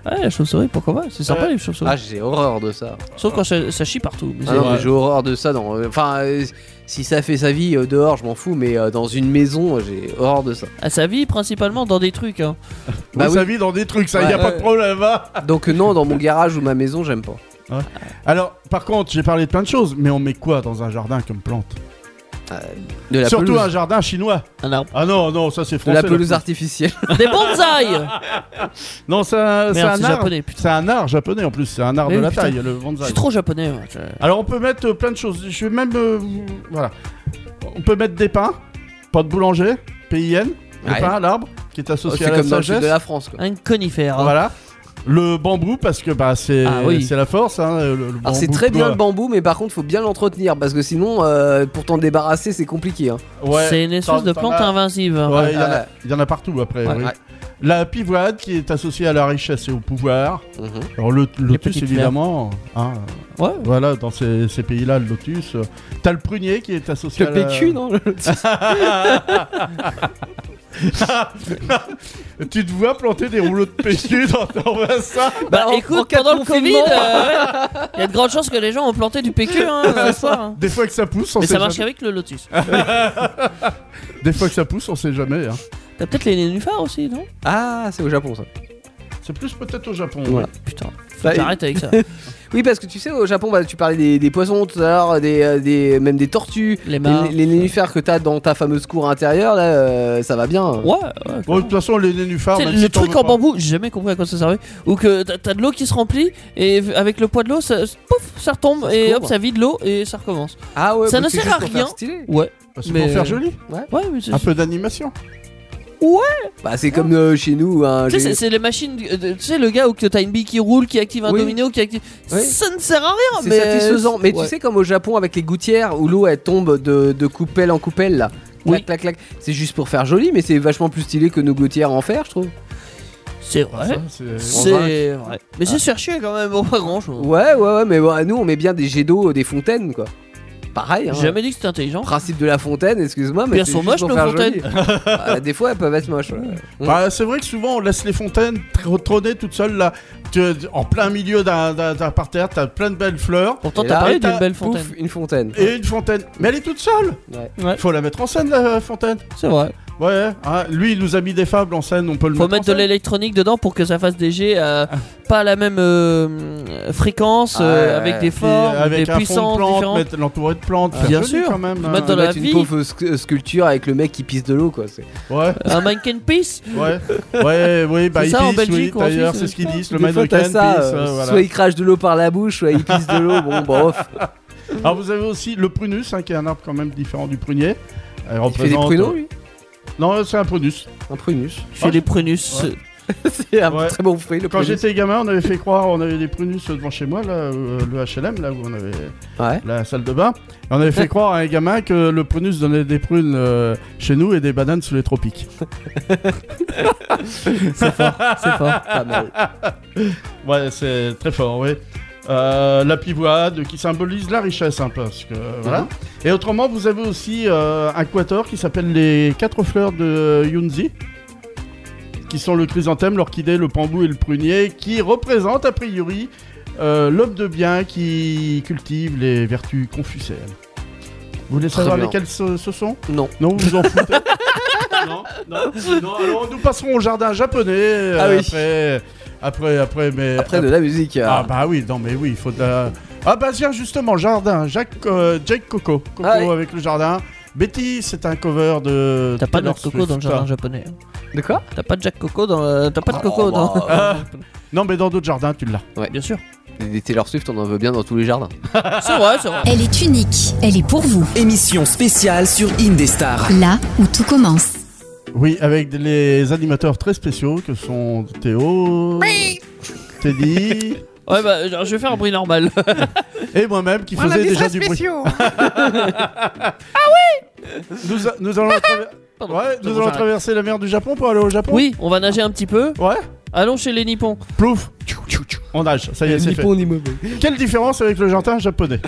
S5: ouais, la chauve-souris, pourquoi pas C'est sympa
S3: Ouais.
S5: les chauves-souris.
S4: Ah, j'ai horreur de ça.
S5: Sauf quand ça, ça chie partout. mais
S4: Ah
S5: c'est-
S4: non, mais
S3: Ouais.
S4: j'ai horreur de ça. Dans... Enfin, euh, si ça fait sa vie euh, dehors, je m'en fous, mais euh, dans une maison, euh, j'ai horreur de ça.
S5: Ah, ça vit principalement dans des trucs. hein.
S3: Oui,
S4: Bah oui.
S3: ça vit dans des trucs, ça, il
S4: Ouais.
S3: a pas de problème. hein.
S4: Donc, euh, non, dans mon garage ou ma maison, j'aime pas.
S3: Alors, par contre, j'ai parlé de plein de choses, mais on met quoi dans un jardin comme plante
S4: De la
S3: Surtout
S4: pelouse.
S3: un jardin chinois.
S5: Un arbre.
S3: Ah non, non, ça c'est
S4: De
S3: français.
S4: la
S3: là.
S4: pelouse artificielle.
S5: Des bonsaïs
S3: Non, c'est un, c'est
S5: Merde,
S3: un
S5: c'est
S3: art.
S5: japonais, putain.
S3: C'est un art japonais en plus, c'est un art
S5: Mais
S3: de
S5: oui,
S3: la
S5: putain.
S3: taille, le
S5: Je
S3: bonsaï.
S5: suis trop japonais. moi, je-
S3: Alors, on peut mettre euh, plein de choses. Je vais même. euh, voilà. On peut mettre des pins, pas de boulanger, PIN, le
S4: Ouais.
S3: pin à l'arbre, qui est
S4: Oh,
S3: associé
S4: C'est
S3: à la
S4: comme dans le sud
S3: sagesse.
S4: de hein. la France, quoi.
S5: Un conifère. hein.
S3: Voilà. Le bambou, parce que bah, c'est
S5: Ah oui.
S3: c'est la force. hein, le- le
S4: Alors, c'est
S3: bambou,
S4: très bien
S3: quoi.
S4: le bambou, mais par contre, faut bien l'entretenir parce que sinon, euh, pour t'en débarrasser, c'est compliqué. hein.
S3: Ouais.
S5: c'est une espèce de
S3: t'en
S5: plante
S3: as-
S5: invasive.
S3: Ouais, il y, en a-
S4: Ouais.
S3: il y en a partout après.
S4: Ouais.
S3: oui.
S4: Ouais.
S3: La pivoine qui est associée à la richesse et au pouvoir.
S4: Mhm.
S3: Alors le, le lotus
S5: petites
S3: évidemment. hein,
S5: Ouais.
S3: voilà, dans ces, ces pays-là, le lotus. euh, T'as le prunier qui est associé
S4: Le
S3: à la-
S4: PQ, non le-
S3: Tu te vois planter des rouleaux de PQ dans ton bassin
S5: Bah,
S4: Bah, en- en
S5: écoute,
S4: cas de
S5: pendant le Covid, euh, il
S4: confinement.
S5: y a de grandes chances que les gens ont planté du PQ, hein, c'est ça. hein.
S3: Des fois que ça pousse, on
S5: Mais
S3: sait
S5: ça marche
S3: jamais.
S5: qu'avec le Lotus.
S3: Des fois que ça pousse, on sait jamais. hein.
S5: T'as peut-être les nénuphars aussi, non
S4: Ah, c'est au Japon ça.
S3: C'est plus peut-être au Japon.
S4: Voilà.
S5: Ah, Putain, faut
S4: Bah,
S5: que t'arrêtes avec ça.
S4: Oui, parce que tu sais, au Japon, bah, tu parlais des, des poissons tout à l'heure, des, euh, des- même des tortues,
S5: Les
S4: les,
S5: mains.
S4: les nénuphars que t'as dans ta fameuse cour intérieure, là, euh, ça va bien.
S5: Ouais, ouais.
S4: Ah,
S3: Bon, de toute façon, les nénuphars.
S4: bah,
S5: Tu sais,
S3: même
S5: le
S3: si t'en
S5: truc
S3: veux
S5: en
S3: pas-
S5: bambou, j'ai jamais compris à quoi ça servait. Ou que t'as t'as de l'eau qui se remplit et v- avec le poids de l'eau, ça, pouf, ça retombe
S4: Ça se
S5: et hop,
S4: courbe.
S5: ça vide l'eau et ça recommence.
S4: Ah ouais,
S5: Ça
S4: bah,
S5: ne
S4: c'est
S5: sert à
S4: juste pour faire
S5: rien.
S4: stylé.
S5: Ouais,
S3: C'est
S5: mais- euh,
S3: pour faire joli.
S5: ouais, mais c'est-
S3: Un peu d'animation.
S4: Bah, c'est comme euh, chez nous. hein,
S5: tu sais, c'est-
S4: j'ai-
S5: c'est les machines. euh, de- Tu sais, le gars où que t'as une bille qui roule, qui active un
S4: Oui.
S5: domino, qui active.
S4: Oui.
S5: Ça ne sert à rien,
S4: c'est
S5: mais.
S4: satisfaisant. Mais
S5: Ouais.
S4: tu sais, comme au Japon, avec les gouttières où l'eau elle tombe de, de coupelle en coupelle là. Clac,
S5: Oui.
S4: clac, clac. C'est juste pour faire joli, mais c'est vachement plus stylé que nos gouttières en fer, je trouve.
S5: C'est vrai.
S3: Ça, c'est-
S5: C'est vrai. Mais
S4: Ah.
S5: c'est cherché quand même, pas grand chose.
S4: Ouais, ouais, ouais, mais bon, nous on met bien des jets d'eau, euh, des fontaines quoi. Pareil, hein.
S5: J'ai jamais dit que c'était intelligent.
S4: Le principe de la fontaine, excuse-moi, mais.
S5: Bien
S4: c'est
S5: sûr,
S4: juste
S5: moche,
S4: pour
S5: nos
S4: faire
S5: fontaines.
S4: joli. Bah, des fois, elles peuvent être moches. ouais.
S3: Bah, c'est vrai que souvent on laisse les fontaines tr- trôner toutes seules là, Tu- tu- en plein milieu d'un d'un- d'un parterre, t'as plein de belles fleurs
S5: Pourtant,
S4: Et
S5: t'as
S4: là,
S5: parlé
S3: t'as-
S5: d'une belle
S4: Pouf,
S5: fontaine.
S4: une fontaine.
S3: et une fontaine. Mais elle est toute seule
S4: Ouais.
S5: Ouais.
S3: Faut la mettre en scène la fontaine
S5: C'est vrai.
S3: Ouais, hein, lui il nous a mis des fables en scène, on peut le
S5: Faut
S3: mettre
S5: mettre
S3: en
S5: de l'électronique dedans pour que ça fasse des jets à
S3: Ah.
S5: pas à la même euh, fréquence, euh,
S4: Ah,
S5: avec des
S3: scène. Et
S5: formes,
S3: avec
S5: des
S3: un fond
S5: puissances
S3: de plantes,
S5: différentes.
S3: mettre- l'entourer de plantes,
S5: Ah,
S3: faire
S5: bien
S3: joli
S5: sûr.
S3: quand même.
S5: Faut mettre
S3: hein.
S5: dans la
S4: Mettre une
S5: vie.
S4: pauvre sc- sculpture avec le mec qui pisse de l'eau, quoi. c'est-
S3: Ouais,
S5: Un mannequin piece
S3: ouais, ouais, oui, bah
S5: C'est
S3: ils
S5: ça, en
S3: pissent, oui,
S5: Belgique ou en
S3: d'ailleurs,
S5: Suisse,
S3: c'est ce qu'ils disent, le
S4: Des fois,
S3: mannequin
S4: t'as
S3: pisse,
S4: ça, euh,
S3: euh, voilà.
S4: Soit il crache de l'eau par la bouche, soit il pisse de l'eau. Bon, bon, off.
S3: Alors vous avez aussi le prunus, hein, qui est un arbre quand même différent du prunier.
S4: Il
S3: Elle
S4: fait des
S3: représente-
S4: pruneaux, lui
S3: Non, c'est un prunus.
S4: Un prunus.
S5: Je fais
S3: Ouais.
S5: des prunus.
S3: Ouais.
S4: C'est un
S3: Ouais.
S4: très bon fruit, le
S3: Quand
S4: prunus.
S3: j'étais gamin, on avait fait croire, on avait des prunus devant chez moi, là, euh, le HLM, là où on avait
S4: Ouais.
S3: la salle de bain. Et on avait fait croire à un gamin que le prunus donnait des prunes euh, chez nous et des bananes sous les tropiques.
S5: C'est fort, c'est fort.
S4: Pas mal.
S3: Ouais, c'est très fort, oui. Euh, la pivoine qui symbolise la richesse, un peu. Parce que,
S4: Mhm.
S3: voilà. Et autrement, vous avez aussi euh, un quator qui s'appelle les quatre fleurs de Yunzi, qui sont le chrysanthème, l'orchidée, le bambou et le prunier, qui représentent a priori euh, l'homme de bien qui cultive les vertus confucéennes. Vous voulez
S4: Très
S3: savoir
S4: bien.
S3: lesquelles ce, ce sont
S4: Non.
S3: Non, vous vous en foutez Non, non, non, alors nous passerons au jardin japonais euh,
S4: Ah oui.
S3: après, après, après, mais
S4: Après, de la musique. euh.
S3: ah bah oui, non mais oui, il faut de la... Ah bah tiens, justement, jardin, Jacques, euh, Jake Coco, Coco
S4: Ah oui.
S3: avec le jardin. Betty, c'est un cover de...
S5: T'as pas de
S3: Taylor
S5: coco
S3: Swift.
S5: dans le jardin japonais. hein.
S4: De quoi
S5: T'as pas de Jack Coco dans. euh, T'as pas de
S3: Ah,
S4: Oh,
S5: coco dans.
S4: bah,
S3: Non mais dans d'autres jardins, tu l'as.
S5: Bien sûr.
S4: Des des Taylor Swift, on en veut bien dans tous les jardins.
S5: C'est vrai, c'est vrai.
S2: Elle est unique, elle est pour vous,
S1: Émission spéciale sur Indestar.
S2: là où tout commence.
S3: Oui, avec les animateurs très spéciaux que sont Théo, Teddy
S5: Ouais, bah genre, je vais faire un bruit normal.
S3: et moi-même qui faisait déjà du bruit. Ah Nous, a- nous allons, traver-
S5: Pardon.
S3: ouais,
S5: C'est
S3: nous
S5: bon,
S3: allons
S5: j'arrête.
S3: traverser la mer du Japon pour aller au Japon.
S5: Oui, on va nager un petit peu.
S3: Ouais,
S5: Allons chez les Nippons.
S3: plouf, on nage, ça y est, c'est fait.
S4: ni mauvais.
S3: Quelle différence avec le jardin japonais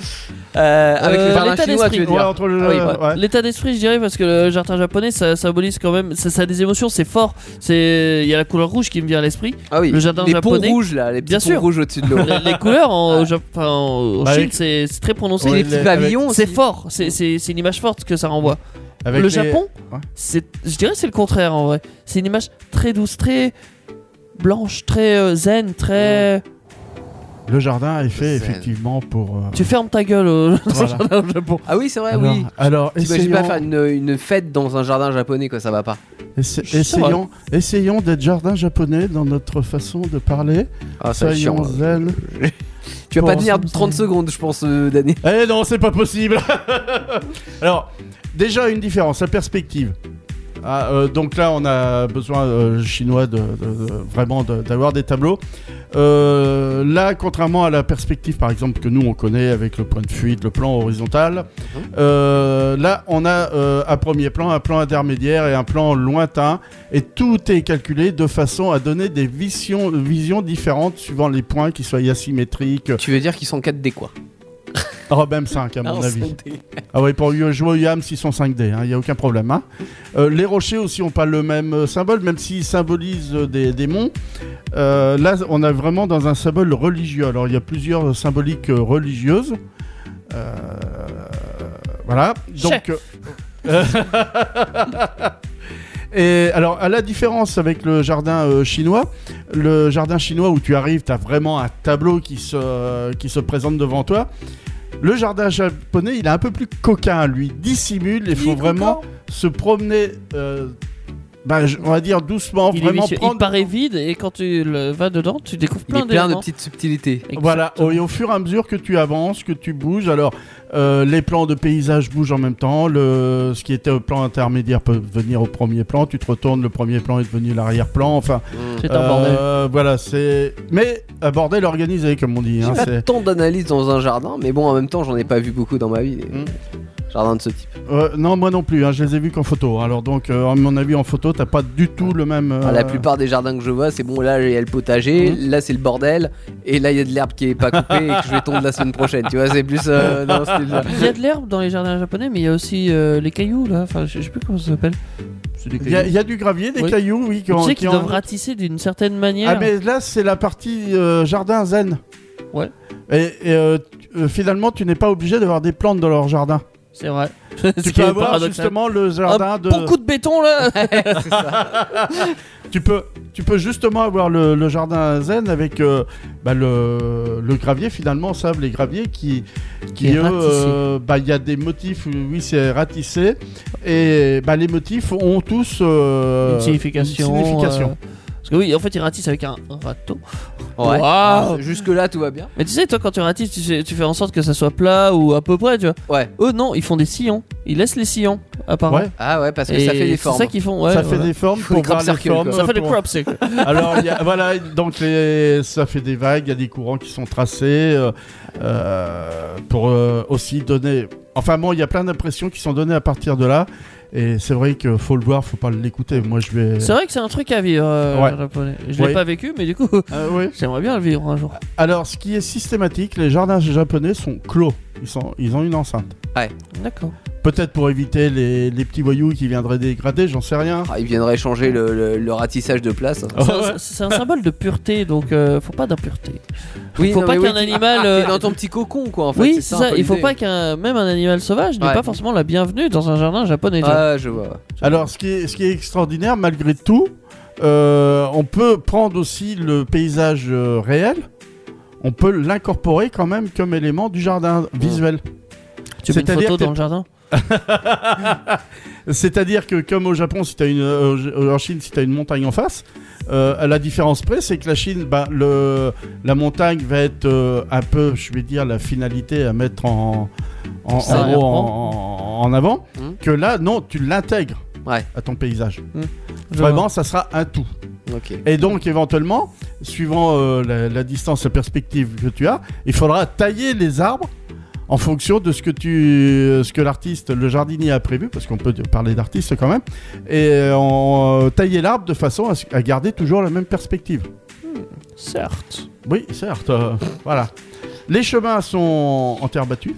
S4: Euh, avec
S5: Euh,
S4: les jardins
S5: l'état
S4: chinois, tu
S5: d'esprit.
S4: veux
S3: Ouais,
S4: dire.
S3: entre le...
S4: Ah oui, ouais.
S3: ouais.
S5: L'état d'esprit, je dirais, parce que le jardin japonais, ça symbolise quand même. Ça, ça a des émotions, c'est fort. C'est il y a la couleur rouge qui me vient à l'esprit.
S4: Ah oui.
S5: Le jardin
S4: les
S5: japonais.
S4: ponts rouges, là, les petits
S5: Bien
S4: ponts
S5: sûr.
S4: rouges au-dessus de l'eau.
S5: Les, les couleurs en, au Jap- enfin, en- en
S3: Bah,
S5: Chine,
S3: avec-
S5: c'est c'est très prononcé.
S4: C'est
S3: Ouais,
S4: les
S3: les-
S4: petits pavillons
S5: C'est
S4: aussi.
S5: fort, c'est- c'est c'est une image forte que ça renvoie.
S3: Avec
S5: le
S3: les-
S5: Japon,
S3: Ouais.
S5: c'est, je dirais que c'est le contraire en vrai. C'est une image très douce, très blanche, très euh, zen, très.
S3: Le jardin est fait
S4: Zen.
S3: effectivement pour. euh,
S5: Tu fermes ta gueule au
S3: voilà.
S5: au Japon.
S4: Ah oui, c'est vrai,
S3: alors,
S4: oui.
S3: alors
S4: T'imagines
S3: essayons,
S4: pas faire une, une fête dans un jardin japonais, quoi, ça va pas.
S3: essa-
S5: Je sais
S3: essayons, essayons d'être jardin japonais dans notre façon de parler.
S4: Ah, ça va être
S3: Soyons
S4: chiant.
S3: zen.
S4: Tu vas
S3: Bon,
S4: pas tenir
S3: ça me
S4: 30 secondes, je pense, euh, d'année.
S3: Eh non, c'est pas possible. alors, déjà une différence, la perspective. Ah, euh, donc là, on a besoin euh, chinois de, de- de- vraiment de- d'avoir des tableaux. Euh, là, contrairement à la perspective, par exemple, que nous on connaît avec le point de fuite, le plan horizontal,
S4: Mhm.
S3: euh, là, on a euh, un premier plan, un plan intermédiaire et un plan lointain, et tout est calculé de façon à donner des visions, visions différentes suivant les points qui soient asymétriques.
S4: Tu veux dire qu'ils sont 4D, quoi.
S3: Oh, même 5 à
S4: Ah,
S3: mon
S4: en
S3: avis.
S4: 5D.
S3: Ah oui, pour jouer au Yams, ils sont 5D, il n'y a aucun problème. hein. Euh, les rochers aussi n'ont pas le même euh, symbole, même s'ils symbolisent euh, des, des monts. Euh, là, on a vraiment dans un symbole religieux. Alors, il y a plusieurs euh, symboliques euh, religieuses. Euh, voilà. Donc. euh, Et alors, à la différence avec le jardin euh, chinois, le jardin chinois où tu arrives, tu as vraiment un tableau qui se, qui se présente devant toi. Le jardin japonais, il est un peu plus coquin, lui, il dissimule, il
S5: Il
S3: faut
S5: est
S3: vraiment se promener, euh, bah, je- on va dire doucement,
S5: Il, est
S3: vraiment
S5: vicieux. Il
S3: prendre.
S5: paraît vide et quand tu le- vas dedans, tu découvres
S4: Il est
S5: plein,
S4: plein de
S5: d'éléments.
S4: petites subtilités.
S5: Exactement.
S3: Voilà, et au fur et à mesure que tu avances, que tu bouges, alors euh, les plans de paysage bougent en même temps, le, ce qui était au plan intermédiaire peut venir au premier plan, tu te retournes, le premier plan est devenu l'arrière-plan, enfin
S5: C'est un bordel.
S3: Euh, Voilà, c'est. Mais un bordel organisé, comme on dit.
S4: J'ai
S3: hein,
S4: pas
S3: c'est-
S4: tant d'analyses dans un jardin, mais bon, en même temps, j'en ai pas vu beaucoup dans ma vie. des
S5: Hmm.
S3: Mm.
S4: Jardins de ce type.
S3: Euh, non, moi non plus, hein, je les ai vus qu'en photo. Alors, donc, euh, à mon avis, en photo, t'as pas du tout le même. euh,
S4: Enfin, Ah, La plupart des jardins que je vois, c'est bon, là, il y a le potager,
S5: Hmm.
S4: là, c'est le bordel, et là, il y a de l'herbe qui est pas coupée et que je vais tomber la semaine prochaine. Tu vois, c'est plus euh, dans ce style-là.
S5: Il y a de l'herbe dans les jardins japonais, mais il y a aussi euh, les cailloux là. Enfin, je je sais plus comment ça s'appelle. C'est des
S3: Il y, a-
S5: cailloux.
S3: il y a du gravier, des
S5: Oui.
S3: cailloux, oui. qui
S5: Tu
S3: ont-
S5: sais
S3: qui
S5: qu'ils
S3: ont-
S5: doivent ratisser d'une certaine manière.
S3: Ah, mais là, c'est la partie euh, jardin zen.
S5: Ouais.
S3: Et, et, euh, tu- euh, finalement, tu n'es pas obligé d'avoir des plantes dans leur jardin.
S5: C'est vrai. Ce
S3: Tu
S5: qui
S3: peux
S5: est
S3: avoir
S5: paradoxal.
S3: justement le jardin
S5: Un
S3: de.
S5: bon coup de béton là
S3: Tu peux, tu peux justement avoir le, le jardin zen avec euh, bah, le, le gravier finalement, sable et gravier qui,
S5: Qui est
S3: eux,
S5: ratissé.
S3: euh, bah, il y a des motifs, oui c'est ratissé et bah, les motifs ont tous euh,
S5: Une signification.
S3: une signification.
S5: euh, Parce que oui, en fait, ils ratissent avec un un râteau.
S4: Ouais.
S5: Waouh.
S4: Jusque-là, tout va bien.
S5: Mais tu sais, toi, quand tu ratisses, tu, sais- tu fais en sorte que ça soit plat ou à peu près, tu vois.
S4: Ouais.
S5: Eux, non, ils font des sillons. Ils laissent les sillons, apparemment.
S3: Ouais,
S4: Ah ouais, parce que
S5: Et
S4: ça fait des
S5: C'est
S4: formes.
S5: ça qu'ils font, ouais.
S3: ça
S5: voilà.
S3: fait des formes
S4: Faut des
S3: pour
S4: crop
S3: voir les
S4: circles,
S3: formes.
S4: quoi.
S5: Ça fait des
S3: pour-
S5: crop circles.
S3: Alors il y a- voilà, donc les, ça fait des vagues, il y a des courants qui sont tracés euh, euh, pour euh, aussi donner. Enfin bon, il y a plein d'impressions qui sont données à partir de là. Et c'est vrai que faut le voir, faut pas l'écouter. Moi je vais.
S5: C'est vrai que c'est un truc à vivre, euh,
S3: Ouais.
S5: le japonais. Je l'ai
S3: Oui.
S5: pas vécu, mais du coup,
S3: Ah oui.
S5: j'aimerais bien le vivre un jour.
S3: Alors, ce qui est systématique, les jardins japonais sont clos. Ils, sont, ils ont une enceinte.
S5: D'accord.
S3: Peut-être pour éviter les, les petits voyous qui viendraient dégrader, j'en sais rien.
S4: Ah, ils viendraient changer le, le- le ratissage de place.
S5: C'est un- C'est un symbole de pureté, donc euh, faut pas d'impureté.
S4: Oui,
S5: faut
S4: non,
S5: pas
S4: mais
S5: qu'un
S4: oui, tu-
S5: animal.
S4: T'es
S5: euh,
S4: dans ton petit cocon, quoi, en fait.
S5: oui, c'est
S4: un
S5: ça.
S4: peu
S5: Il faut
S4: l'idée.
S5: pas qu'un même un animal sauvage n'ait
S4: Ouais.
S5: pas forcément la bienvenue dans un jardin japonais. tu vois.
S4: Ah, je vois.
S3: Alors, ce qui est, ce qui est extraordinaire, malgré tout, euh, on peut prendre aussi le paysage euh, réel. On peut l'incorporer quand même comme élément du jardin visuel.
S5: tu mets une
S3: c'est-à-dire
S5: photo
S3: que-
S5: dans le jardin.
S3: C'est-à-dire que comme au Japon, si t'as une, euh, en Chine, si t'as une montagne en face, euh, à la différence près, c'est que la Chine, bah, le, la montagne va être euh, un peu, je vais dire, la finalité à mettre en, en,
S5: Ça, Hum.
S3: en gros,
S5: on
S3: en- en avant.
S4: Hmm.
S3: Que là, non, tu l'intègres
S4: Ouais.
S3: à ton paysage.
S5: Je vois.
S3: Vraiment, Bah, ça sera un tout.
S4: Ok.
S3: Et donc, éventuellement, suivant euh, la, la distance, la perspective que tu as, il faudra tailler les arbres en fonction de ce que tu, euh, ce que l'artiste, le jardinier a prévu, parce qu'on peut parler d'artiste quand même, et euh, on, euh, tailler l'arbre de façon à, ce- à garder toujours la même perspective.
S5: Certes.
S3: Oui, certes. euh, voilà. Les chemins sont en terre battue.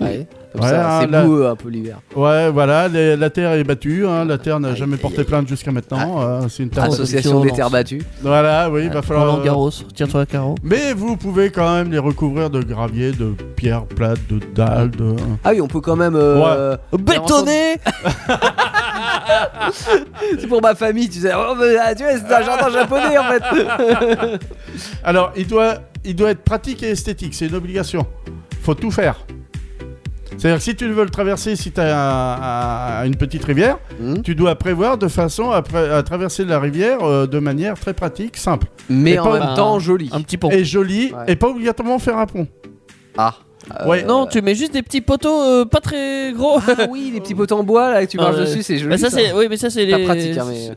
S4: Ouais. Comme
S3: Ouais,
S4: ça,
S3: hein,
S4: c'est
S3: là-
S4: boueux un peu l'hiver.
S3: Ouais, voilà. les- la terre est battue. hein, la terre n'a jamais porté plainte jusqu'à maintenant. euh, c'est une terre.
S5: Ah, ça- ah.
S3: battue.
S4: Association des terres battues.
S3: Voilà. Oui, il va falloir. euh,
S5: Roland Garros, tiens-toi à carreau.
S3: Mais vous pouvez quand même les recouvrir de gravier, de pierres plates, de dalles, de...
S4: Ah oui, on peut quand même. euh, faire en sorte-
S5: Bétonné
S4: C'est pour ma famille, tu sais. Oh, mais, ah, tu vois, c'est un jardin japonais en fait.
S3: Alors, il doit, il doit être pratique et esthétique, c'est une obligation. Faut tout faire. C'est-à-dire que si tu veux le traverser, si tu as une petite rivière,
S4: Hmm.
S3: tu dois prévoir de façon à, pra- à traverser la rivière euh, de manière très pratique, simple.
S4: Mais
S3: Et
S4: en
S3: pas
S4: même
S5: un-
S4: temps, joli.
S5: Un petit pont.
S3: Et jolie,
S4: Ouais.
S3: et pas obligatoirement faire un pont.
S4: Ah.
S3: Ouais.
S5: Non, tu mets juste des petits poteaux euh, pas très gros.
S4: Ah oui, les petits pots en bois là que tu marches
S5: Ah ouais.
S4: dessus, c'est joli.
S5: Bah ça c'est oui mais ça c'est
S4: Pas
S5: les
S4: pratique, hein, mais-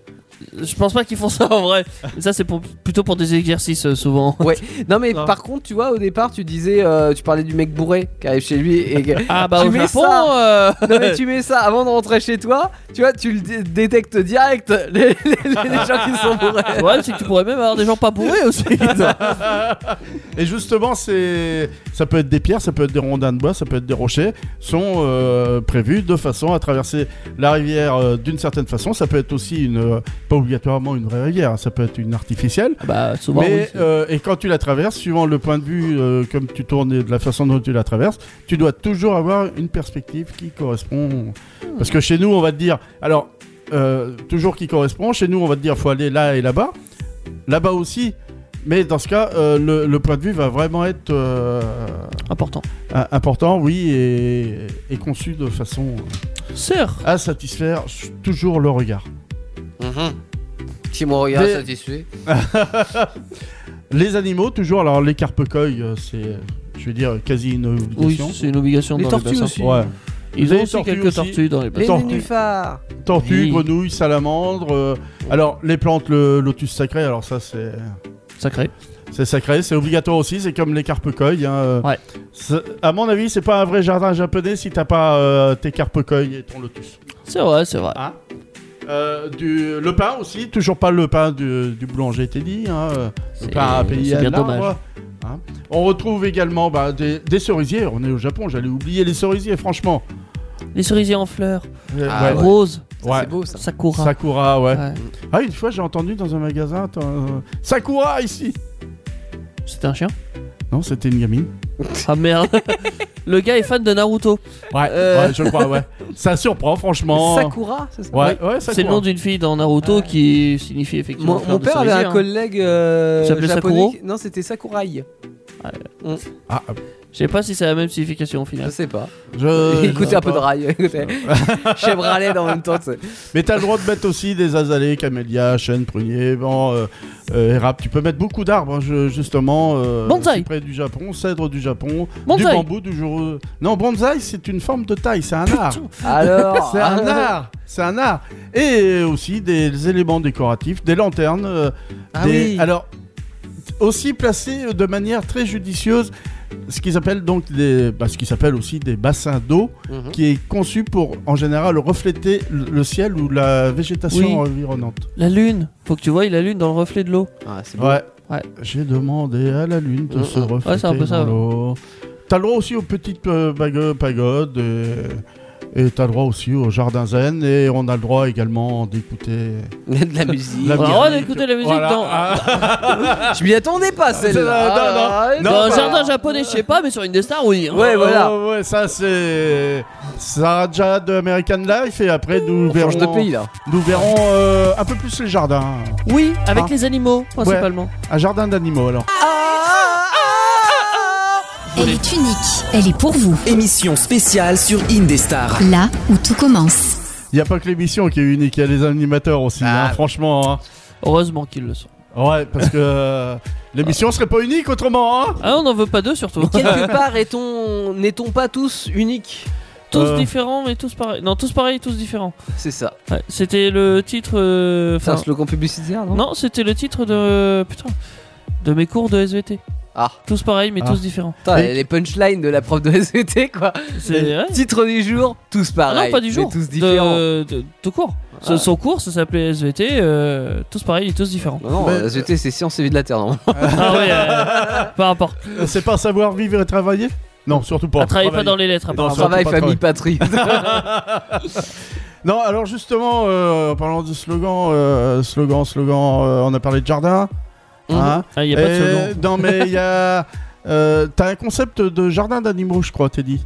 S5: je pense pas qu'ils font ça en vrai. Mais ça c'est pour- plutôt pour des exercices euh, souvent.
S4: Ouais. Non mais
S5: Non.
S4: par contre, tu vois, au départ, tu disais, euh, tu parlais du mec bourré qui arrive chez lui et que-
S5: Ah bah
S4: tu
S5: au
S4: mets
S5: Japon
S4: ça.
S5: euh,
S4: Non mais tu mets ça avant de rentrer chez toi, tu vois, tu le dé- détectes direct les, les- les gens qui sont bourrés.
S5: Ouais, c'est que tu pourrais même avoir des gens pas bourrés aussi.
S3: Et justement, c'est, ça peut être des pierres, ça peut être des rondins de bois, ça peut être des rochers, sont euh, prévus de façon à traverser la rivière euh, d'une certaine façon. Ça peut être aussi une, euh, pas obligatoirement une vraie rivière, hein, ça peut être une artificielle.
S5: bah souvent
S3: Mais euh, et quand tu la traverses, suivant le point de vue, euh, comme tu tournes et de la façon dont tu la traverses, tu dois toujours avoir une perspective qui correspond. Parce que chez nous, on va te dire, alors. euh, toujours qui correspond. Chez nous, on va te dire faut aller là et là-bas. Là-bas aussi. Mais dans ce cas, euh, le, le point de vue va vraiment être euh,
S5: Important.
S3: un- important, oui, et, et conçu de façon
S5: Sœur
S3: à satisfaire toujours le regard.
S4: Si mon regard
S3: Des-
S4: satisfait.
S3: Les animaux, toujours. Alors, les carpecoils, euh, c'est, euh, je veux dire, quasi une
S5: Oui,
S3: obligation.
S5: c'est une obligation
S4: Les
S5: dans
S4: tortues
S5: les bassins.
S4: aussi.
S3: Ouais.
S5: Ils
S3: Les
S5: ont aussi
S3: tortues
S5: quelques
S3: aussi.
S5: tortues dans les
S4: Les
S5: bassins.
S3: Tortues.
S4: nénuphars.
S3: Tortues,
S5: Oui.
S3: grenouilles, salamandres. euh, alors, les plantes, le lotus sacré, alors ça, c'est.
S5: Sacré.
S3: C'est sacré, c'est obligatoire aussi, c'est comme les carpecoils. hein, euh,
S5: Ouais.
S3: c'est- À mon avis, c'est pas un vrai jardin japonais si t'as pas euh, tes carpecoils et ton lotus.
S5: C'est vrai, c'est vrai.
S3: Hein Euh, du, le pain aussi, toujours pas le pain du, du boulanger Teddy. Hein, euh, le
S5: C'est-
S3: pain à payer
S5: c'est
S3: à
S5: bien
S3: l'arbre,
S5: dommage.
S3: hein. On retrouve également bah, des, des cerisiers. On est au Japon, j'allais oublier les cerisiers, franchement.
S5: Les cerisiers en fleurs.
S3: Euh,
S4: Ah ouais.
S5: Rose.
S4: Ça,
S3: Ouais.
S4: C'est beau ça.
S5: Sakura.
S3: Sakura, ouais.
S5: Ouais.
S3: Ah, une fois, j'ai entendu dans un magasin. attends, euh, Sakura ici
S5: C'était un chien
S3: Non, c'était une gamine.
S5: Ah merde Le gars est fan de Naruto.
S3: Ouais,
S5: Euh.
S3: ouais, je crois, ouais. Ça surprend,
S4: Oh.
S3: franchement.
S4: Sakura, c'est ça
S3: Ouais, ouais, ça Ah
S5: C'est le nom d'une fille dans Naruto qui signifie effectivement.
S4: Mon,
S5: fleur
S4: mon
S5: de
S4: père avait
S5: cerisier,
S4: un
S5: hein.
S4: collègue euh,
S5: Il s'appelait
S4: japonais.
S5: Sakuro
S4: qui- Non, c'était Sakurai.
S3: Ah,
S5: Je sais pas si c'est la même signification au
S4: Je
S5: final.
S4: sais pas.
S3: je,
S4: il
S3: je
S4: écoutait
S3: sais
S4: un peu de
S3: pas.
S4: rail. écoutez. Chevrolet en même temps. tu sais.
S3: Mais t'as le droit de mettre aussi des azalées, camélias, chênes, pruniers, bon, euh, euh, érable. Tu peux mettre beaucoup d'arbres, hein, je- justement. Euh,
S5: Bonsaï.
S3: cyprès du Japon, cèdre du Japon, du
S5: Bonsaï.
S3: bambou, du jour. euh, Non, bonsaï, c'est une forme de taille, c'est un art.
S4: Alors. euh,
S3: C'est un art, c'est un art. Et aussi des éléments décoratifs, des lanternes. euh,
S4: Ah
S3: des-
S4: oui.
S3: Alors, aussi placés de manière très judicieuse, ce qu'ils appellent donc des, bah, ce qu'ils s'appelle aussi des bassins d'eau,
S4: Mhm.
S3: qui est conçu pour en général refléter le le ciel ou la végétation
S5: Oui.
S3: environnante.
S5: La lune. Faut que tu voyes la lune dans le reflet de l'eau.
S4: Ah, c'est beau.
S3: Ouais.
S5: Ouais.
S3: J'ai demandé à la lune de
S4: Mhm.
S3: se
S4: Ouais,
S3: refléter
S5: c'est un peu
S3: dans
S5: ça, ouais.
S3: l'eau. T'as le droit aussi aux petites euh, bague- pagodes et et t'as le droit aussi aux jardins zen et on a le droit également d'écouter.
S4: de la musique.
S3: Ah La
S5: On a le
S3: musique.
S5: droit d'écouter la musique
S3: Voilà.
S5: dans,
S3: Ah.
S4: Je m'y attendais pas celle-là. Ah,
S3: Non, non, non.
S5: dans un
S3: bah-
S5: jardin japonais, je sais pas, mais sur une des stars, oui. hein.
S4: Ouais, voilà.
S3: Oh, Ouais, ouais, ça c'est Saraja de American Life et après nous
S4: On change
S3: verrons,
S4: de pays là.
S3: nous verrons euh, un peu plus les jardins.
S5: Oui, avec
S3: Ah.
S5: les animaux principalement.
S3: Un jardin d'animaux alors.
S2: Elle est unique. Elle est pour vous.
S1: Émission spéciale sur Indestar.
S2: Là où tout commence.
S3: Il n'y a pas que l'émission qui est unique, il y a les animateurs aussi,
S4: Ah.
S3: hein, franchement. hein.
S5: Heureusement qu'ils le sont.
S3: Ouais, parce que euh, l'émission serait pas unique autrement. hein.
S5: Ah, on n'en veut pas deux surtout.
S4: Quelque part, est-on- n'est-on pas tous uniques
S5: tous
S3: Euh.
S5: différents, mais tous pareils. Non, tous pareils, tous différents.
S4: C'est ça.
S5: Ouais, c'était le titre. euh,
S4: C'est un
S5: enfin,
S4: slogan publicitaire, non
S5: non, c'était le titre de. Putain. De mes cours de SVT.
S4: Ah,
S5: Tous pareils, mais
S3: Ah.
S5: tous différents.
S4: putain,
S3: Et-
S4: les punchlines de la prof de SVT, quoi.
S5: C'est. ouais.
S4: Titre du jour, tous
S5: Ah
S4: pareils.
S5: non, pas du jour.
S4: Mais tous différents.
S5: De, de- de cours. Ce- Son cours, ça s'appelait SVT. euh, tous pareils et tous différents.
S4: Non, non,
S3: Mais-
S4: euh, SVT, c'est sciences et vie de la Terre, non
S5: ah ouais, euh, peu importe.
S3: C'est pas savoir vivre et travailler Non, surtout pas.
S5: Ah, travaillez pas dans les lettres,
S3: Non,
S5: apparemment.
S3: surtout
S4: Travail,
S3: pas
S4: famille, patrie.
S3: Non, alors justement, euh, en parlant de slogan, euh, slogan, slogan, euh, on a parlé de jardin.
S4: Mhm.
S3: hein.
S5: Ah, y a pas de
S3: Et-
S5: second.
S3: Non, mais il y a. euh, T'as un concept de jardin d'animaux, je crois, Teddy.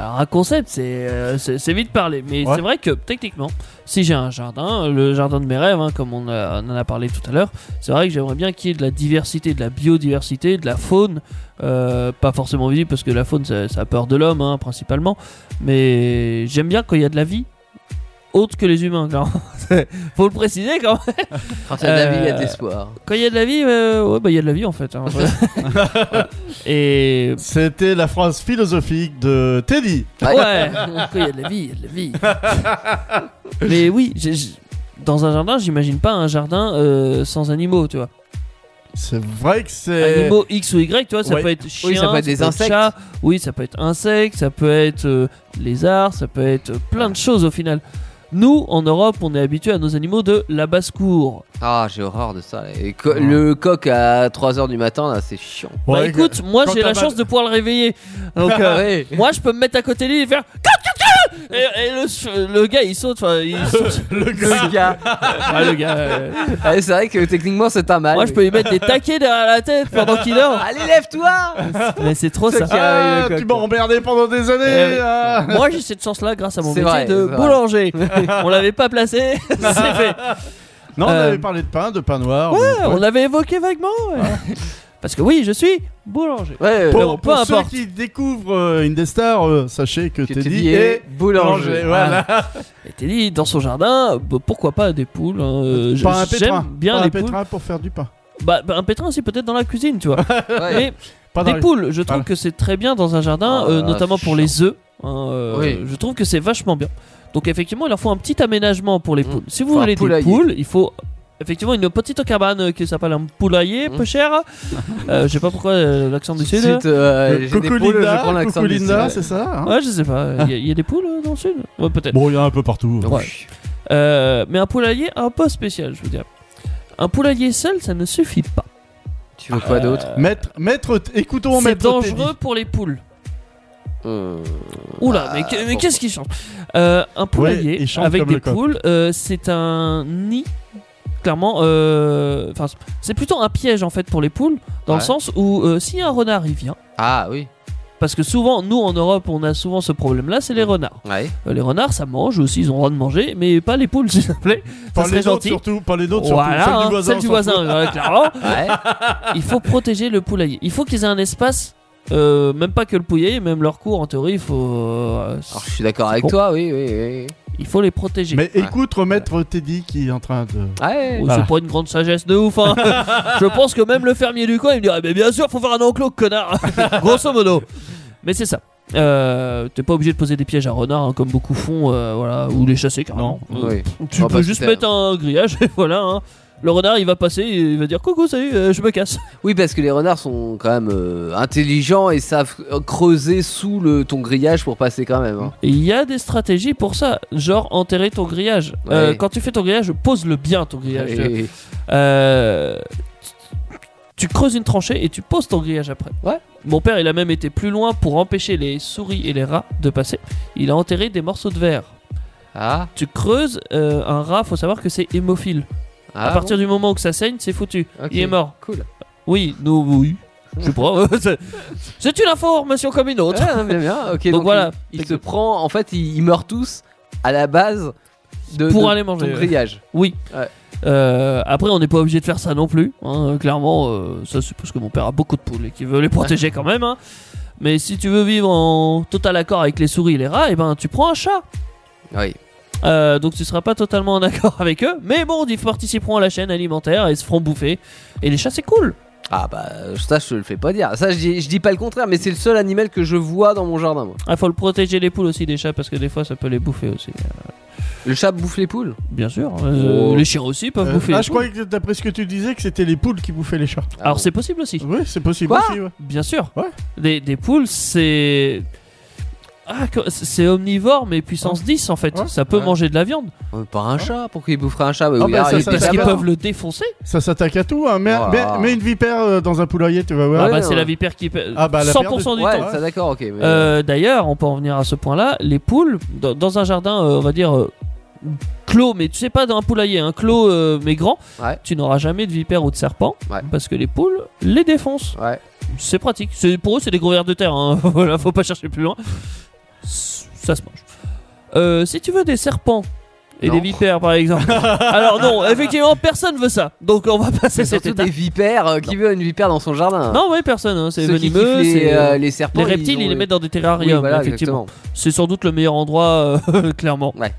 S5: Alors un concept, c'est euh, c'est c'est vite parlé, mais
S3: Ouais.
S5: c'est vrai que techniquement, si j'ai un jardin, le jardin de mes rêves, hein, comme on, a- on en a parlé tout à l'heure, c'est vrai que j'aimerais bien qu'il y ait de la diversité, de la biodiversité, de la faune, euh, pas forcément visible parce que la faune, ça, ça a peur de l'homme hein, principalement, mais j'aime bien quand il y a de la vie. Autre que les humains, clairement. faut le préciser quand même.
S4: Grâce à la vie, il y a de
S5: Euh,
S4: l'espoir.
S5: Quand il y a de la vie, euh, ouais, bah il y a de la vie en fait. hein. Et
S3: C'était la phrase philosophique de Teddy.
S5: Ouais, il y a de la vie, il y a de la vie. Mais oui, j'ai- j'ai- dans un jardin, j'imagine pas un jardin euh, sans animaux, tu vois.
S3: C'est vrai que c'est.
S5: Animaux X ou Y, tu vois, ça
S3: Euh. Ouais.
S5: peut être chien,
S4: Oui, ça peut être des insectes.
S5: chat, oui, ça peut être insectes, ça peut être euh, lézard, ça peut être euh, plein de choses au final. Nous, en Europe, on est habitué à nos animaux de la basse-cour.
S4: Ah, j'ai horreur de ça. là. Et co- Le coq à 3h du matin, là, c'est chiant.
S5: bah
S3: Ouais,
S5: écoute, moi
S3: quand
S5: j'ai
S3: t'as
S5: la
S3: mal-
S5: chance de pouvoir le réveiller. Donc, euh,
S4: Ouais.
S5: moi je peux me mettre à côté de lui et faire Et, et le, le gars il saute, enfin il saute.
S3: Le gars.
S4: Le gars.
S5: Ah, le gars. euh.
S4: Ah, c'est vrai que techniquement c'est pas mal.
S5: Moi je peux lui mettre des taquets derrière la tête pendant qu'il dort.
S4: Allez, lève-toi
S5: Mais c'est trop
S4: C'est
S5: ça.
S4: qui arrive,
S3: Ah,
S4: quoi.
S3: tu m'as emmerdé pendant des années.
S5: Eh oui.
S3: ah.
S5: Moi j'ai cette chance là grâce à mon
S4: C'est
S5: métier
S4: vrai,
S5: de
S4: c'est vrai.
S5: boulanger. On l'avait pas placé, c'est fait.
S3: Non, on
S5: Euh.
S3: avait parlé de pain, de pain noir.
S5: Ouais,
S3: on-
S5: on l'avait évoqué vaguement. ouais. Parce que oui, je suis boulanger.
S4: Ouais,
S5: Bon.
S4: euh,
S5: non,
S3: Pour,
S5: peu
S3: pour ceux
S5: importe.
S3: qui découvrent euh, Indestar, euh, sachez que
S4: que
S3: Teddy,
S4: Teddy
S3: est
S4: est eh, boulanger.
S3: eh,
S5: Ah.
S3: Voilà.
S5: Et t'es dit, dans son jardin, bah, pourquoi pas des poules hein, euh, je-
S3: Pas un pétrin.
S5: J'aime bien
S3: Pas
S5: les
S3: un
S5: poules.
S3: pétrin pour faire du pain.
S5: Bah, bah, un pétrin aussi, peut-être dans la cuisine, tu vois.
S4: Ouais.
S5: Mais
S3: Pas dans
S5: des
S3: les-
S5: poules, je trouve
S3: Voilà.
S5: que c'est très bien dans un jardin,
S4: Ah,
S5: euh, notamment
S4: chiant.
S5: pour les œufs. hein, euh,
S4: Oui.
S5: Je trouve que c'est vachement bien. Donc, effectivement, il leur faut un petit aménagement pour les
S4: Mm.
S5: poules. Si vous
S4: Faut un
S5: voulez des
S4: poulailler.
S5: poules, il faut. Effectivement, une petite cabane euh, qui s'appelle un poulailler,
S4: Mm.
S5: peu cher. Euh, je sais pas pourquoi euh, l'accent du sud.
S4: Ensuite, euh,
S3: Euh,
S4: j'ai des
S3: Coucou
S4: poules, je prends
S3: Linda,
S4: l'accent
S3: coucou
S4: du
S3: Linda,
S4: sud.
S3: c'est ça hein
S5: Ouais, je sais pas. Il y, a- y a des poules euh, dans le sud Ouais, peut-être.
S3: Bon, il y en a un peu partout.
S5: Ouais. Euh, mais un poulailler un peu spécial, je veux dire. Un poulailler seul, ça ne suffit pas.
S4: Tu veux quoi d'autre
S3: Maître, maître, t- écoutons
S5: C'est
S3: maître
S5: dangereux pour les poules.
S4: Euh,
S5: Oula, mais, que- mais qu'est-ce qui change Euh, Un poulailler
S3: il chante
S5: avec
S3: comme
S5: des
S3: le coq.
S5: poules, euh, c'est un nid. Clairement, euh, enfin, c'est plutôt un piège en fait pour les poules, dans le
S4: Ouais.
S5: sens où euh, si un renard y vient,
S4: Ah oui.
S5: parce que souvent, nous en Europe, on a souvent ce problème-là, c'est les renards.
S4: Ouais.
S5: Euh, les renards, ça mange aussi, ils ont le droit de manger, mais pas les poules, s'il vous plaît.
S3: Pas
S5: Ça
S3: les
S5: serait
S3: nôtres
S5: gentil.
S3: surtout, pas les nôtres
S5: Voilà,
S3: surtout.
S5: hein,
S3: Celle du voisin.
S5: celle
S3: on s'en
S5: du voisin,
S3: fout.
S5: euh, clairement.
S4: Ouais.
S5: Il faut protéger le poulailler. Il faut qu'ils aient un espace, euh, même pas que le poulailler, même leur cours en théorie, il faut, euh,
S4: Alors, je suis d'accord avec
S5: bon.
S4: toi, oui, oui, oui.
S5: il faut les protéger.
S3: Mais écoute, maître Teddy qui est en train de.
S4: Ouais.
S5: Oh,
S3: Voilà.
S5: C'est pas une grande sagesse de ouf. hein. Je pense que même le fermier du coin, il me dirait mais bien sûr, faut faire un enclos, connard. Grosso modo. Mais c'est ça. Euh, T'es pas obligé de poser des pièges à renards hein, comme beaucoup font, euh, voilà, ou les chasser carrément. Euh,
S4: Oui.
S5: Tu
S4: Oh,
S5: peux
S4: bah,
S5: juste
S4: super.
S5: mettre un grillage et voilà. hein. Le renard, il va passer, il va dire coucou, salut, euh, je me casse.
S4: Oui, parce que les renards sont quand même euh, intelligents et savent euh, creuser sous le ton grillage pour passer quand même. hein.
S5: Il y a des stratégies pour ça, genre enterrer ton grillage. Euh,
S4: Ouais.
S5: quand tu fais ton grillage, pose-le bien ton grillage.
S4: Et-
S5: Euh, tu tu creuses une tranchée et tu poses ton grillage après.
S4: Ouais.
S5: Mon père, il a même été plus loin pour empêcher les souris et les rats de passer. Il a enterré des morceaux de verre.
S4: Ah.
S5: Tu creuses euh, un rat, faut savoir que c'est hémophile.
S4: ah,
S5: à partir du moment où que ça saigne, c'est foutu.
S4: bon Ok.
S5: Il est mort.
S4: Cool.
S5: Oui, nous, oui. Je sais pas. c'est- c'est une information comme une autre.
S4: Ouais, bien, bien. Ok.
S5: hein, Donc
S4: donc
S5: voilà.
S4: Il, il se prend. En fait, ils, ils meurent tous à la base de,
S5: Pour
S4: de
S5: aller
S4: ton
S5: manger, ouais.
S4: grillage.
S5: Oui.
S4: Ouais.
S5: Euh, après, on n'est pas obligé de faire ça non plus. hein. Clairement, euh, ça c'est parce que mon père a beaucoup de poules et qu'il veut les protéger quand même. hein. Mais si tu veux vivre en total accord avec les souris et les rats, et ben tu prends un chat.
S4: Oui.
S5: Euh, donc tu seras pas totalement en accord avec eux. Mais bon, ils participeront à la chaîne alimentaire et se feront bouffer. Et les chats, c'est cool.
S4: Ah bah ça je te le fais pas dire. Ça je dis, je dis pas le contraire, mais c'est le seul animal que je vois dans mon jardin. Moi.
S5: Il Ah, faut le protéger les poules aussi des chats parce que des fois ça peut les bouffer aussi. Euh,
S4: Le chat bouffe les poules.
S5: Bien sûr. Euh,
S4: Oh.
S5: Les chiens aussi peuvent
S3: Euh,
S5: bouffer.
S3: ah,
S5: les
S3: je
S5: poules.
S3: croyais que d'après ce que tu disais, que c'était les poules qui bouffaient les chats.
S5: Alors c'est possible aussi.
S3: Oui, c'est possible
S4: Quoi
S3: aussi. ouais.
S5: Bien sûr.
S3: Ouais.
S5: Des, des poules, c'est. Ah, co- c'est omnivore, mais puissance 10 en fait.
S3: Ouais.
S5: Ça peut
S4: Ouais.
S5: manger de la viande.
S4: Euh, pas un chat. Pourquoi il boufferait un chat Bah
S3: Ah
S4: oui,
S3: bah,
S4: alors,
S3: ça,
S4: il était
S3: ça,
S5: Parce
S3: ça,
S5: qu'ils
S4: là-bas.
S5: peuvent le défoncer.
S3: Ça s'attaque à tout. Hein. Mets,
S4: Oh.
S3: mets- mets une vipère euh, dans un poulailler, tu vas
S5: Ah
S3: voir.
S5: bah,
S4: Ouais,
S5: c'est
S4: ouais.
S5: la vipère qui. perd
S3: Ah bah, la
S5: 100% du
S4: Ouais,
S5: temps. hein.
S4: ça d'accord, ok. mais-
S5: Euh, D'ailleurs, on peut en venir à ce point-là. Les poules, dans, dans un jardin, euh, on va dire. euh, Clos, mais tu sais pas, dans un poulailler, un clos euh, mais grand,
S4: Ouais.
S5: tu n'auras jamais de vipère ou de serpent
S4: Ouais.
S5: parce que les poules les défoncent.
S4: Ouais.
S5: C'est pratique. C'est- Pour eux, c'est des gros vers de terre. hein. voilà, faut pas chercher plus loin. S- Ça se mange. Euh, si tu veux des serpents et
S4: Non.
S5: des vipères, par exemple. Alors non, effectivement, personne veut ça. Donc on va passer
S4: C'est
S5: cette
S4: surtout
S5: étape.
S4: des vipères. euh, qui veut une vipère dans son jardin
S5: Non, oui, personne. hein. C'est
S4: Ceux qui
S5: venimeux.
S4: kiffent les,
S5: c'est,
S4: euh,
S5: euh,
S4: les serpents.
S5: les reptiles,
S4: ont-
S5: ils les mettent dans des
S4: Oui,
S5: terrariums.
S4: voilà,
S5: effectivement,
S4: exactement.
S5: c'est sans doute le meilleur endroit, euh, clairement.
S4: Ouais.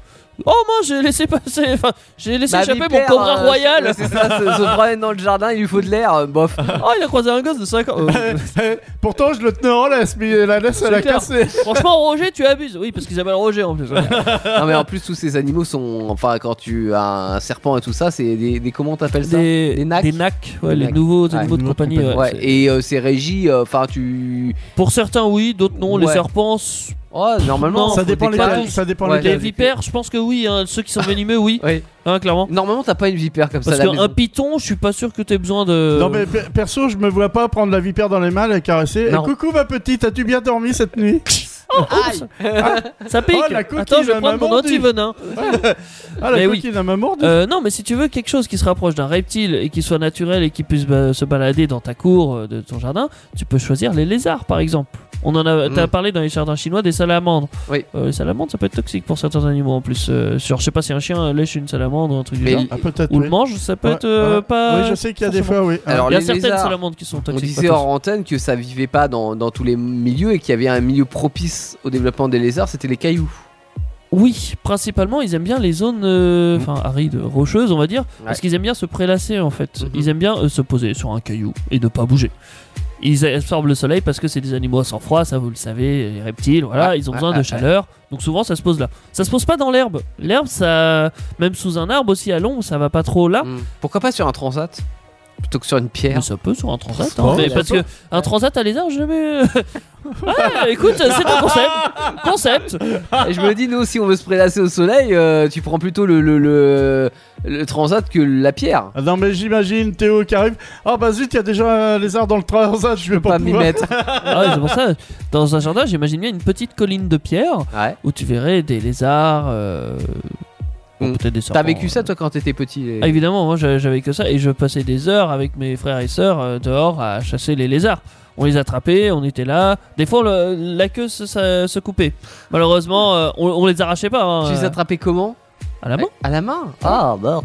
S5: Oh mince, j'ai laissé passer. Enfin, j'ai laissé
S4: Bah,
S5: échapper
S4: vipère,
S5: mon cobra
S4: euh,
S5: royal.
S4: ouais, C'est ça, se, se promène dans le jardin, il lui faut de l'air, euh, bof.
S5: Oh, il a croisé un gosse de 5 ans. Euh,
S3: Pourtant, je le tenais en laisse, mais la laisse, elle a
S5: clair.
S3: cassé.
S5: franchement, Roger, tu abuses. Oui, parce qu'ils s'appellent Roger en plus.
S4: Non mais en plus tous ces animaux sont, enfin quand tu as un serpent et tout ça, c'est des, des- comment t'appelles ça
S5: des,
S4: Des nacs
S5: des nacs, ouais,
S4: Des
S5: les
S4: nacs.
S5: nouveaux
S4: Ouais,
S5: animaux de
S3: nouveaux
S5: compagnie.
S3: de compagnie.
S5: ouais,
S4: Ouais.
S5: c'est-
S4: Et euh, c'est régi, euh, enfin tu,
S5: Pour certains, oui, d'autres non. Les
S4: Ouais.
S5: serpents, s-
S4: oh normalement.
S5: Non,
S4: faut
S3: Ça dépend
S4: des
S5: lesquels.
S3: lesquels.
S4: cages.
S3: Ça dépend
S4: Ouais.
S5: les
S3: lesquels.
S5: vipères, je pense que oui. hein, ceux qui sont venimeux, oui,
S4: Oui.
S5: hein, clairement.
S4: Normalement t'as pas une vipère comme
S5: Parce
S4: ça. à la
S5: qu'un
S4: maison.
S5: python, je suis pas sûr que t'aies besoin de.
S3: Non mais per- perso je me vois pas prendre la vipère dans les mains la caresser. Et
S4: Non.
S3: coucou ma petite, as-tu bien dormi cette nuit
S5: Oh, oups. Ça pique.
S3: Oh, la coquille
S5: Attends, je
S3: d'un
S5: vais prendre mon
S3: amandine.
S5: antivenin.
S3: Ah, la
S5: Mais oui.
S3: coquille d'un maman
S5: Euh, non, mais si tu veux quelque chose qui se rapproche d'un reptile et qui soit naturel et qui puisse bah, se balader dans ta cour euh, de ton jardin, tu peux choisir les lézards par exemple. On en a, t'as
S4: Mm.
S5: parlé dans les jardins chinois des salamandres.
S4: Oui.
S5: Euh, les salamandres, ça peut être toxique pour certains animaux en plus. Euh, genre, je sais pas si un chien euh, lèche une salamandre ou un truc du
S4: Mais
S5: genre.
S4: il-
S3: Ah, peut-être.
S5: Ou
S3: oui.
S5: le mange, ça peut
S3: Ouais,
S5: être euh,
S3: ouais.
S5: pas.
S3: Oui, je sais qu'il y a des fois, oui. Ah,
S4: Alors,
S5: Il y a
S4: les
S5: certaines
S4: lézards,
S5: salamandres qui sont
S4: On
S5: toxiques.
S4: disait
S5: pas
S4: hors antenne que ça vivait pas dans, dans tous les milieux et qu'il y avait un milieu propice au développement des lézards, c'était les cailloux.
S5: tous. Oui, principalement, ils aiment bien les zones euh, enfin arides, rocheuses, on va dire, parce
S4: Mm. Ouais.
S5: qu'ils aiment bien se prélasser en fait.
S4: Mhm.
S5: Ils aiment bien euh, se poser sur un caillou et ne pas bouger. Ils absorbent le soleil parce que c'est des animaux à sang froid, ça vous le savez, les reptiles, voilà,
S4: Ouais,
S5: ils ont
S4: ouais,
S5: besoin
S4: ouais,
S5: de
S4: ouais.
S5: chaleur, donc souvent ça se pose là. Ça se pose pas dans l'herbe. L'herbe, ça, même sous un arbre aussi à l'ombre, ça va pas trop là.
S4: Mm. Pourquoi pas sur un transat plutôt que sur une pierre
S5: Mais ça peut sur un transat, hein,
S3: Oh,
S5: mais
S4: ça
S5: parce
S4: peut.
S5: que un transat à lézard, jamais. ouais, écoute, c'est un concept. Concept.
S4: Et je me dis, nous, si on veut se prélasser au soleil, euh, tu prends plutôt le, le, le, le transat que la pierre.
S3: Ah, non, mais j'imagine Théo qui arrive. Ah, bah zut, il y a déjà un lézard dans le transat, je vais
S4: Pas
S3: pas
S4: m'y
S3: pouvoir.
S4: mettre.
S5: Ah ouais, c'est pour ça. Dans un jardin, j'imagine bien une petite colline de pierre
S4: Ouais.
S5: où tu verrais des lézards, euh, ou
S4: Mm.
S5: peut-être des
S4: T'as
S5: serpents,
S4: vécu
S5: euh.
S4: ça toi quand t'étais petit
S5: Ah, Évidemment, moi j'a- j'avais que ça et je passais des heures avec mes frères et sœurs euh, dehors à chasser les lézards. On les attrapait, on était là. Des fois, le- la queue se, ça- se coupait. Malheureusement, euh, on, on les arrachait pas. hein,
S4: Tu les
S5: euh,
S4: attrapais comment
S5: à la main.
S4: À la main Ah, bah.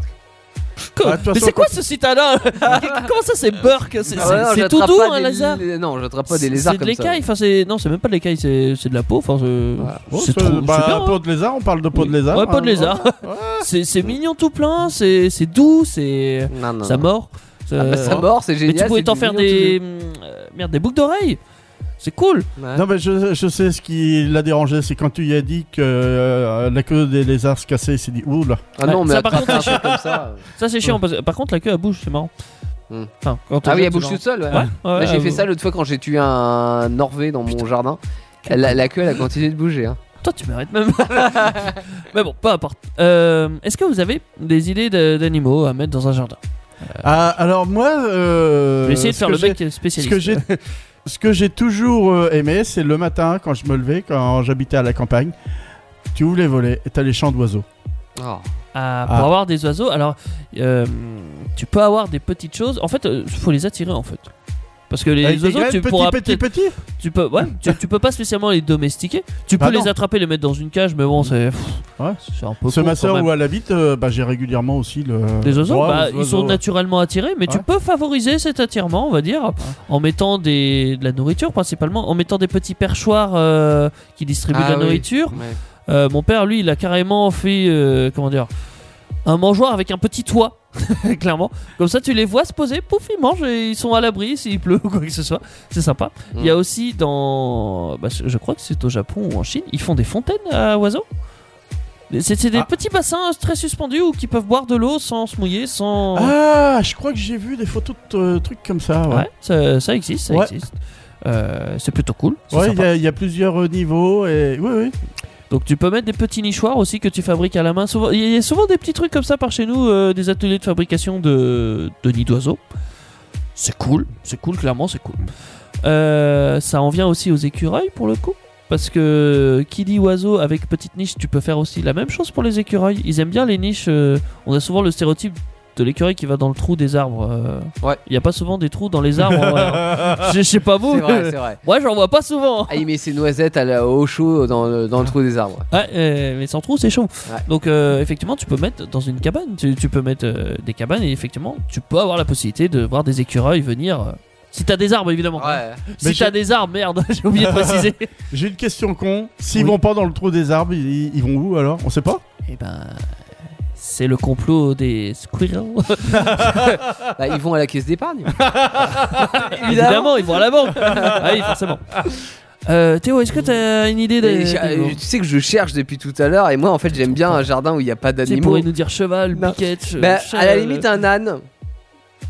S5: Quoi
S3: Ah, de toute
S5: mais
S3: façon,
S5: c'est quoi ce citadin Comment ça, c'est Burke C'est
S4: Ah ouais, non,
S5: c'est- c'est
S4: j'attrape
S5: tout
S4: pas
S5: doux, hein, un
S4: des-
S5: lézard
S4: Non, j'attrape pas des lézards
S5: C'est de
S4: comme ça.
S5: l'écaille, enfin c'est. Non, c'est même pas de l'écaille, c'est c'est de la peau. Enfin, c'est
S3: Oh,
S5: c'est
S3: ça,
S5: trop.
S3: bah,
S5: c'est bien, hein.
S3: peau de lézard, on parle de peau de lézard.
S5: Ouais, peau de
S3: hein.
S5: lézard. C'est c'est mignon tout plein, c'est c'est doux, c'est.
S4: Non, non.
S5: Ça mord.
S4: Ah, bah,
S5: Euh,
S4: ça mord, c'est
S5: Mais
S4: génial.
S5: tu pouvais
S4: c'est
S5: t'en
S4: du
S5: faire
S4: mignon,
S5: des. euh, Merde, des boucles d'oreilles C'est cool
S4: tout ça. Ouais.
S3: hein. Non, mais je, je sais ce qui l'a dérangé, c'est quand tu lui as dit que euh, la queue des lézards se cassait, il s'est dit Ouh là.
S4: Ah non,
S5: Ouais,
S4: mais
S5: ça, par
S4: attraper
S5: contre,
S4: un truc comme ça.
S5: Ça, c'est chiant. parce que- Par contre, la queue, elle bouge, c'est marrant.
S4: Hmm.
S5: Enfin, quand on
S4: Ah oui,
S5: jette,
S4: elle bouge
S5: c'est
S4: toute seule. ouais.
S5: marrant. Ouais, ouais,
S4: Là, j'ai
S5: elle
S4: fait
S5: bouge.
S4: ça l'autre fois quand j'ai tué un Norvée dans mon jardin. La, la queue, elle a continué de bouger. hein.
S5: Toi, tu m'arrêtes même. Mais bon, peu importe. Euh, Est-ce que vous avez des idées de- d'animaux à mettre dans un jardin
S3: Ah, alors moi. Euh,
S5: Euh. Je vais essayer de
S3: ce
S5: faire
S3: que
S5: le
S3: j'ai-
S5: mec qui est
S3: Ce
S5: spécialiste.
S3: que j'ai. Ce que j'ai toujours euh, aimé, c'est le matin quand je me levais, quand j'habitais à la campagne, tu ouvres les volets et t'as les chants d'oiseaux.
S4: Oh,
S5: Ah, pour
S3: Ah.
S5: avoir des oiseaux, alors euh, tu peux avoir des petites choses. En fait, il faut les attirer en fait. Parce que les
S3: Avec des
S5: oiseaux,
S3: graines,
S5: tu
S3: petit,
S5: pourras
S3: petit,
S5: peut-être-
S3: petit.
S5: tu peux, ouais, tu, tu peux pas spécialement les domestiquer. Tu peux
S3: Bah
S5: les
S3: non.
S5: attraper, les mettre dans une cage, mais bon, c'est pff,
S3: Ouais.
S5: c'est un peu.
S3: Ce
S5: con,
S3: ma
S5: quand
S3: soeur
S5: même.
S3: où elle habite, euh, bah, j'ai régulièrement aussi le.
S5: Des oiseaux,
S3: droit aux
S5: bah, ils
S3: oiseaux,
S5: sont
S3: ouais.
S5: naturellement attirés, mais tu
S3: Ouais.
S5: peux favoriser cet attirement, on va dire, en mettant des, de la nourriture principalement, en mettant des petits perchoirs euh, qui distribuent
S4: Ah
S5: de la
S4: oui.
S5: nourriture.
S4: Ouais.
S5: Euh, mon père, lui, il a carrément fait, euh, comment dire, un mangeoir avec un petit toit, clairement. Comme ça, tu les vois se poser, pouf, ils mangent et ils sont à l'abri s'il pleut ou quoi que ce soit. C'est sympa.
S4: Mm.
S5: Il y a aussi dans, bah, je crois que c'est au Japon ou en Chine, ils font des fontaines à oiseaux. C'est c'est des
S3: Ah.
S5: petits bassins très suspendus où qui peuvent boire de l'eau sans se mouiller, sans.
S3: Ah, je crois que j'ai vu des photos de euh, trucs comme ça.
S5: Ouais,
S3: Ouais,
S5: ça, ça existe, ça
S3: Ouais.
S5: existe. Euh, c'est plutôt cool. c'est
S3: ouais, il
S5: sympa.
S3: y a- il y, a plusieurs euh, niveaux et oui, oui.
S5: Donc tu peux mettre des petits nichoirs aussi que tu fabriques à la main. Souvent- Il y a souvent des petits trucs comme ça par chez nous, euh, des ateliers de fabrication de, de nids d'oiseaux. C'est cool, c'est cool, clairement c'est cool. Euh, ça en vient aussi aux écureuils pour le coup. Parce que qui dit oiseau avec petite niche, tu peux faire aussi la même chose pour les écureuils. Ils aiment bien les niches. euh, on a souvent le stéréotype de l'écureuil qui va dans le trou des arbres. euh.
S4: Ouais.
S5: Il n'y a pas souvent des trous dans les arbres. en vrai. Je je sais pas vous.
S4: C'est vrai,
S5: mais-
S4: c'est vrai.
S5: Moi j'en vois pas souvent.
S4: Ah, il met ses noisettes à la, au chaud dans le, dans le trou des arbres.
S5: Ouais, euh, mais sans trou, c'est chaud.
S4: Ouais.
S5: Donc, euh, effectivement, tu peux mettre dans une cabane. Tu, tu peux mettre euh, des cabanes et effectivement, tu peux avoir la possibilité de voir des écureuils venir. euh, si t'as des arbres, évidemment.
S4: Ouais.
S5: Si
S3: Mais
S5: t'as
S3: j'ai-
S5: des arbres, merde, j'ai oublié de préciser.
S3: J'ai une question con. S'ils
S5: Oui.
S3: vont pas dans le trou des arbres, ils, ils vont où alors On sait pas.
S5: Eh ben. C'est le complot des squirrels.
S4: Bah, ils vont à la caisse d'épargne.
S5: évidemment, ils vont à la banque. Ah oui, forcément. Euh, Théo, est-ce que t'as une idée
S4: Et
S5: de.
S4: j'ai-
S5: de-
S4: euh, tu sais que je cherche depuis tout à l'heure et moi en fait j'aime bien un jardin où il n'y a pas
S5: Tu sais,
S4: d'animaux.
S5: pourrais nous dire cheval,
S4: Non.
S5: piquette.
S4: Bah, à
S5: cheval.
S4: la limite un âne,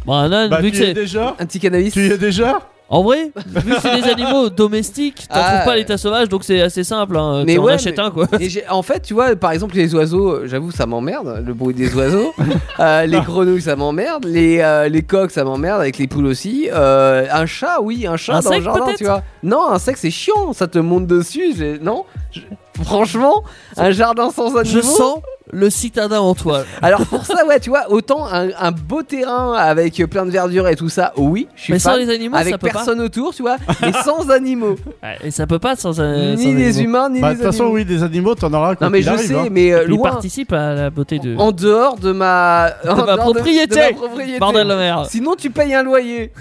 S5: Bon, un âne,
S3: Bah,
S5: vu
S3: tu
S5: que
S3: y es
S5: c'est.
S3: déjà
S4: un petit cannabis.
S3: Tu y es déjà
S5: En vrai, vu que c'est des animaux domestiques, t'en
S4: Ah.
S5: trouves pas à l'état sauvage, donc c'est assez simple. Hein.
S4: Mais
S5: T'en
S4: ouais,
S5: achètes
S4: mais-
S5: un quoi.
S4: Et j'ai- en fait, tu vois, par exemple, les oiseaux, euh, j'avoue, ça m'emmerde, le bruit des oiseaux. Euh, les grenouilles, ça m'emmerde. Les, euh, les coqs, ça m'emmerde, avec les poules aussi. Euh, un chat, oui, un chat
S5: Un
S4: dans le
S5: sec,
S4: jardin,
S5: peut-être
S4: tu vois. Non, un sec, c'est chiant, ça te monte dessus. j'ai- Non Je- Franchement, un jardin sans animaux.
S5: Je sens le citadin en toi.
S4: Alors pour ça, ouais, tu vois, autant un, un beau terrain avec euh, plein de verdure et tout ça, oui, je suis
S5: Mais sans
S4: fan.
S5: les animaux,
S4: avec
S5: ça peut
S4: personne autour, tu vois, mais sans animaux,
S5: pas. Ouais, Et ça peut pas sans. un- Euh, sans
S4: ni des
S5: animaux.
S4: humains, ni
S3: Bah, de
S4: des
S3: toute façon,
S4: animaux.
S3: oui, des animaux, t'en auras quand
S4: Non mais
S3: il
S4: je
S3: arrive,
S4: sais,
S3: hein.
S4: mais euh,
S5: Ils
S4: loin.
S5: participent à la beauté de.
S4: En dehors de ma, en
S5: Euh, ma
S4: dehors de-
S5: propriété.
S4: de ma propriété.
S5: Bordel de merde.
S4: Sinon tu payes un loyer.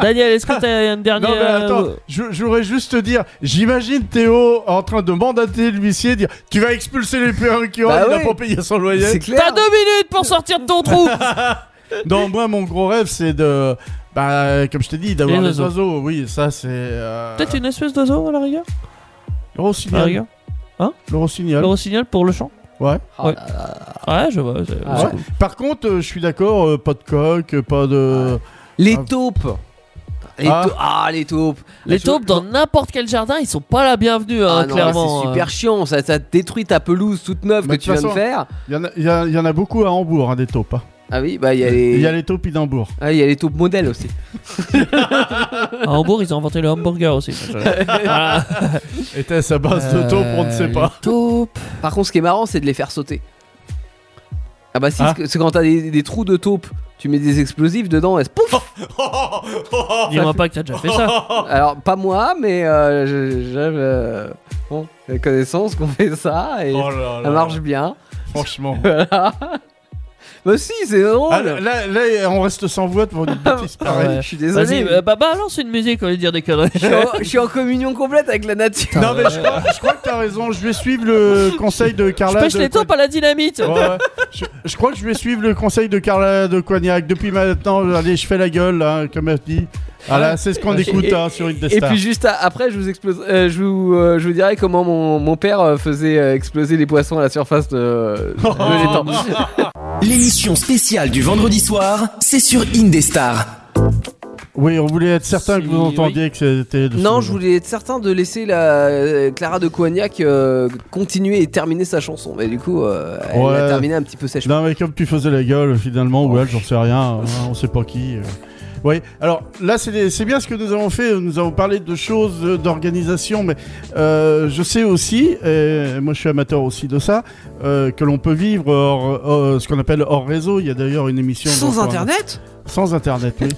S5: Daniel, est-ce que t'as une dernière.
S3: Non mais attends,
S5: euh,
S3: je, je voudrais juste te dire, j'imagine Théo en train de mandater l'huissier, dire tu vas expulser les perruquiers,
S4: Bah
S3: il n'a
S4: oui.
S3: pas payé son loyer.
S4: C'est clair.
S5: T'as deux minutes pour sortir de ton trou
S3: Non, moi mon gros rêve c'est de, bah comme je t'ai dit, d'avoir
S5: Les
S3: les
S5: oiseaux.
S3: oiseaux. Oui, ça c'est. Euh...
S5: Peut-être une espèce d'oiseau à la rigueur
S3: Le
S5: À la
S3: rossignol.
S5: rigueur.
S3: Le rossignol.
S5: Ah, Le rossignol pour le chant
S3: Ouais.
S4: Oh là
S5: Ouais, je vois. c'est-
S4: Ah
S5: c'est
S3: ouais.
S5: cool.
S3: Par contre, euh, je suis d'accord, euh, pas de coq, euh, pas de.
S4: Les
S3: Ah.
S4: taupes. Les
S3: Ah.
S4: taupes. ah les taupes.
S5: Les
S4: Tu vois-
S5: taupes dans n'importe quel jardin, ils sont pas la bienvenue, hein,
S4: Ah non, là,
S5: clairement.
S4: c'est super chiant, ça, ça détruit ta pelouse toute neuve
S3: Mais
S4: que
S3: de
S4: tu viens
S3: toute
S4: de
S3: façon-
S4: faire.
S3: Il y, en a- il y a- il y en a beaucoup à Hambourg, hein, des taupes. hein.
S4: Ah oui, bah il y a
S3: Il y a
S4: les,
S3: les taupes d'Hambourg.
S4: ah, il y a les taupes modèles aussi.
S5: À Hambourg, ils ont inventé le hamburger aussi. Voilà.
S3: Était-ce à base de taupes, on ne sait pas.
S5: Les taupes.
S4: Par contre, ce qui est marrant, c'est de les faire sauter. Ah bah si,
S3: Ah.
S4: parce que- c'est quand t'as des, des trous de taupes, tu mets des explosifs dedans et pouf
S5: Dis-moi pas que t'as déjà fait ça.
S4: Alors pas moi, mais euh, je- j'avais euh, bon, la connaissance qu'on fait ça et
S3: Oh là là,
S4: ça marche bien.
S3: Franchement.
S4: Voilà. bah si, c'est drôle.
S3: Ah, là, là, on reste sans voix devant une bêtise pareille.
S5: Ah, Ouais.
S4: Je suis
S5: Vas-y,
S4: Oh, désolé.
S5: euh, bah, bah, lance une musique, on va dire des conneries.
S4: Je suis, en, je suis en communion complète avec la nature.
S3: Non mais je crois, je crois que t'as raison, je vais suivre le conseil de
S5: Je
S3: Carla.
S5: pêche
S3: de
S5: les taupes à la dynamite.
S3: Ouais, ouais. je, je crois que je vais suivre le conseil de Carla de Coignac. Depuis maintenant, allez, je fais la gueule, hein, comme elle dit. Voilà, c'est ce qu'on
S4: Et-
S3: écoute
S4: et-
S3: hein, sur une
S4: Et
S3: Indestar.
S4: puis juste à- après, je vous, explose, euh, je, vous, euh, je vous dirai comment mon, mon père euh, faisait euh, exploser les poissons à la surface de, de
S3: Oh.
S4: l'étang.
S1: L'émission spéciale du vendredi soir, c'est sur Indestar.
S3: Oui, on voulait être certain que vous
S5: Si,
S3: entendiez que c'était. de
S4: Non,
S3: ce-
S4: je voulais être certain de laisser la euh, Clara de Coignac euh, continuer et terminer sa chanson. Mais du coup, euh, elle
S3: Ouais.
S4: l'a terminée un petit peu sèche.
S3: Non, mais comme tu faisais la gueule finalement, ou elle, j'en sais rien, hein, on sait pas qui. euh. Oui, alors là, c'est des- c'est bien ce que nous avons fait. Nous avons parlé de choses, euh, d'organisation, mais euh, je sais aussi, et moi je suis amateur aussi de ça, euh, que l'on peut vivre hors- hors- ce qu'on appelle hors réseau. Il y a d'ailleurs une émission.
S4: Sans
S3: dans-
S4: internet
S3: Sans internet, oui.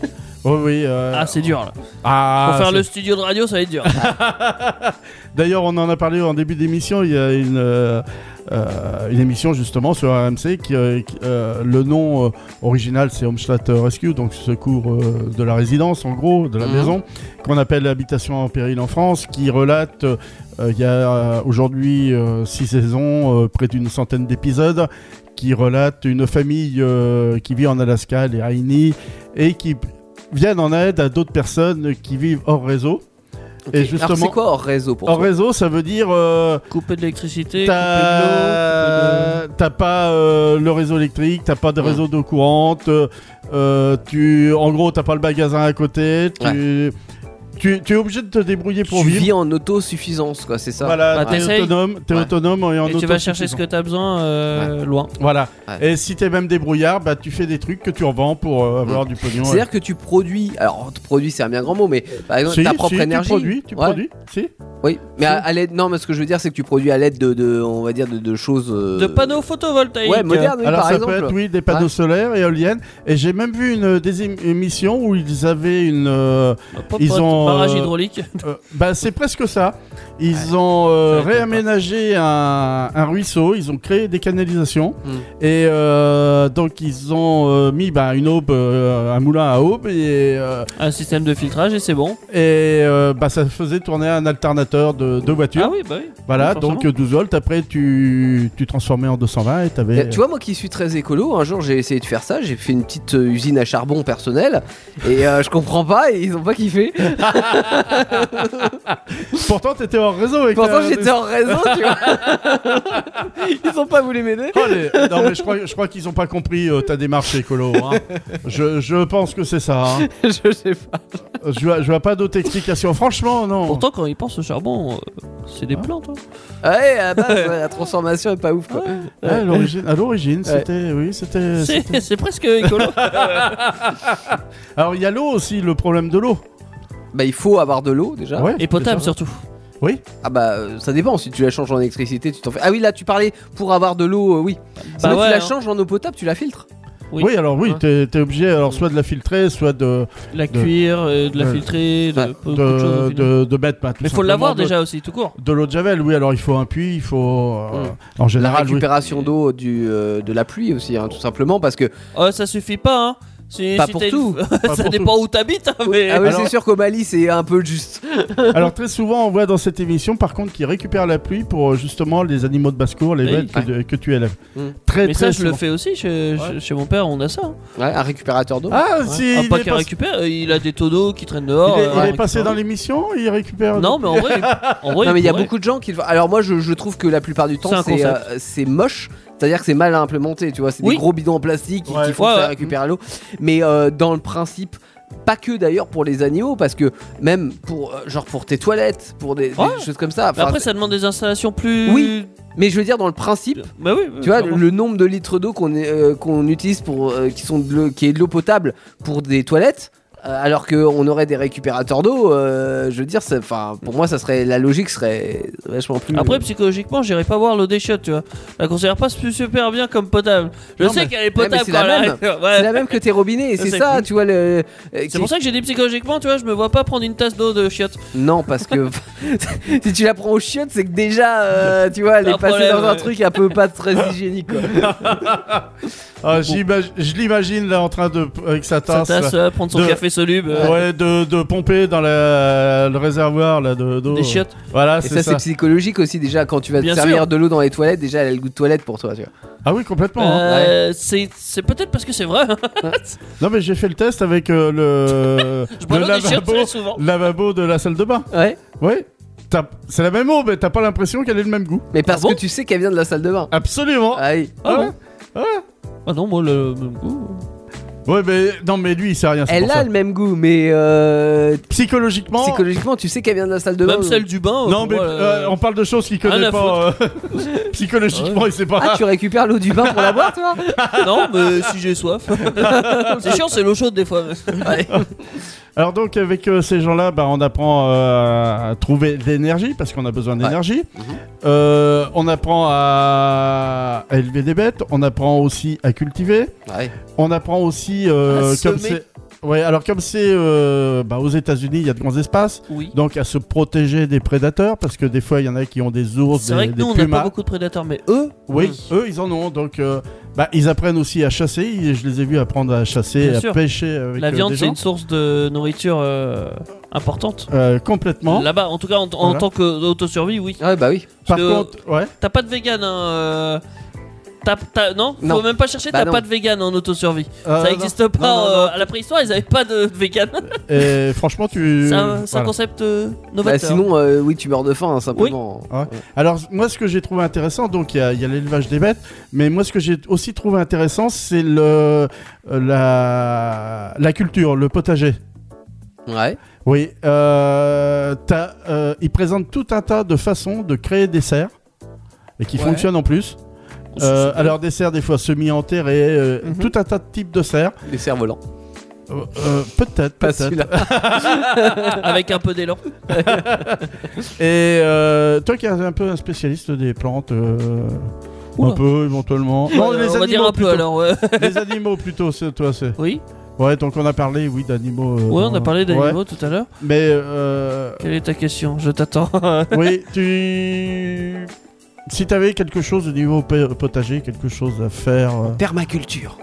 S3: oui, oui. euh,
S5: Ah, c'est dur là.
S3: ah,
S5: Pour faire
S3: c'est- Ah.
S5: le studio de radio, ça va être dur.
S3: D'ailleurs, on en a parlé en début d'émission. Il y a une, euh, euh, une émission justement sur RMC qui, euh, qui, euh, le nom euh, original c'est Homestadt Rescue, donc secours euh, de la résidence en gros, de la
S4: Mhm.
S3: maison, qu'on appelle Habitation en péril en France, qui relate. euh, euh, Il y a euh, aujourd'hui euh, six saisons, euh, près d'une centaine d'épisodes, qui relate une famille euh, qui vit en Alaska, les Aini, et qui viennent en aide à d'autres personnes qui vivent hors réseau.
S4: Ok.
S3: Et
S4: Alors c'est
S3: justement,
S4: quoi hors réseau pour
S3: en
S4: toi
S3: réseau, ça veut dire euh,
S5: Couper de l'électricité, couper de l'eau. couper
S3: t'as t'as pas euh, le réseau électrique, t'as pas de
S4: Mm.
S3: réseau d'eau courante, euh, euh, tu, en gros t'as pas le magasin à côté, tu, tu, tu es obligé de te débrouiller pour
S4: Tu
S3: vivre.
S4: vis en autosuffisance, quoi, c'est ça
S3: Voilà,
S5: Bah,
S3: t'es
S5: t'essayes.
S3: autonome, t'es
S4: Ouais.
S3: autonome et en
S5: de- Et tu vas chercher ce que
S3: autosuffisant.
S5: t'as besoin euh, loin.
S3: Voilà.
S4: Ouais.
S3: Et si t'es même débrouillard, bah tu fais des trucs que tu revends pour euh, avoir du pognon.
S4: C'est-à-dire que tu produis, alors tu produis c'est un bien grand mot, mais par exemple
S3: Si,
S4: ta
S3: si,
S4: propre énergie.
S3: Tu produis, tu
S4: Ouais.
S3: produis, si.
S4: Oui, mais à,
S3: Si.
S4: à l'aide, non, mais ce que je veux dire, c'est que tu produis à l'aide de, de- on va dire, de, de choses. euh,
S5: De panneaux photovoltaïques.
S4: Ouais, modernes, oui,
S3: Alors
S4: par
S3: ça
S4: exemple.
S3: peut être oui des panneaux
S4: Ouais.
S3: solaires, éoliennes. Et j'ai même vu une euh, des é- émissions où ils avaient une. euh,
S5: Hop, hop,
S3: Ils
S5: hop,
S3: ont,
S5: barrage
S3: euh,
S5: hydraulique.
S3: Euh, bah, c'est presque ça. Ils ont euh,
S5: Ça m'étonne
S3: réaménagé un, un ruisseau, ils ont créé des canalisations
S4: Mm.
S3: et euh, donc ils ont euh, mis bah, une aube, euh, un moulin à aube et, euh,
S5: Un système de filtrage et c'est bon.
S3: et euh, bah, ça faisait tourner un moteur de, de voiture.
S5: Ah oui, bah oui.
S3: Voilà,
S5: oui,
S3: donc
S5: forcément.
S3: euh, 12 volts. Après, tu, tu transformais en 220 et t'avais.
S4: Tu vois, moi qui suis très écolo, un jour j'ai essayé de faire ça, j'ai fait une petite euh, usine à charbon personnelle et euh, je comprends pas, et ils ont pas kiffé.
S3: Pourtant, t'étais en réseau avec
S4: Pourtant
S3: la-
S4: j'étais en réseau, tu vois. ils ont pas voulu m'aider.
S3: Oh, les- Non, mais je crois, je crois qu'ils ont pas compris euh, ta démarche écolo. hein. Je, je pense que c'est ça. hein.
S4: je sais pas.
S3: Je vois, je vois pas d'autre explication. Franchement, non.
S5: Pourtant, quand ils pensent au charbon, euh, c'est
S3: Ah.
S5: des plantes. hein.
S4: Ouais, à la base, ouais, la transformation est pas ouf quoi.
S3: Ouais, Ah, à l'origine- à l'origine, c'était. Oui, c'était.
S5: C'est c'est presque écolo.
S3: Alors, il y a l'eau aussi, le problème de l'eau.
S4: Bah il faut avoir de l'eau déjà.
S3: Ouais,
S5: Ah, Et potable
S3: déjà.
S5: surtout.
S3: Oui.
S4: Ah bah euh, ça dépend, si tu la changes en électricité, tu t'en fais. Ah oui, là tu parlais pour avoir de l'eau, euh, oui.
S5: Bah
S4: Sinon,
S5: ouais,
S4: tu la
S5: hein.
S4: changes en eau potable, tu la filtres.
S5: Oui.
S3: Oui. alors oui,
S5: Hein.
S3: t'es t'es obligé alors soit de la filtrer, soit de
S5: La cuire, euh, de la
S3: de-
S5: filtrer, de,
S4: Ouais.
S5: beaucoup de choses, au
S3: de,
S5: final.
S3: de- de mettre. bah, tout
S5: Mais faut l'avoir
S3: simplement de-
S5: déjà aussi, tout court.
S3: De l'eau de javel, oui. Alors il faut un puits, il faut euh,
S4: Mm.
S3: en
S4: La
S3: général. oui.
S4: récupération d'eau du, euh, de la pluie aussi, hein, tout simplement parce que.
S5: Euh, ça suffit pas, hein. Si-
S4: Pas
S5: si
S4: pour
S5: t'as une-
S4: tout.
S3: Pas
S5: ça
S3: pour
S5: dépend où t'habites, hein, mais.
S4: Ah oui,
S3: Alors-
S4: c'est sûr qu'au Mali c'est un peu juste.
S3: Alors très souvent, on voit dans cette émission, par contre, qui récupère la pluie pour euh, justement les animaux de basse-cour, les
S5: Oui. Mmh.
S3: bêtes que,
S4: Ouais.
S3: de- que tu élèves.
S4: Mm.
S3: Très
S5: Mais
S3: très
S5: ça, je le
S3: souvent.
S5: fais aussi chez, chez- chez mon père, on a ça. hein.
S4: Ouais, un récupérateur d'eau.
S3: Ah,
S5: Ouais.
S3: si
S5: Ah,
S3: il,
S5: pas
S3: est
S5: qu'il
S3: pas-
S5: récupère, euh, il a des tonneaux qui traînent
S3: il est-
S5: dehors.
S3: il est,
S5: euh, récupère-
S3: passé dans l'émission, il récupère.
S5: Non, mais en vrai, il- en vrai,
S4: non mais il y a
S5: pourrait.
S4: beaucoup de gens qui le font. Alors moi je, je trouve que la plupart du
S5: C'est
S4: temps
S5: un
S4: c'est
S5: concept.
S4: euh, c'est moche, c'est-à-dire que c'est mal implémenté, tu vois, c'est
S5: Oui.
S4: des gros bidons en plastique qui-
S3: Ouais.
S4: qui font
S5: Ouais,
S4: faire
S5: ouais.
S4: récupérer l'eau. Mais euh, dans le principe, pas que d'ailleurs pour les animaux, parce que même pour euh, genre pour tes toilettes, pour des, des
S5: Ouais.
S4: choses comme ça.
S5: Mais
S4: Enfin,
S5: Après, ça demande des installations plus.
S4: Oui. Mais je veux dire dans le principe.
S5: Bah oui. oui,
S4: Tu vois,
S5: clairement.
S4: le nombre de litres d'eau qu'on est- euh, qu'on utilise pour euh, qui sont de l'eau- qui est de l'eau potable pour des toilettes, euh, alors qu'on aurait des récupérateurs d'eau, euh, je veux dire, c'est- enfin, pour moi, ça serait la logique serait vachement plus.
S5: Après, psychologiquement, j'irai pas voir l'eau des chiottes, tu vois. Je la considère pas su- super bien comme potable. Je
S4: Non,
S5: sais
S4: mais-
S5: qu'elle est
S4: mais
S5: potable
S4: c'est
S5: quand
S4: la
S5: elle
S4: même.
S5: arrive.
S4: c'est
S5: Ouais.
S4: la même que tes robinets, et
S5: Ça,
S4: c'est
S5: c'est
S4: ça,
S5: cool.
S4: tu vois le. euh, qui-
S5: C'est pour ça que j'ai dit psychologiquement, tu vois, je me vois pas prendre une tasse d'eau de chiottes.
S4: Non, parce que si tu la prends aux chiottes, c'est que déjà, euh, tu vois, elle
S5: T'as
S4: est
S5: un
S4: passée
S5: problème,
S4: dans un
S5: ouais.
S4: truc un peu pas très hygiénique. Quoi.
S3: Ah, j'imag- Je l'imagine là en train de avec sa
S5: Sa
S3: tasse.
S5: tasse,
S3: là.
S5: euh, prendre son
S3: De-
S5: café soluble, euh,
S3: Ouais, de, de pomper dans la- le réservoir là de d'eau.
S5: des chiottes.
S3: Voilà,
S4: Et ça,
S3: c'est
S4: c'est
S3: ça.
S4: psychologique aussi déjà quand tu vas te
S5: Bien
S4: servir
S5: sûr.
S4: de l'eau dans les toilettes. Déjà, elle a le goût de toilette pour toi, tu vois.
S3: Ah oui, complètement. hein.
S5: Euh, C'est c'est peut-être parce que c'est vrai. hein.
S3: Non mais j'ai fait le test avec euh, le,
S5: Je bois
S3: le
S5: l'eau des chiottes
S3: lavabo,
S5: très souvent.
S3: lavabo de la salle de bain.
S4: Ouais.
S3: Ouais. T'as- C'est la même eau, mais t'as pas l'impression qu'elle ait le même goût.
S4: Mais parce
S5: bon
S4: que tu sais qu'elle vient de la salle de bain.
S3: Absolument.
S4: Ah oui.
S5: Ah
S3: ouais.
S5: bon Ah non, moi le même goût.
S3: Ouais, mais non, mais lui, il sait rien. c'est
S4: Elle
S3: pour
S4: a
S3: ça.
S4: le même goût, mais euh,
S3: Psychologiquement.
S4: psychologiquement, tu sais qu'elle vient de la salle de bain.
S5: Même celle du bain. euh,
S3: Non,
S5: pour
S3: mais
S5: moi,
S3: euh,
S5: euh,
S3: on parle de choses qu'il
S5: rien
S3: connaît
S5: à
S3: pas. euh, Psychologiquement, il sait pas.
S4: Ah, tu récupères l'eau du bain pour la boire, toi
S5: Non, mais si j'ai soif. c'est chiant, c'est l'eau chaude des fois.
S3: Alors donc avec euh, ces gens-là, bah, on apprend euh, à trouver de l'énergie parce qu'on a besoin d'énergie.
S4: Mhm.
S3: Euh, on apprend à... à élever des bêtes. On apprend aussi à cultiver.
S4: Ouais.
S3: On apprend aussi euh,
S5: À
S3: comme
S5: semer.
S3: c'est. Ouais, alors comme c'est euh, bah, aux États-Unis, il y a de grands espaces,
S5: Oui.
S3: donc à se protéger des prédateurs parce que des fois il y en a qui ont des ours,
S5: C'est
S3: des,
S5: vrai que
S3: des
S5: nous, on n'a
S3: pumas.
S5: pas beaucoup de prédateurs, mais eux,
S3: Oui,
S5: Mmh.
S3: eux ils en ont, donc euh, bah, ils apprennent aussi à chasser. Et je les ai vus apprendre à chasser,
S5: Bien
S3: à
S5: sûr.
S3: pêcher avec
S5: la
S3: euh,
S5: viande,
S3: des
S5: c'est
S3: gens.
S5: une source de nourriture euh, importante.
S3: Euh, complètement.
S5: Là-bas, en tout cas, en, en
S3: Voilà.
S5: tant qu'autosurvie, oui.
S4: Ouais, bah oui.
S3: Par
S5: que-
S3: contre, ouais.
S5: T'as pas de vegan, hein. euh, t'as- t'as- non,
S4: Non.
S5: Faut même pas chercher,
S4: Bah
S5: t'as
S4: non.
S5: pas de vegan en autosurvie.
S3: Euh,
S5: ça
S3: non.
S5: existe pas.
S3: Non, non,
S5: euh, à la préhistoire, ils avaient pas de vegan.
S3: Et franchement, tu.
S5: c'est un, c'est un
S3: voilà.
S5: concept euh,
S4: Bah,
S5: novateur.
S4: sinon, euh, oui, tu meurs de faim, hein, simplement.
S3: Alors, moi, ce que j'ai trouvé intéressant, donc il y a, il y a l'élevage des bêtes, mais moi, ce que j'ai aussi trouvé intéressant, c'est le euh, la la culture, le potager.
S4: Ouais.
S3: Oui, euh, t'as, euh, ils présentent tout un tas de façons de créer des serres et qui
S5: Ouais.
S3: fonctionnent en plus. Euh, alors des serres des fois semi-enterrées, euh,
S5: Mhm.
S3: tout un tas de types de serres.
S4: Des cerfs-volants.
S3: Euh, euh, peut-être,
S4: Pas
S3: peut-être.
S4: celui-là.
S5: Ah, avec un peu d'élan.
S3: Et euh, toi qui es un peu un spécialiste des plantes, euh, un
S5: Oula.
S3: peu éventuellement.
S5: Ouais, on va dire un peu
S3: plutôt.
S5: alors. ouais.
S3: les animaux plutôt, c'est toi, c'est.
S5: Oui,
S3: Ouais, donc on a parlé, oui, d'animaux. euh,
S5: ouais,
S3: dans-
S5: on a parlé
S3: Ouais,
S5: d'animaux tout à l'heure.
S3: mais euh,
S5: Quelle est ta question Je t'attends.
S3: oui, tu. Si t'avais quelque chose au niveau pe- potager, quelque chose à faire. euh,
S4: Permaculture.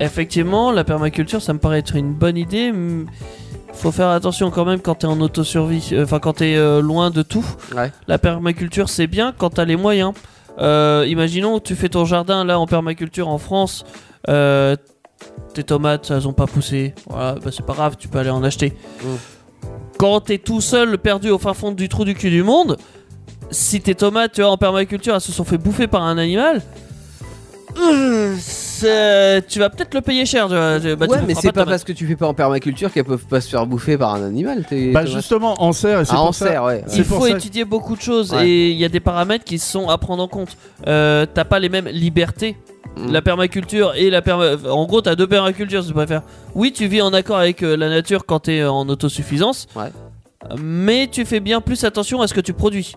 S5: Effectivement, la permaculture, ça me paraît être une bonne idée. mm, faut faire attention quand même quand t'es en autosurvie, euh, enfin quand t'es euh, loin de tout.
S4: Ouais.
S5: La permaculture c'est bien quand t'as les moyens. Euh, imaginons, tu fais ton jardin là en permaculture en France, euh, tes tomates elles ont pas poussé, voilà, bah, c'est pas grave, tu peux aller en acheter.
S4: Mm.
S5: Quand t'es tout seul perdu au fin fond du trou du cul du monde, si tes tomates tu vois, en permaculture elles se sont fait bouffer par un animal. euh, c'est- tu vas peut-être le payer cher. tu vois. Bah, tu
S4: ouais,
S5: me
S4: mais
S5: feras
S4: c'est
S5: de
S4: pas
S5: tomates.
S4: parce que tu fais pas en permaculture qu'elles peuvent pas se faire bouffer par un animal. t'es-
S3: Bah
S4: Thomas.
S3: justement, en serre, et c'est
S4: Ah,
S3: pour
S4: en
S3: ça.
S4: serre, ouais.
S3: C'est
S5: Il
S3: pour
S5: faut
S3: ça que-
S5: étudier beaucoup de choses
S4: Ouais.
S5: et il y a des paramètres qui sont à prendre en compte. Euh, t'as pas les mêmes libertés.
S4: Mm.
S5: La permaculture et la perma... En gros, t'as deux permacultures, si tu préfères. Oui, tu vis en accord avec euh, la nature quand t'es euh, en autosuffisance.
S4: Ouais.
S5: Mais tu fais bien plus attention à ce que tu produis.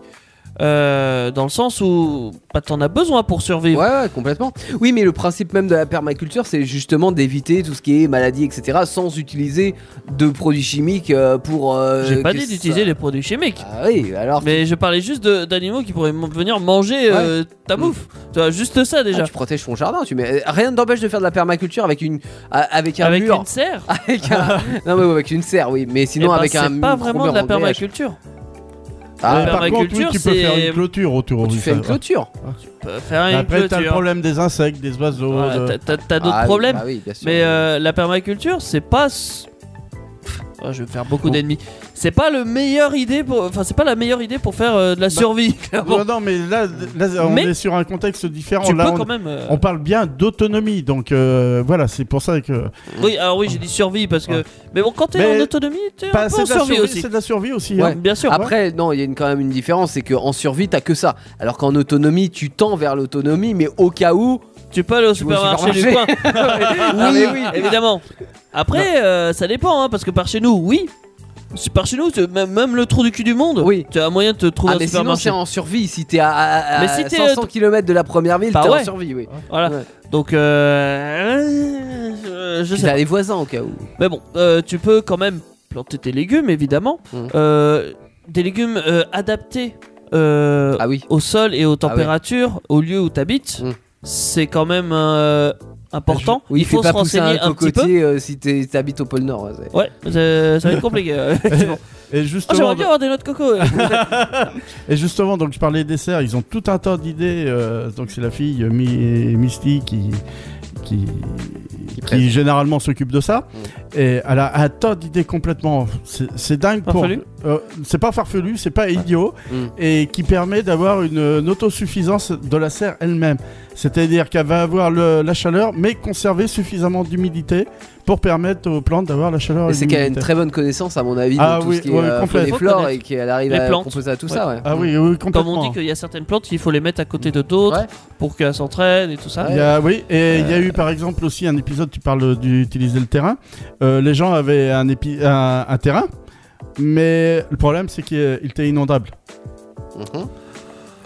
S5: Euh, dans le sens où bah, t'en as besoin pour survivre.
S4: Ouais, ouais, complètement. Oui, mais le principe même de la permaculture, c'est justement d'éviter tout ce qui est maladie, etc., sans utiliser de produits chimiques euh, pour. euh,
S5: J'ai pas
S4: que
S5: dit
S4: ça-
S5: d'utiliser les produits chimiques.
S4: Ah oui, alors.
S5: Mais je parlais juste de- d'animaux qui pourraient m- venir manger euh, ta
S4: Mm.
S5: bouffe. Tu vois, juste ça
S4: ah,
S5: déjà.
S4: tu protèges ton jardin, tu mets... euh, rien ne t'empêche de faire de la permaculture avec une a- avec un
S5: Avec
S4: mur,
S5: une serre
S4: avec un non mais avec une serre, oui, mais sinon
S5: Eh ben,
S4: avec un
S5: c'est pas
S4: mur
S5: vraiment de la permaculture.
S3: Ouais,
S4: Ah,
S5: la
S3: par contre, oui,
S5: permaculture,
S3: tu peux
S5: c'est-
S3: faire une clôture autour
S4: tu
S3: du
S4: fais une
S3: serre.
S4: clôture.
S5: Peut faire une
S3: Bah, Après, t'as le
S5: clôture.
S3: problème euh, des insectes, des oiseaux.
S5: Voilà,
S3: de-
S5: t'as- t'as- T'as d'autres
S4: Ah oui,
S5: problèmes.
S4: bah oui, bien sûr.
S5: mais euh, la permaculture, c'est pas. s- Pff, ah, je vais me faire beaucoup
S3: Bon.
S5: d'ennemis. C'est pas le meilleur idée pour. Enfin, c'est pas la meilleure idée pour faire euh, de la
S3: Bah,
S5: survie. clairement.
S3: Non, non, mais là, là, on
S5: Mais-
S3: est sur un contexte différent.
S5: tu
S3: là,
S5: peux
S3: on...
S5: quand même. euh,
S3: on parle bien d'autonomie, donc euh, voilà, c'est pour ça que
S5: Oui, alors oui, j'ai dit survie parce que.
S3: Ouais.
S5: Mais bon, quand t'es
S3: Mais
S5: en autonomie, t'es
S3: Pas-
S5: un peu
S3: Bah, c'est
S5: en
S3: de la
S5: survie
S3: survie,
S5: aussi.
S3: c'est de la survie aussi.
S4: Ouais.
S3: hein.
S5: Bien sûr.
S4: Après, non, il y a une- quand même une différence, c'est qu'en survie, t'as que ça. Alors qu'en autonomie, tu tends vers l'autonomie, mais au cas où,
S5: Tu peux aller au
S4: Tu vas au
S5: supermarché du coin.
S4: supermarché. Ah, mais oui.
S5: évidemment. Après, euh, ça dépend, hein, parce que par chez nous, oui. C'est Par chez nous, c'est même, même le trou du cul du monde,
S4: Oui.
S5: tu as moyen de te trouver
S4: Ah,
S5: un
S4: mais sinon,
S5: supermarché.
S4: c'est en survie. Si t'es à, à- à
S5: Mais si t'es,
S4: 500
S5: euh,
S4: km de la première ville,
S5: Bah
S4: t'es
S5: ouais.
S4: en survie, oui.
S5: Voilà.
S4: Ouais.
S5: Donc, euh, euh, je
S4: Puis
S5: sais.
S4: t'as les voisins au cas où.
S5: Mais bon, euh, tu peux quand même planter tes légumes, évidemment.
S4: Mhm.
S5: Euh, des légumes euh, adaptés euh,
S4: Ah oui.
S5: au sol et aux températures, au lieu où tu habites.
S4: Mhm.
S5: C'est quand même euh, important.
S4: Oui,
S5: Il faut
S4: fais
S5: se
S4: pas pousser
S5: renseigner
S4: un
S5: un, petit peu.
S4: cocotier euh, si t'es- t'habites au pôle Nord. ouais, c'est-
S5: Ouais, ça ça va être compliqué. euh, effectivement.
S3: Et
S5: Ah,
S3: justement,
S5: J'aimerais bien avoir des noix de coco. euh.
S3: et justement, donc je parlais des serres, ils ont tout un tas d'idées. euh, donc c'est la fille euh, Mi- Misty qui qui,
S4: prête.
S3: qui généralement s'occupe de ça.
S4: Mm.
S3: Et elle a un tas d'idées complètement. C'est c'est dingue pour.
S5: Farfelu
S3: euh, c'est pas farfelu, c'est pas idiot,
S4: Mm.
S3: et qui permet d'avoir une, une autosuffisance de la serre elle-même. C'est-à-dire qu'elle va avoir le- la chaleur, mais conserver suffisamment d'humidité pour permettre aux plantes d'avoir la chaleur.
S4: Et
S3: et
S4: c'est qu'elle a une
S3: l'humidité.
S4: très bonne connaissance, à mon avis,
S3: Oh, Ah
S4: de tout
S3: oui,
S4: ce qui est
S3: ouais,
S4: euh,
S3: complètement.
S4: faune et
S5: Faut
S4: flore et
S5: connaître
S4: qu'elle arrive
S5: les
S4: à
S5: plantes.
S4: composer à tout ça, ouais.
S3: Ah oui, oui, complètement.
S5: Comme on dit qu'il y a certaines plantes, il faut les mettre à côté de d'autres
S4: Ouais.
S5: pour qu'elles s'entraînent et tout ça.
S3: Il y a- oui, et il y a
S5: Euh.
S3: eu par exemple aussi un épisode, tu parles d'utiliser le terrain. Euh, les gens avaient un, épi- un, un terrain, mais le problème c'est qu'il euh, il était inondable.
S4: Mhm.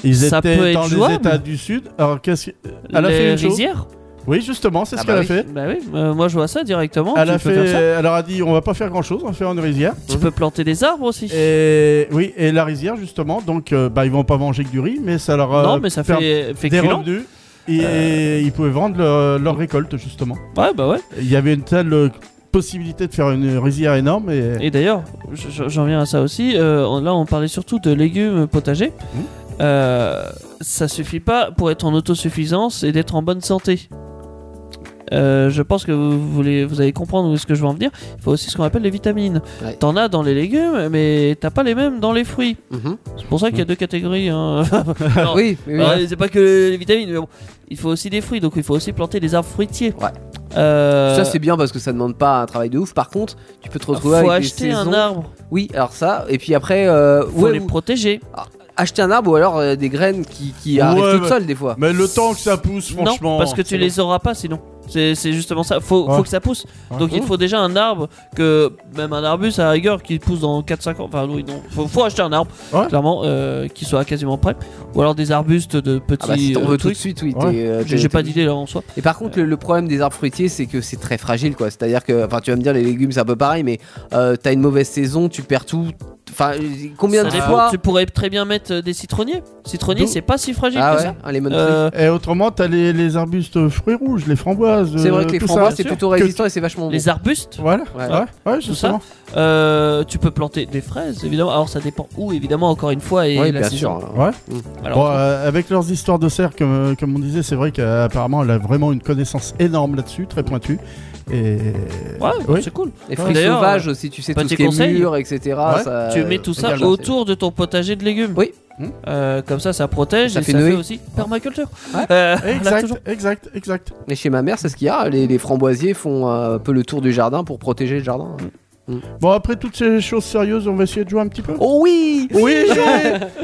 S3: Ils
S5: Ça peut
S3: étaient
S5: être
S3: dans les
S5: jouable.
S3: États du Sud. Alors qu'est-ce que- Elle a
S5: les
S3: fait une chose.
S5: rizières
S3: Oui, justement, c'est
S4: Ah
S3: ce
S4: bah
S3: qu'elle
S4: oui.
S3: a fait.
S5: Bah oui, euh, moi je vois ça directement.
S3: Elle
S5: tu
S3: a
S5: peux
S3: fait,
S5: faire ça.
S3: elle leur a dit on va pas faire grand chose, on va faire une rizière.
S5: Tu
S4: Mhm.
S5: peux planter des arbres aussi.
S3: Et oui, et la rizière justement, donc euh, bah ils vont pas manger que du riz, mais ça leur euh,
S5: non, mais ça
S3: permet
S5: fait, Euh. fait
S3: des
S5: culant.
S3: revenus et ils pouvaient vendre leur, leur récolte justement.
S5: Ouais, bah ouais.
S3: Il y avait une telle euh, possibilité de faire une rizière énorme et,
S5: Et d'ailleurs, je- je- j'en viens à ça aussi. euh, on- là, on parlait surtout de légumes potagers.
S3: Mhm.
S5: Euh, ça suffit pas pour être en autosuffisance et d'être en bonne santé. Euh, je pense que vous, voulez, vous allez comprendre où est-ce que je veux en venir. Il faut aussi ce qu'on appelle les vitamines.
S4: Ouais.
S5: T'en as dans les légumes, mais t'as pas les mêmes dans les fruits.
S4: Mhm.
S5: C'est pour ça qu'il y a deux catégories. hein.
S4: Oui,
S5: Non,
S4: oui, oui.
S5: ouais, c'est pas que les vitamines, mais bon. Il faut aussi des fruits, donc il faut aussi planter des arbres fruitiers.
S4: Ouais.
S5: Euh, Bah,
S4: Ça c'est bien parce que ça demande pas un travail de ouf. Par contre, tu peux te
S5: Ah, faut
S4: retrouver avec des
S5: acheter un
S4: saisons-
S5: arbre,
S4: Oui, alors ça. Et puis après, euh,
S5: faut
S4: ouais,
S5: les
S4: ou-
S5: protéger.
S4: acheter un arbre ou alors euh, des graines qui, qui
S3: Ouais, bah,
S4: arrivent toutes
S3: mais-
S4: seules des fois.
S3: Mais le temps que ça pousse, franchement.
S5: non, parce que tu
S3: c'est
S5: les auras pas sinon. C'est c'est justement ça, faut,
S3: Ouais.
S5: faut que ça pousse.
S3: Ouais.
S5: Ah, Donc il te faut déjà un arbre, que même un arbuste à la rigueur qui pousse dans 4-5 ans. Enfin, oui, non, faut, faut acheter un arbre,
S3: Ouais.
S5: clairement, euh, qui soit quasiment prêt. Ou alors des arbustes de petits
S4: Ah bah si t'en
S5: euh,
S4: veux tout de
S5: trucs.
S4: suite, oui.
S3: Ouais.
S4: t'es, euh, t'es-
S5: J'ai j'ai
S4: t'es
S5: pas
S4: obligé.
S5: d'idée là en soi.
S4: Et par contre, le, le problème des arbres fruitiers, c'est que c'est très fragile, quoi. C'est-à-dire que, enfin, tu vas me dire les légumes, c'est un peu pareil, mais euh, t'as une mauvaise saison, tu perds tout. Enfin, euh, combien
S5: Ça
S4: de
S5: dépend,
S4: fois
S5: tu pourrais très bien mettre euh, des citronniers. Citronnier,
S3: D'où-
S5: c'est pas si fragile
S4: Ah
S5: que
S4: ouais,
S5: ça.
S4: un lemon tree.
S5: Euh,
S3: Et autrement, t'as les, les arbustes fruits rouges, les framboises.
S4: c'est
S3: euh,
S4: vrai que les
S3: tout ça.
S4: framboises c'est
S5: bien sûr.
S4: plutôt
S3: Que-
S4: résistant et c'est vachement bon.
S5: les arbustes,
S3: Voilà,
S4: Ouais.
S3: ouais, ouais, justement.
S5: euh, tu peux planter des fraises, évidemment. Alors ça dépend où, évidemment, encore une fois. Et
S4: Oui,
S5: la
S4: bien
S5: saison.
S4: sûr. alors.
S3: Ouais.
S5: Alors,
S3: Bon, euh, avec leurs histoires de cerfs, comme, euh, comme on disait, c'est vrai qu'apparemment, elle a vraiment une connaissance énorme là-dessus, très pointue. Et...
S5: ouais,
S3: oui.
S5: c'est cool.
S4: Les fruits
S5: D'ailleurs,
S4: sauvages aussi, tu sais, tout
S5: petit
S4: ce qui est
S5: conseil.
S4: mûr, etc.
S3: Ouais.
S4: ça-
S5: tu mets tout ça
S4: également,
S5: autour de ton potager de légumes.
S4: Euh, Oui.
S3: Hmm.
S5: Euh, comme ça, ça protège
S4: Ça
S5: et
S4: fait
S5: ça
S4: Noé.
S5: fait aussi permaculture.
S4: Ouais.
S5: Euh, on a
S3: Exact,
S5: toujours-
S3: exact, exact.
S4: c'est- Mais chez ma mère, c'est ce qu'il y a. Les, les framboisiers font euh, un peu le tour du jardin pour protéger le jardin.
S3: Bon, après toutes ces choses sérieuses, on va essayer de jouer un petit peu.
S4: Oh oui
S3: Oui,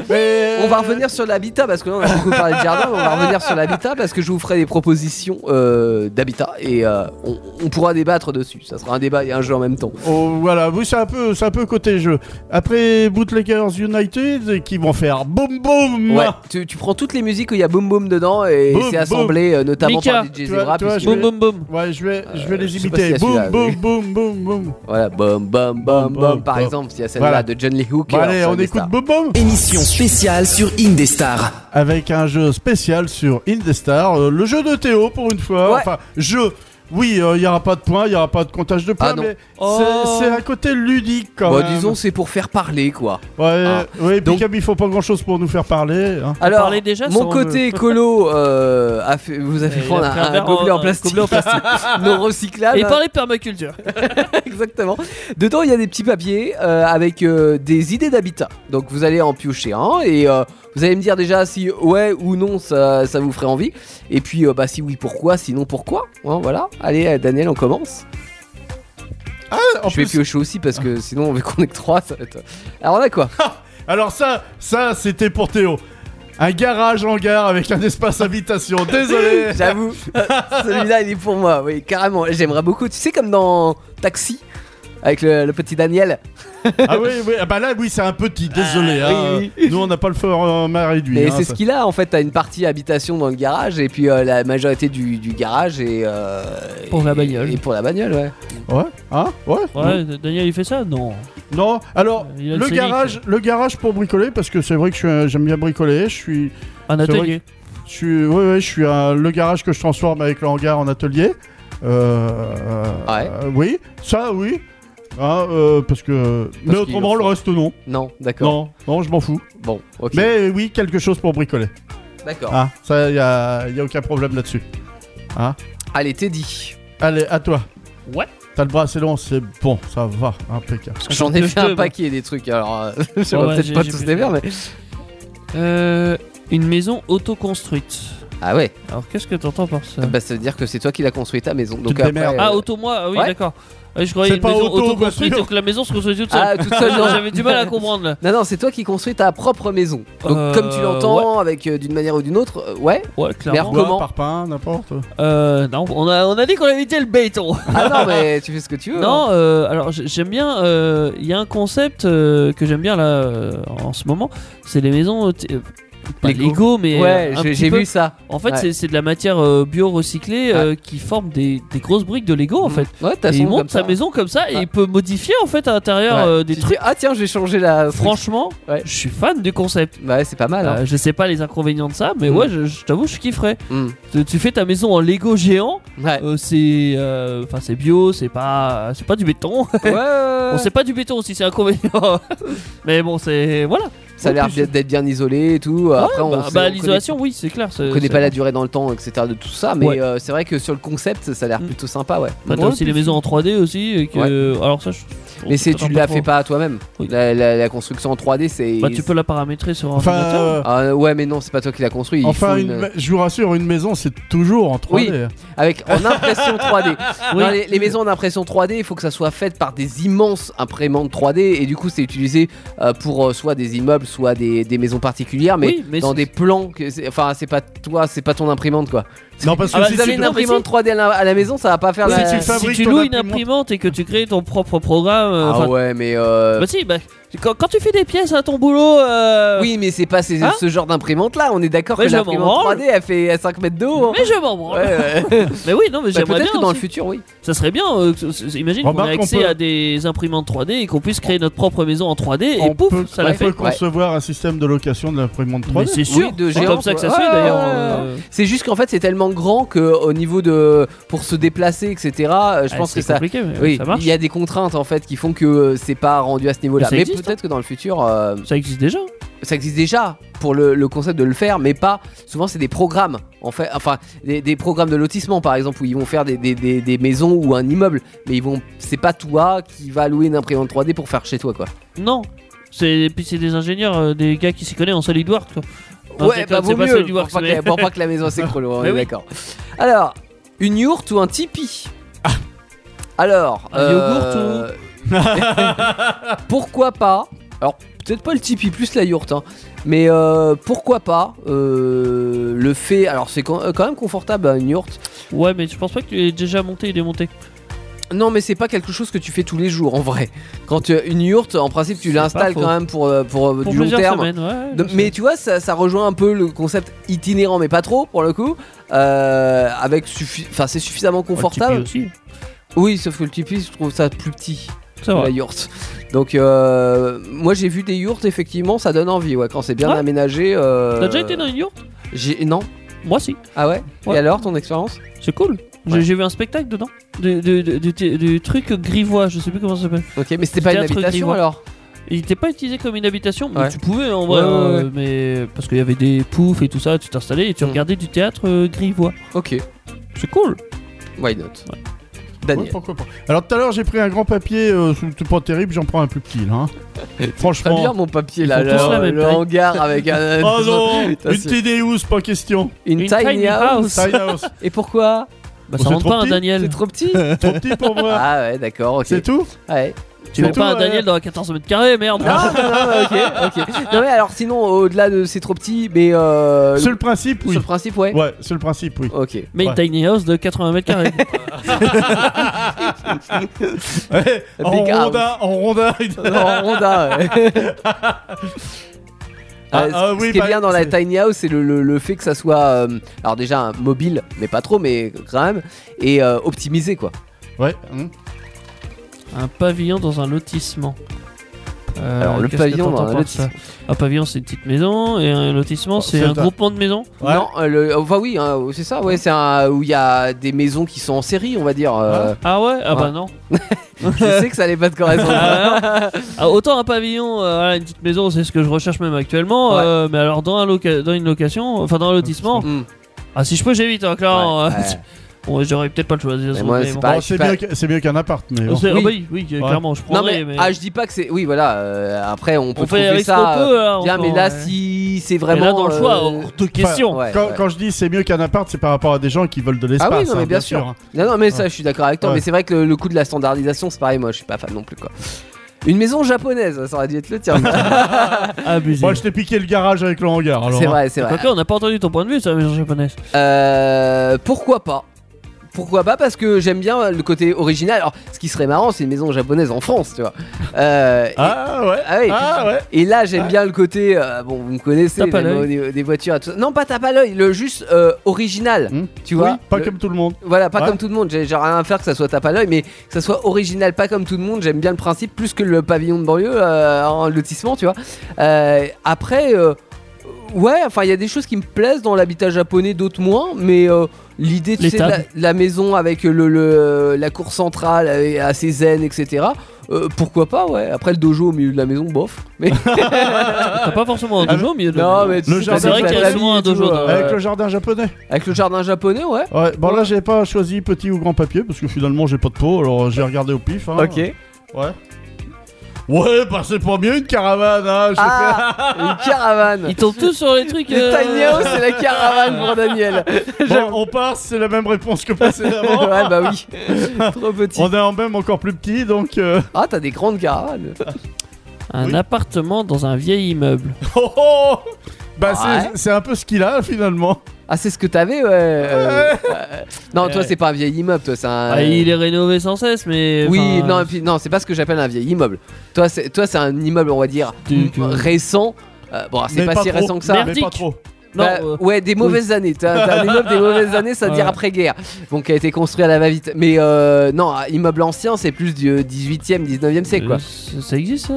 S3: mais...
S4: On va revenir sur l'habitat parce que là on a beaucoup parlé de jardin, mais on va revenir sur l'habitat parce que je vous ferai des propositions euh, d'habitat et euh, on, on pourra débattre dessus. Ça sera un débat et un jeu en même temps.
S3: Oh, voilà, oui, c'est un peu, c'est un peu côté jeu. Après Bootleggers United, qui vont faire boum boum.
S4: Ouais. Tu, tu prends toutes les musiques où il y a boom boom dedans et
S3: Boom,
S4: c'est assemblé euh, notamment par
S5: Mika,
S4: DJ
S3: tu vois-
S4: Zebra.
S3: tu vois,
S4: puisque-
S5: Boum, boum, boum.
S3: Ouais, je vais, je vais les
S4: Euh, je sais pas
S3: imiter.
S4: s'il y a
S3: Boum
S4: celui-là,
S3: boum
S4: mais-
S3: boum boum boum.
S4: Voilà, boom boom boom
S3: Boom,
S4: boom
S3: boom,
S4: par
S3: boom.
S4: exemple. Il y a celle-là
S3: Voilà.
S4: de John Lee Hooker.
S3: Bon, allez,
S4: sur
S3: on
S4: Indestar.
S3: écoute boum boum
S1: Émission spéciale sur Indestar.
S3: avec un jeu spécial sur Indestar, euh, le jeu de Théo pour une fois.
S4: Ouais.
S3: Enfin, jeu. Oui, il n'y aura pas de points, il n'y aura pas de comptage de points,
S4: Ah non.
S3: mais
S5: Oh.
S3: c'est- c'est un côté ludique quand
S4: Bon,
S3: même.
S4: disons, c'est pour faire parler quoi.
S3: Ouais,
S4: Ah.
S3: Oui,
S4: Donc-
S3: puis comme il faut pas grand chose pour nous faire parler. hein.
S4: Alors,
S5: parlait déjà, ça,
S4: mon
S5: on
S4: côté écolo euh, a fait- vous a fait
S5: il a
S4: prendre
S5: pris
S4: un,
S5: un
S4: un
S5: verre en-
S4: gobelet en
S5: un
S4: plastique,
S5: gobelet en
S4: non recyclable.
S5: Et
S4: hein.
S5: parler de permaculture.
S4: Exactement. Dedans, il y a des petits papiers euh, avec euh, des idées d'habitat. Donc, vous allez en piocher un et euh, vous allez me dire déjà si ouais ou non ça, ça vous ferait envie. Et puis, euh, bah, si oui, pourquoi Sinon, pourquoi Hein, Voilà. Allez, euh, Daniel, on commence.
S3: En
S4: Ah, Je vais
S3: plus- Ah.
S4: piocher aussi parce que sinon, on vu qu'on est que trois, ça va être- euh, Alors là, quoi
S3: Alors ça, ça c'était pour Théo. Un garage hangar avec un espace habitation. Désolé.
S4: J'avoue, celui-là, il est pour moi. Oui, carrément. J'aimerais beaucoup. Tu sais, comme dans Taxi avec le, le petit Daniel.
S3: Ah oui, oui. Ah bah là, oui, c'est un petit. Désolé.
S4: Ah,
S3: hein.
S4: oui, oui.
S3: Nous, on n'a pas le feu en main réduit.
S4: Mais
S3: hein,
S4: c'est
S3: ça.
S4: ce qu'il a en fait, t'as une partie habitation dans le garage et puis euh, la majorité du, du garage et euh,
S5: Pour
S4: et-
S5: la bagnole.
S4: Et pour la bagnole, ouais.
S3: Ouais. Hein Ouais.
S5: Ouais, Daniel, il fait ça Non.
S3: Non. Alors.
S5: Il a
S3: Le
S5: scénic.
S3: garage, le garage pour bricoler parce que c'est vrai que je suis un- j'aime bien bricoler. Je suis,
S5: Un
S3: C'est vrai
S5: atelier.
S3: je suis, ouais, ouais, je suis un- le garage que je transforme avec le hangar en atelier. Euh,
S4: Ah Ouais.
S3: euh, oui, ça oui. Hein, euh, parce que mais
S4: qu'il
S3: autrement
S4: le
S3: le
S4: faut.
S3: reste non.
S4: Non, d'accord.
S3: Non, non, je m'en fous.
S4: Bon, ok.
S3: Mais oui, quelque chose pour bricoler.
S4: D'accord.
S3: Ah, ça, y a, y a aucun problème là-dessus.
S4: Allez, Teddy.
S3: Allez, à toi.
S5: Ouais.
S3: T'as le bras assez long, c'est bon, ça va, impeccable.
S4: Parce que j'en ai
S5: Deux
S4: fait
S5: cheveux,
S4: un
S5: moi.
S4: paquet des trucs, alors euh, je
S5: Ouais,
S4: vais peut-être
S5: j'ai-
S4: pas
S5: j'ai
S4: tous
S5: plus
S4: les faire,
S5: de-
S4: mais.
S5: Euh, une maison autoconstruite.
S4: Ah ouais,
S5: Alors qu'est-ce que t'entends par ça
S4: bah ça veut dire que c'est toi qui l'as construit ta maison. Donc
S3: te
S4: après,
S3: démerdes.
S4: euh,
S5: Ah, auto moi, ah oui,
S4: ouais.
S5: d'accord. Ah, Je croyais
S3: C'est
S5: une
S3: pas
S5: maison
S3: auto, bien
S5: autoconstruite,
S3: sûr.
S5: donc la maison se construit toute
S4: Ah,
S5: seule.
S4: toute seule, non.
S5: J'avais du mal à comprendre là.
S4: Non, non, c'est toi qui construis ta propre maison. Donc,
S5: Euh,
S4: comme tu l'entends, avec euh, d'une manière ou d'une autre, euh, ouais.
S5: Ouais, clairement.
S4: Merde. Comment
S3: parpaing, n'importe.
S5: Euh, non, on a, on a dit qu'on évitait le béton.
S4: Ah non, mais tu fais ce que tu veux. hein.
S5: Non, euh, alors j- j'aime bien. euh, Il y a un concept euh, que j'aime bien là euh, en ce moment. C'est les maisons. euh, t- euh, pas
S4: Lego.
S5: Lego, mais
S4: Ouais,
S5: euh, un
S4: j'ai-
S5: petit
S4: j'ai
S5: peu.
S4: vu ça.
S5: En fait,
S4: Ouais.
S5: c'est- c'est de la matière euh, bio recyclée euh, qui forme des, des grosses briques de Lego en fait.
S4: Ouais, t'as
S5: Et il
S4: son comme
S5: monte sa
S4: ça.
S5: maison comme ça et
S4: Ouais.
S5: il peut modifier en fait à l'intérieur
S4: Ouais.
S5: euh, des
S4: Tu
S5: trucs.
S4: dis, ah tiens, je vais changer la.
S5: Franchement,
S4: Ouais.
S5: je suis fan du concept.
S4: Bah ouais, c'est pas mal. hein.
S5: Euh, je sais pas les inconvénients de ça, mais
S4: Mm.
S5: ouais, je, je t'avoue, je kifferais.
S4: Mm.
S5: Tu, tu fais ta maison en Lego géant,
S4: Ouais.
S5: euh, c'est, euh, enfin, c'est bio, c'est pas, c'est pas du béton.
S4: Ouais, ouais, ouais.
S5: Bon, c'est pas du béton aussi, c'est inconvénient. mais bon, c'est voilà.
S4: ça a
S3: en
S4: l'air
S3: plus-
S4: d'être d'être bien isolé et tout. Après, on,
S5: bah,
S4: sait-
S5: bah,
S4: on
S5: l'isolation, oui, c'est clair. c'est-
S4: connaît, on connaît
S5: c'est-
S4: pas la durée dans le temps, etc. de tout ça, mais
S5: Ouais.
S4: euh, c'est vrai que sur le concept, ça a l'air
S5: Mm.
S4: plutôt sympa, ouais.
S5: Après, t'as
S3: Ouais,
S5: aussi
S3: puis-
S5: les maisons en 3D aussi. et que- Alors ça, je-
S4: Mais c'est
S5: je
S4: tu
S5: t'entends
S4: la
S5: trop.
S4: fais pas à toi-même.
S5: Oui.
S4: La, la- la construction en 3D, c'est.
S5: Bah, tu peux la paramétrer sur un
S3: Enfin,
S5: ordinateur.
S3: euh,
S4: Ah, ouais, mais non, c'est pas toi qui l'as construit. il
S3: enfin
S4: faut
S3: une
S4: une-
S3: ma- je vous rassure, une maison c'est toujours en hein. 3D.
S4: Avec en impression 3D.
S5: Oui.
S4: Non, les, les maisons en impression 3D, il faut que ça soit fait par des immenses imprimantes 3D et du coup c'est utilisé euh, pour euh, soit des immeubles, soit des, des maisons particulières, mais,
S5: Oui, mais
S4: dans
S5: c'est-
S4: des plans. Que c'est- enfin, c'est pas toi, c'est pas ton imprimante quoi.
S3: Non, parce que
S5: Ah bah,
S3: si
S4: vous avez
S3: tu
S4: une
S5: non, mais
S4: imprimante 3D à la, à la maison, ça va pas faire
S3: Oui,
S4: la.
S3: si tu fais-
S5: Si
S3: fabriques
S5: tu
S3: ton
S5: loues une
S3: imprimante.
S5: imprimante et que tu crées ton propre programme. euh,
S4: Ah
S5: enfin,
S4: ouais, mais. euh,
S5: Bah si, bah, quand, quand tu fais des pièces à ton boulot. euh,
S4: Oui, mais c'est pas ces-
S5: Hein
S4: ce genre d'imprimante là. On est d'accord
S5: Mais
S4: que
S5: je m'en
S4: l'imprimante
S5: branle.
S4: 3D elle fait 5 mètres de haut. hein.
S5: Mais je m'en branle.
S4: Ouais, ouais.
S5: Mais oui, non, mais
S4: Bah,
S5: j'aimerais
S4: Peut-être
S5: bien.
S4: que dans
S5: aussi.
S4: le futur, oui.
S5: Ça serait bien. euh, que- que- imagine qu'on
S3: Remarque,
S5: a accès
S3: on peut-
S5: à des imprimantes 3D et qu'on puisse créer notre propre maison en 3D et
S3: on
S5: pouf,
S3: peut,
S5: ça
S3: on
S5: l'a
S3: peut
S5: fait.
S3: concevoir un système de location de l'imprimante 3D.
S5: Mais c'est sûr.
S4: de
S5: c'est
S4: géant,
S5: comme ça que ça se
S4: quoi.
S5: fait
S4: Ouais,
S5: d'ailleurs.
S4: ouais,
S5: euh,
S4: C'est juste qu'en fait, c'est tellement grand que au niveau de pour se déplacer, etc. euh, Je
S5: ah,
S4: pense
S5: c'est
S4: que ça.
S5: compliqué, mais
S4: Oui,
S5: ça marche.
S4: il y a des contraintes en fait qui font que euh, c'est pas rendu à ce niveau-là.
S5: Mais ça
S4: Mais
S5: existe, hein.
S4: peut-être que dans le futur, euh,
S5: Ça existe déjà. hein.
S4: ça existe déjà pour le, le concept de le faire, mais pas. Souvent, c'est des programmes en fait, enfin des, des programmes de lotissement par exemple où ils vont faire des, des- des- des maisons ou un immeuble, mais ils vont. C'est pas toi qui va louer une imprimante 3D pour faire chez toi quoi.
S5: Non. C'est puis c'est des ingénieurs, euh, des gars qui s'y connaissent en SolidWorks. quoi. Non, je
S4: ouais,
S5: déconne,
S4: bah
S5: c'est
S4: vaut
S5: pas
S4: mieux pour
S5: SolidWorks,
S4: pas,
S5: mais-
S4: que, pour pas que la maison s'écroule, on
S5: Mais
S4: est
S5: oui.
S4: d'accord. Alors, une yourte ou un tipi Alors,
S5: Ah.
S4: euh,
S5: Un
S4: pourquoi pas Alors, peut-être pas le tipi plus la yourte, hein, mais euh, pourquoi pas euh, le fait Alors, c'est quand, euh, quand même confortable hein, une yourte.
S5: Ouais, mais je pense pas que tu aies déjà monté et démonté.
S4: Euh, Non, mais c'est pas quelque chose que tu fais tous les jours en vrai. Quand tu as une yourte, en principe, tu
S5: C'est pas
S4: l'installes
S5: faux.
S4: quand même pour, euh, pour, euh,
S5: Pour
S4: du long
S5: plusieurs
S4: terme.
S5: semaines, ouais.
S4: Donc,
S5: je sais.
S4: mais tu vois, ça, ça rejoint un peu le concept itinérant, mais pas trop pour le coup. Euh, avec suffi- enfin, c'est suffisamment
S5: Oh, le Tipeee
S4: confortable.
S5: aussi.
S4: Oui, sauf que le Tipeee, je trouve ça plus petit
S5: Ça
S4: que
S5: va.
S4: la yourte. Donc, euh, moi, j'ai vu des yourtes. Effectivement, ça donne envie. Ouais, quand c'est bien
S5: Ouais.
S4: aménagé. euh,
S5: T'as déjà été dans une yourte
S4: j'ai- Non.
S5: Moi si.
S4: Ah ouais.
S5: Ouais.
S4: Et alors, ton expérience
S5: C'est cool. J'ai-
S4: Ouais.
S5: J'ai vu un spectacle dedans. Du, du- du- du- du truc grivois, je sais plus comment ça s'appelle.
S4: Ok, mais c'était pas une
S5: Théâtre
S4: habitation
S5: grivois.
S4: alors.
S5: Il n'était pas utilisé comme une habitation, mais
S4: Ouais.
S5: tu pouvais en vrai.
S4: Ouais, ouais,
S5: euh, Mais parce qu'il y avait des poufs et tout ça, tu t'installais et tu
S4: Mm.
S5: regardais du théâtre euh, grivois.
S4: Ok.
S5: C'est cool.
S4: Why not Daniel.
S3: Ouais, pourquoi pas. Alors tout à l'heure j'ai pris un grand papier, euh, c'est pas terrible, j'en prends un plus petit là. hein.
S4: Très bien
S3: Franchement.
S4: mon papier
S5: Ils
S4: là,
S5: font tous la
S4: le,
S5: même
S4: le
S5: taille.
S4: hangar avec un,
S3: Oh non, une
S4: Ça, c'est-
S3: TDUS, pas question.
S4: une,
S5: Une
S4: tiny,
S5: tiny
S4: house.
S5: house.
S3: Tiny house,
S4: Et pourquoi
S5: Bah,
S3: Oh,
S5: ça
S3: c'est
S5: rentre
S3: trop
S5: pas un
S3: petit.
S5: Daniel.
S4: C'est trop petit.
S3: trop petit pour moi.
S4: Ah ouais, d'accord, ok.
S3: C'est tout
S4: Ouais.
S5: Tu
S3: C'est
S5: rentres pas
S3: tout,
S5: un
S3: euh,
S5: Daniel dans un 14 mètres carrés, merde.
S4: Non, non, non, ok, ok. Non mais alors sinon, au-delà de c'est trop petit, mais euh,
S3: C'est le principe, oui.
S4: sur le principe, ouais.
S3: Ouais, c'est le principe, oui.
S4: Ok.
S5: Mais une
S3: Ouais.
S5: tiny house de 80 mètres carrés.
S3: Ouais,
S4: A
S3: en
S4: big house.
S3: ronda, en ronda.
S4: Non, Honda. ouais.
S3: Ah,
S4: Euh,
S3: ah,
S4: ce
S3: oui,
S4: qui est
S3: bah,
S4: bien dans la
S3: c'est-
S4: tiny house, c'est le, le- le fait que ça soit, euh, alors déjà un mobile, mais pas trop, mais quand même, et euh, optimisé quoi.
S3: Ouais. hein.
S5: un pavillon dans un lotissement. Euh,
S4: Alors, le
S5: qu'est-ce que
S4: pavillon dans
S5: t'entends
S4: un
S5: par
S4: lotissement.
S5: ça Un pavillon, c'est une petite maison, et un lotissement, c'est
S3: c'est
S5: un
S3: un-
S5: groupement de maisons.
S3: Ouais.
S4: Non, euh, le- enfin oui, hein, c'est ça, ouais, c'est un où il y a des maisons qui sont en série, on va dire. euh,
S5: Ah ouais Ah bah
S4: Ouais.
S5: non.
S4: je sais que ça allait pas de correspondre.
S5: Ah, non. Ah, autant un pavillon, euh, voilà, une petite maison, c'est ce que je recherche même actuellement.
S4: Ouais.
S5: euh, mais alors dans, un loca- dans une location, enfin dans un lotissement,
S4: Hmm.
S5: ah si je peux j'évite. Hein, clairement,
S4: Ouais,
S5: euh,
S4: ouais.
S5: bon, j'aurais peut-être pas le choix.
S4: Mais moi, c'est
S5: bon.
S4: pas-
S3: Bon,
S4: je
S3: c'est
S4: pas-
S3: mieux que- c'est mieux qu'un appart, mais bon.
S5: C'est- ah
S4: Oui.
S5: bah oui, oui, clairement, je
S4: Non
S5: prendrais.
S4: mais,
S5: mais
S4: ah je dis pas que c'est oui voilà euh, après on peut
S5: on fait
S4: trouver
S5: avec
S4: ça
S5: ce qu'on
S4: euh,
S5: peut. hein,
S4: bien
S5: encore,
S4: mais là
S5: ouais.
S4: si c'est
S5: Mais
S4: vraiment
S5: là, dans le
S4: euh,
S5: choix, hors de question.
S4: ouais,
S3: Quand,
S4: ouais.
S3: quand je dis c'est mieux qu'un appart, c'est par rapport à des gens qui veulent de l'espace.
S4: Ah oui, non, mais
S3: hein,
S4: bien sûr.
S3: hein.
S4: non non mais ça je suis d'accord avec toi
S3: Ouais.
S4: mais c'est vrai que le, le coût de la standardisation c'est pareil moi je suis pas fan non plus quoi une maison japonaise ça aurait dû être le tien
S5: Ah, Abusé.
S3: Moi, je t'ai piqué le garage avec le hangar. alors,
S4: c'est
S3: hein.
S4: vrai c'est vrai
S5: Quoique, on n'a pas entendu ton point de vue sur la maison japonaise.
S4: Euh, pourquoi pas pourquoi pas Parce que j'aime bien le côté original. Alors, ce qui serait marrant, c'est une maison japonaise en France, tu vois. Euh, et-
S3: Ah ouais.
S4: Ah oui.
S3: Ah ouais.
S4: Et là, j'aime bien le côté. euh, bon, vous me connaissez,
S5: Tape à
S4: même
S5: l'œil.
S4: au niveau des voitures et tout ça. Non, pas tape à l'œil, le juste euh, original.
S3: Hmm.
S4: Tu vois
S3: Oui, pas
S4: Le-
S3: comme tout le monde.
S4: Voilà, pas
S3: Ouais.
S4: comme tout le monde. J'ai j'ai rien à faire que ça soit tape à l'œil, mais que ça soit original, pas comme tout le monde. J'aime bien le principe plus que le pavillon de banlieue euh, en lotissement, tu vois. Euh, après, euh, ouais, enfin, il y a des choses qui me plaisent dans l'habitat japonais, d'autres moins, mais. euh, L'idée tu
S5: Les
S4: sais, de la,
S5: tables.
S4: de la maison avec le, le- la cour centrale euh, assez zen, etc. euh, pourquoi pas, ouais. Après le dojo au milieu de la maison, bof. Mais
S5: T'as pas forcément un dojo au milieu de la
S4: Ah. non,
S5: maison.
S4: mais tu
S3: Le
S4: sais,
S3: jardin,
S4: t'as
S3: c'est vrai
S4: la
S3: qu'il y a
S4: famille
S5: souvent un
S4: et tout,
S5: dojo dans-
S4: euh,
S3: Avec le jardin japonais.
S4: avec le jardin japonais, ouais.
S3: Ouais, bon là j'ai pas choisi petit ou grand papier parce que finalement j'ai pas de peau, alors euh, j'ai regardé au pif. Hein. Ouais. Ouais, bah c'est pas mieux une caravane, hein. je
S4: Ah, une caravane.
S5: Ils tombent tous sur les trucs.
S4: Les
S5: euh,
S4: tiny house, c'est la caravane pour Daniel.
S3: sais pas. Bon, on part, c'est la même réponse que précédemment.
S4: ouais, bah oui. Trop petit.
S3: On est en même encore plus petit, donc euh,
S4: Ah, t'as des grandes caravanes.
S5: un
S3: Oui.
S5: appartement dans un vieil immeuble.
S3: Oh, oh bah,
S4: Ouais.
S3: c'est- c'est un peu ce qu'il a finalement.
S4: Ah, c'est ce que t'avais, ouais. euh, euh, non, toi,
S5: Ouais.
S4: c'est pas un vieil immeuble, toi, c'est un.
S5: Ah, il est rénové sans cesse, mais.
S4: Oui,
S5: enfin, euh,
S4: non, et puis, non, c'est pas ce que j'appelle un vieil immeuble. Toi, c'est, toi, c'est un immeuble, on va dire,
S5: Tu-
S4: m-
S5: tu-
S4: récent. Euh, bon, c'est
S3: Mais
S4: pas, si
S3: trop.
S4: récent que ça.
S3: Mais pas trop.
S5: non,
S4: Bah,
S5: euh,
S4: ouais, des mauvaises années. T'as, t'as un immeuble des mauvaises années, ça veut dire
S5: Ouais.
S4: après-guerre. Donc, qui a été construit à la va-vite. Mais euh, non, un immeuble ancien, c'est plus du 18e, 19e siècle, quoi.
S5: euh, Ça ça existe ça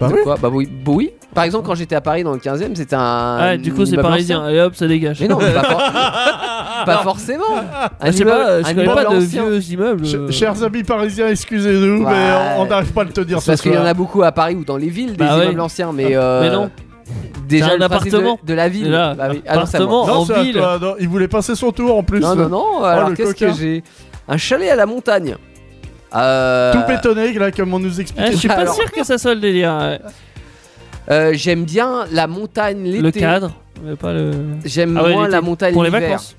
S3: Bah
S4: De
S3: oui.
S4: quoi Bah oui. bah oui. Par exemple, quand j'étais à Paris dans le 15e, c'était un.
S5: Ah, du coup, c'est
S4: immeuble
S5: parisien.
S4: ancien.
S5: Allez hop, ça dégage.
S4: Mais non, mais pas, for- pas forcément.
S5: Ah,
S4: Un
S5: je sais
S4: immeuble-
S5: pas, je
S4: un
S5: connais
S4: immeuble
S5: pas de
S4: ancien.
S5: vieux immeubles.
S3: Ch-
S5: euh.
S3: Chers amis parisiens, excusez-nous, mais
S4: Ouais.
S3: on- on n'arrive pas à le te dire
S4: C'est
S3: ce
S4: Parce qu'il y en
S3: soir.
S4: a beaucoup à Paris ou dans les villes, des
S5: Bah ouais.
S4: immeubles anciens, mais, euh,
S5: mais non.
S4: Déjà
S5: C'est un
S4: le principe
S5: appartement.
S4: de, de la ville.
S5: Et là,
S4: Bah oui. Ah non, c'est à moi.
S5: appartement.
S3: Non,
S5: en
S3: c'est à
S5: ville.
S3: toi, non, il voulait passer son tour en plus.
S4: Non, non, non. alors
S3: Oh, le
S4: qu'est-ce que
S3: coquin.
S4: j'ai Un chalet à la montagne. Euh,
S3: Tout bétonné, là, comme on nous
S5: Eh,
S3: expliquait.
S5: je suis pas
S4: Alors.
S5: sûr que ça soit le délire. ouais.
S4: euh, J'aime bien la montagne l'été.
S5: Le cadre, mais pas le.
S4: J'aime
S5: Ah ouais,
S4: moins
S5: l'été.
S4: la montagne
S5: Pour les
S4: l'hiver.
S5: vacances.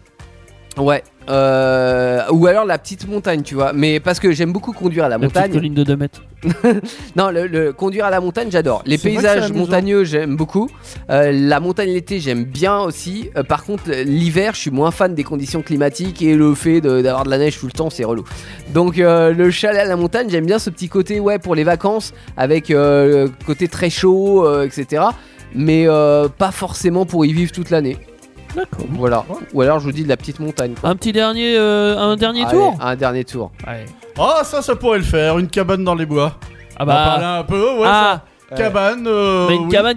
S4: Ouais. Euh, ou alors la petite montagne, tu vois. Mais parce que j'aime beaucoup conduire à la,
S5: La petite
S4: montagne.
S5: colline de 2 mètres.
S4: Non, le, le conduire à la montagne, j'adore. Les
S3: C'est vrai que c'est
S4: paysages
S3: amusant.
S4: montagneux, j'aime beaucoup. Euh, la montagne l'été, j'aime bien aussi. Euh, par contre, l'hiver, je suis moins fan des conditions climatiques et le fait de- d'avoir de, la neige tout le temps, c'est relou. Donc, euh, le chalet à la montagne, j'aime bien ce petit côté, ouais, pour les vacances, avec euh, le côté très chaud, euh, etc. Mais euh, pas forcément pour y vivre toute l'année.
S5: D'accord.
S4: Voilà. Ou alors, je vous dis de la petite montagne. quoi.
S5: Un petit dernier, euh, un dernier
S4: Allez,
S5: tour.
S4: Un dernier tour.
S5: Allez.
S3: Ah, ça, ça pourrait le faire, une cabane dans les bois.
S5: Ah
S3: On en parlait
S5: bah.
S3: un peu, ouais.
S5: ah,
S3: ça. Cabane. euh,
S5: mais une
S3: oui.
S5: cabane,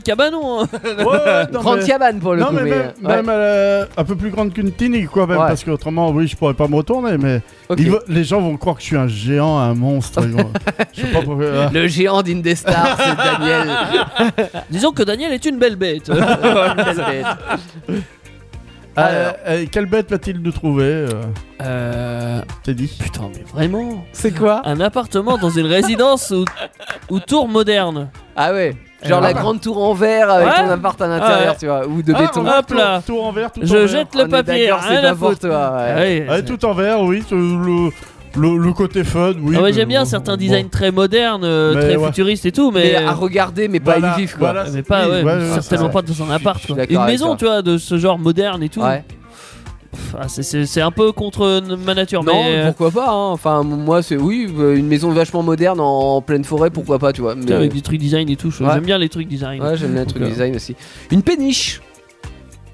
S5: cabanon. hein.
S3: Ouais, ouais, Ah, non,
S4: Grande
S3: mais-
S4: cabane pour le
S3: Non,
S4: coup.
S3: mais
S4: mais,
S3: même,
S4: euh, ouais.
S3: même, euh, un peu plus grande qu'une tinique, quoi, même,
S4: Ouais.
S3: parce qu'autrement, oui, je pourrais pas me retourner, mais
S4: Ok.
S3: ils vont- les gens vont croire que je suis un géant, un monstre. ils vont- je sais pas pourquoi. euh,
S4: Le géant d'Indestar, c'est Daniel.
S5: Disons que Daniel est une belle bête.
S3: euh, euh, quelle bête va-t-il nous trouver euh,
S5: euh,
S3: T'es dit
S5: putain, mais vraiment.
S4: C'est quoi
S5: Un appartement dans une résidence ou, ou tour moderne.
S4: Ah ouais Genre
S5: Euh,
S4: la
S5: ah bah.
S4: grande tour en verre avec
S5: Ouais.
S4: ton appart à l'intérieur,
S5: Ah ouais.
S4: tu vois, ou de
S3: Ah,
S4: béton.
S3: on a
S5: Hop
S3: tour-
S5: là.
S3: Tour en verre, tout en
S5: Je
S3: verre.
S5: jette le
S4: On est
S5: papier. hein,
S4: d'accord,
S5: Rien
S4: c'est
S5: à
S4: pas pour
S5: foutre.
S4: toi. ouais. Ah,
S5: Ouais,
S3: Ouais,
S5: c'est-
S3: tout en verre, oui. c'est Le, le, le côté fun, oui.
S5: Ah ouais,
S3: mais
S5: j'aime bien
S3: bon,
S5: certains
S3: bon.
S5: designs très modernes, euh,
S3: Mais
S5: très
S3: ouais.
S5: futuristes et tout, mais, euh,
S4: Mais à regarder, mais
S5: Bah,
S4: pas à
S3: Voilà,
S4: y vivre quoi.
S3: voilà,
S5: mais pas,
S3: bah, oui,
S5: ouais,
S3: ouais, ouais,
S5: certainement
S3: c'est
S5: pas
S3: vrai.
S5: dans un
S3: Je suis-
S5: appart.
S4: je suis
S5: quoi.
S4: d'accord
S5: Une
S4: avec
S5: maison,
S4: toi.
S5: tu vois, de ce genre moderne et tout.
S4: Ouais.
S5: Pff, ah, c'est- c'est c'est un peu contre ma nature,
S4: Non,
S5: mais euh,
S4: pourquoi pas, hein. Enfin, moi, c'est oui, euh, une maison vachement moderne en pleine forêt, pourquoi pas, tu vois. Mais,
S5: putain, avec des trucs design et tout, je-
S4: Ouais.
S5: j'aime bien les trucs design.
S4: ouais, j'aime bien le truc
S5: Ok.
S4: design aussi. Une péniche.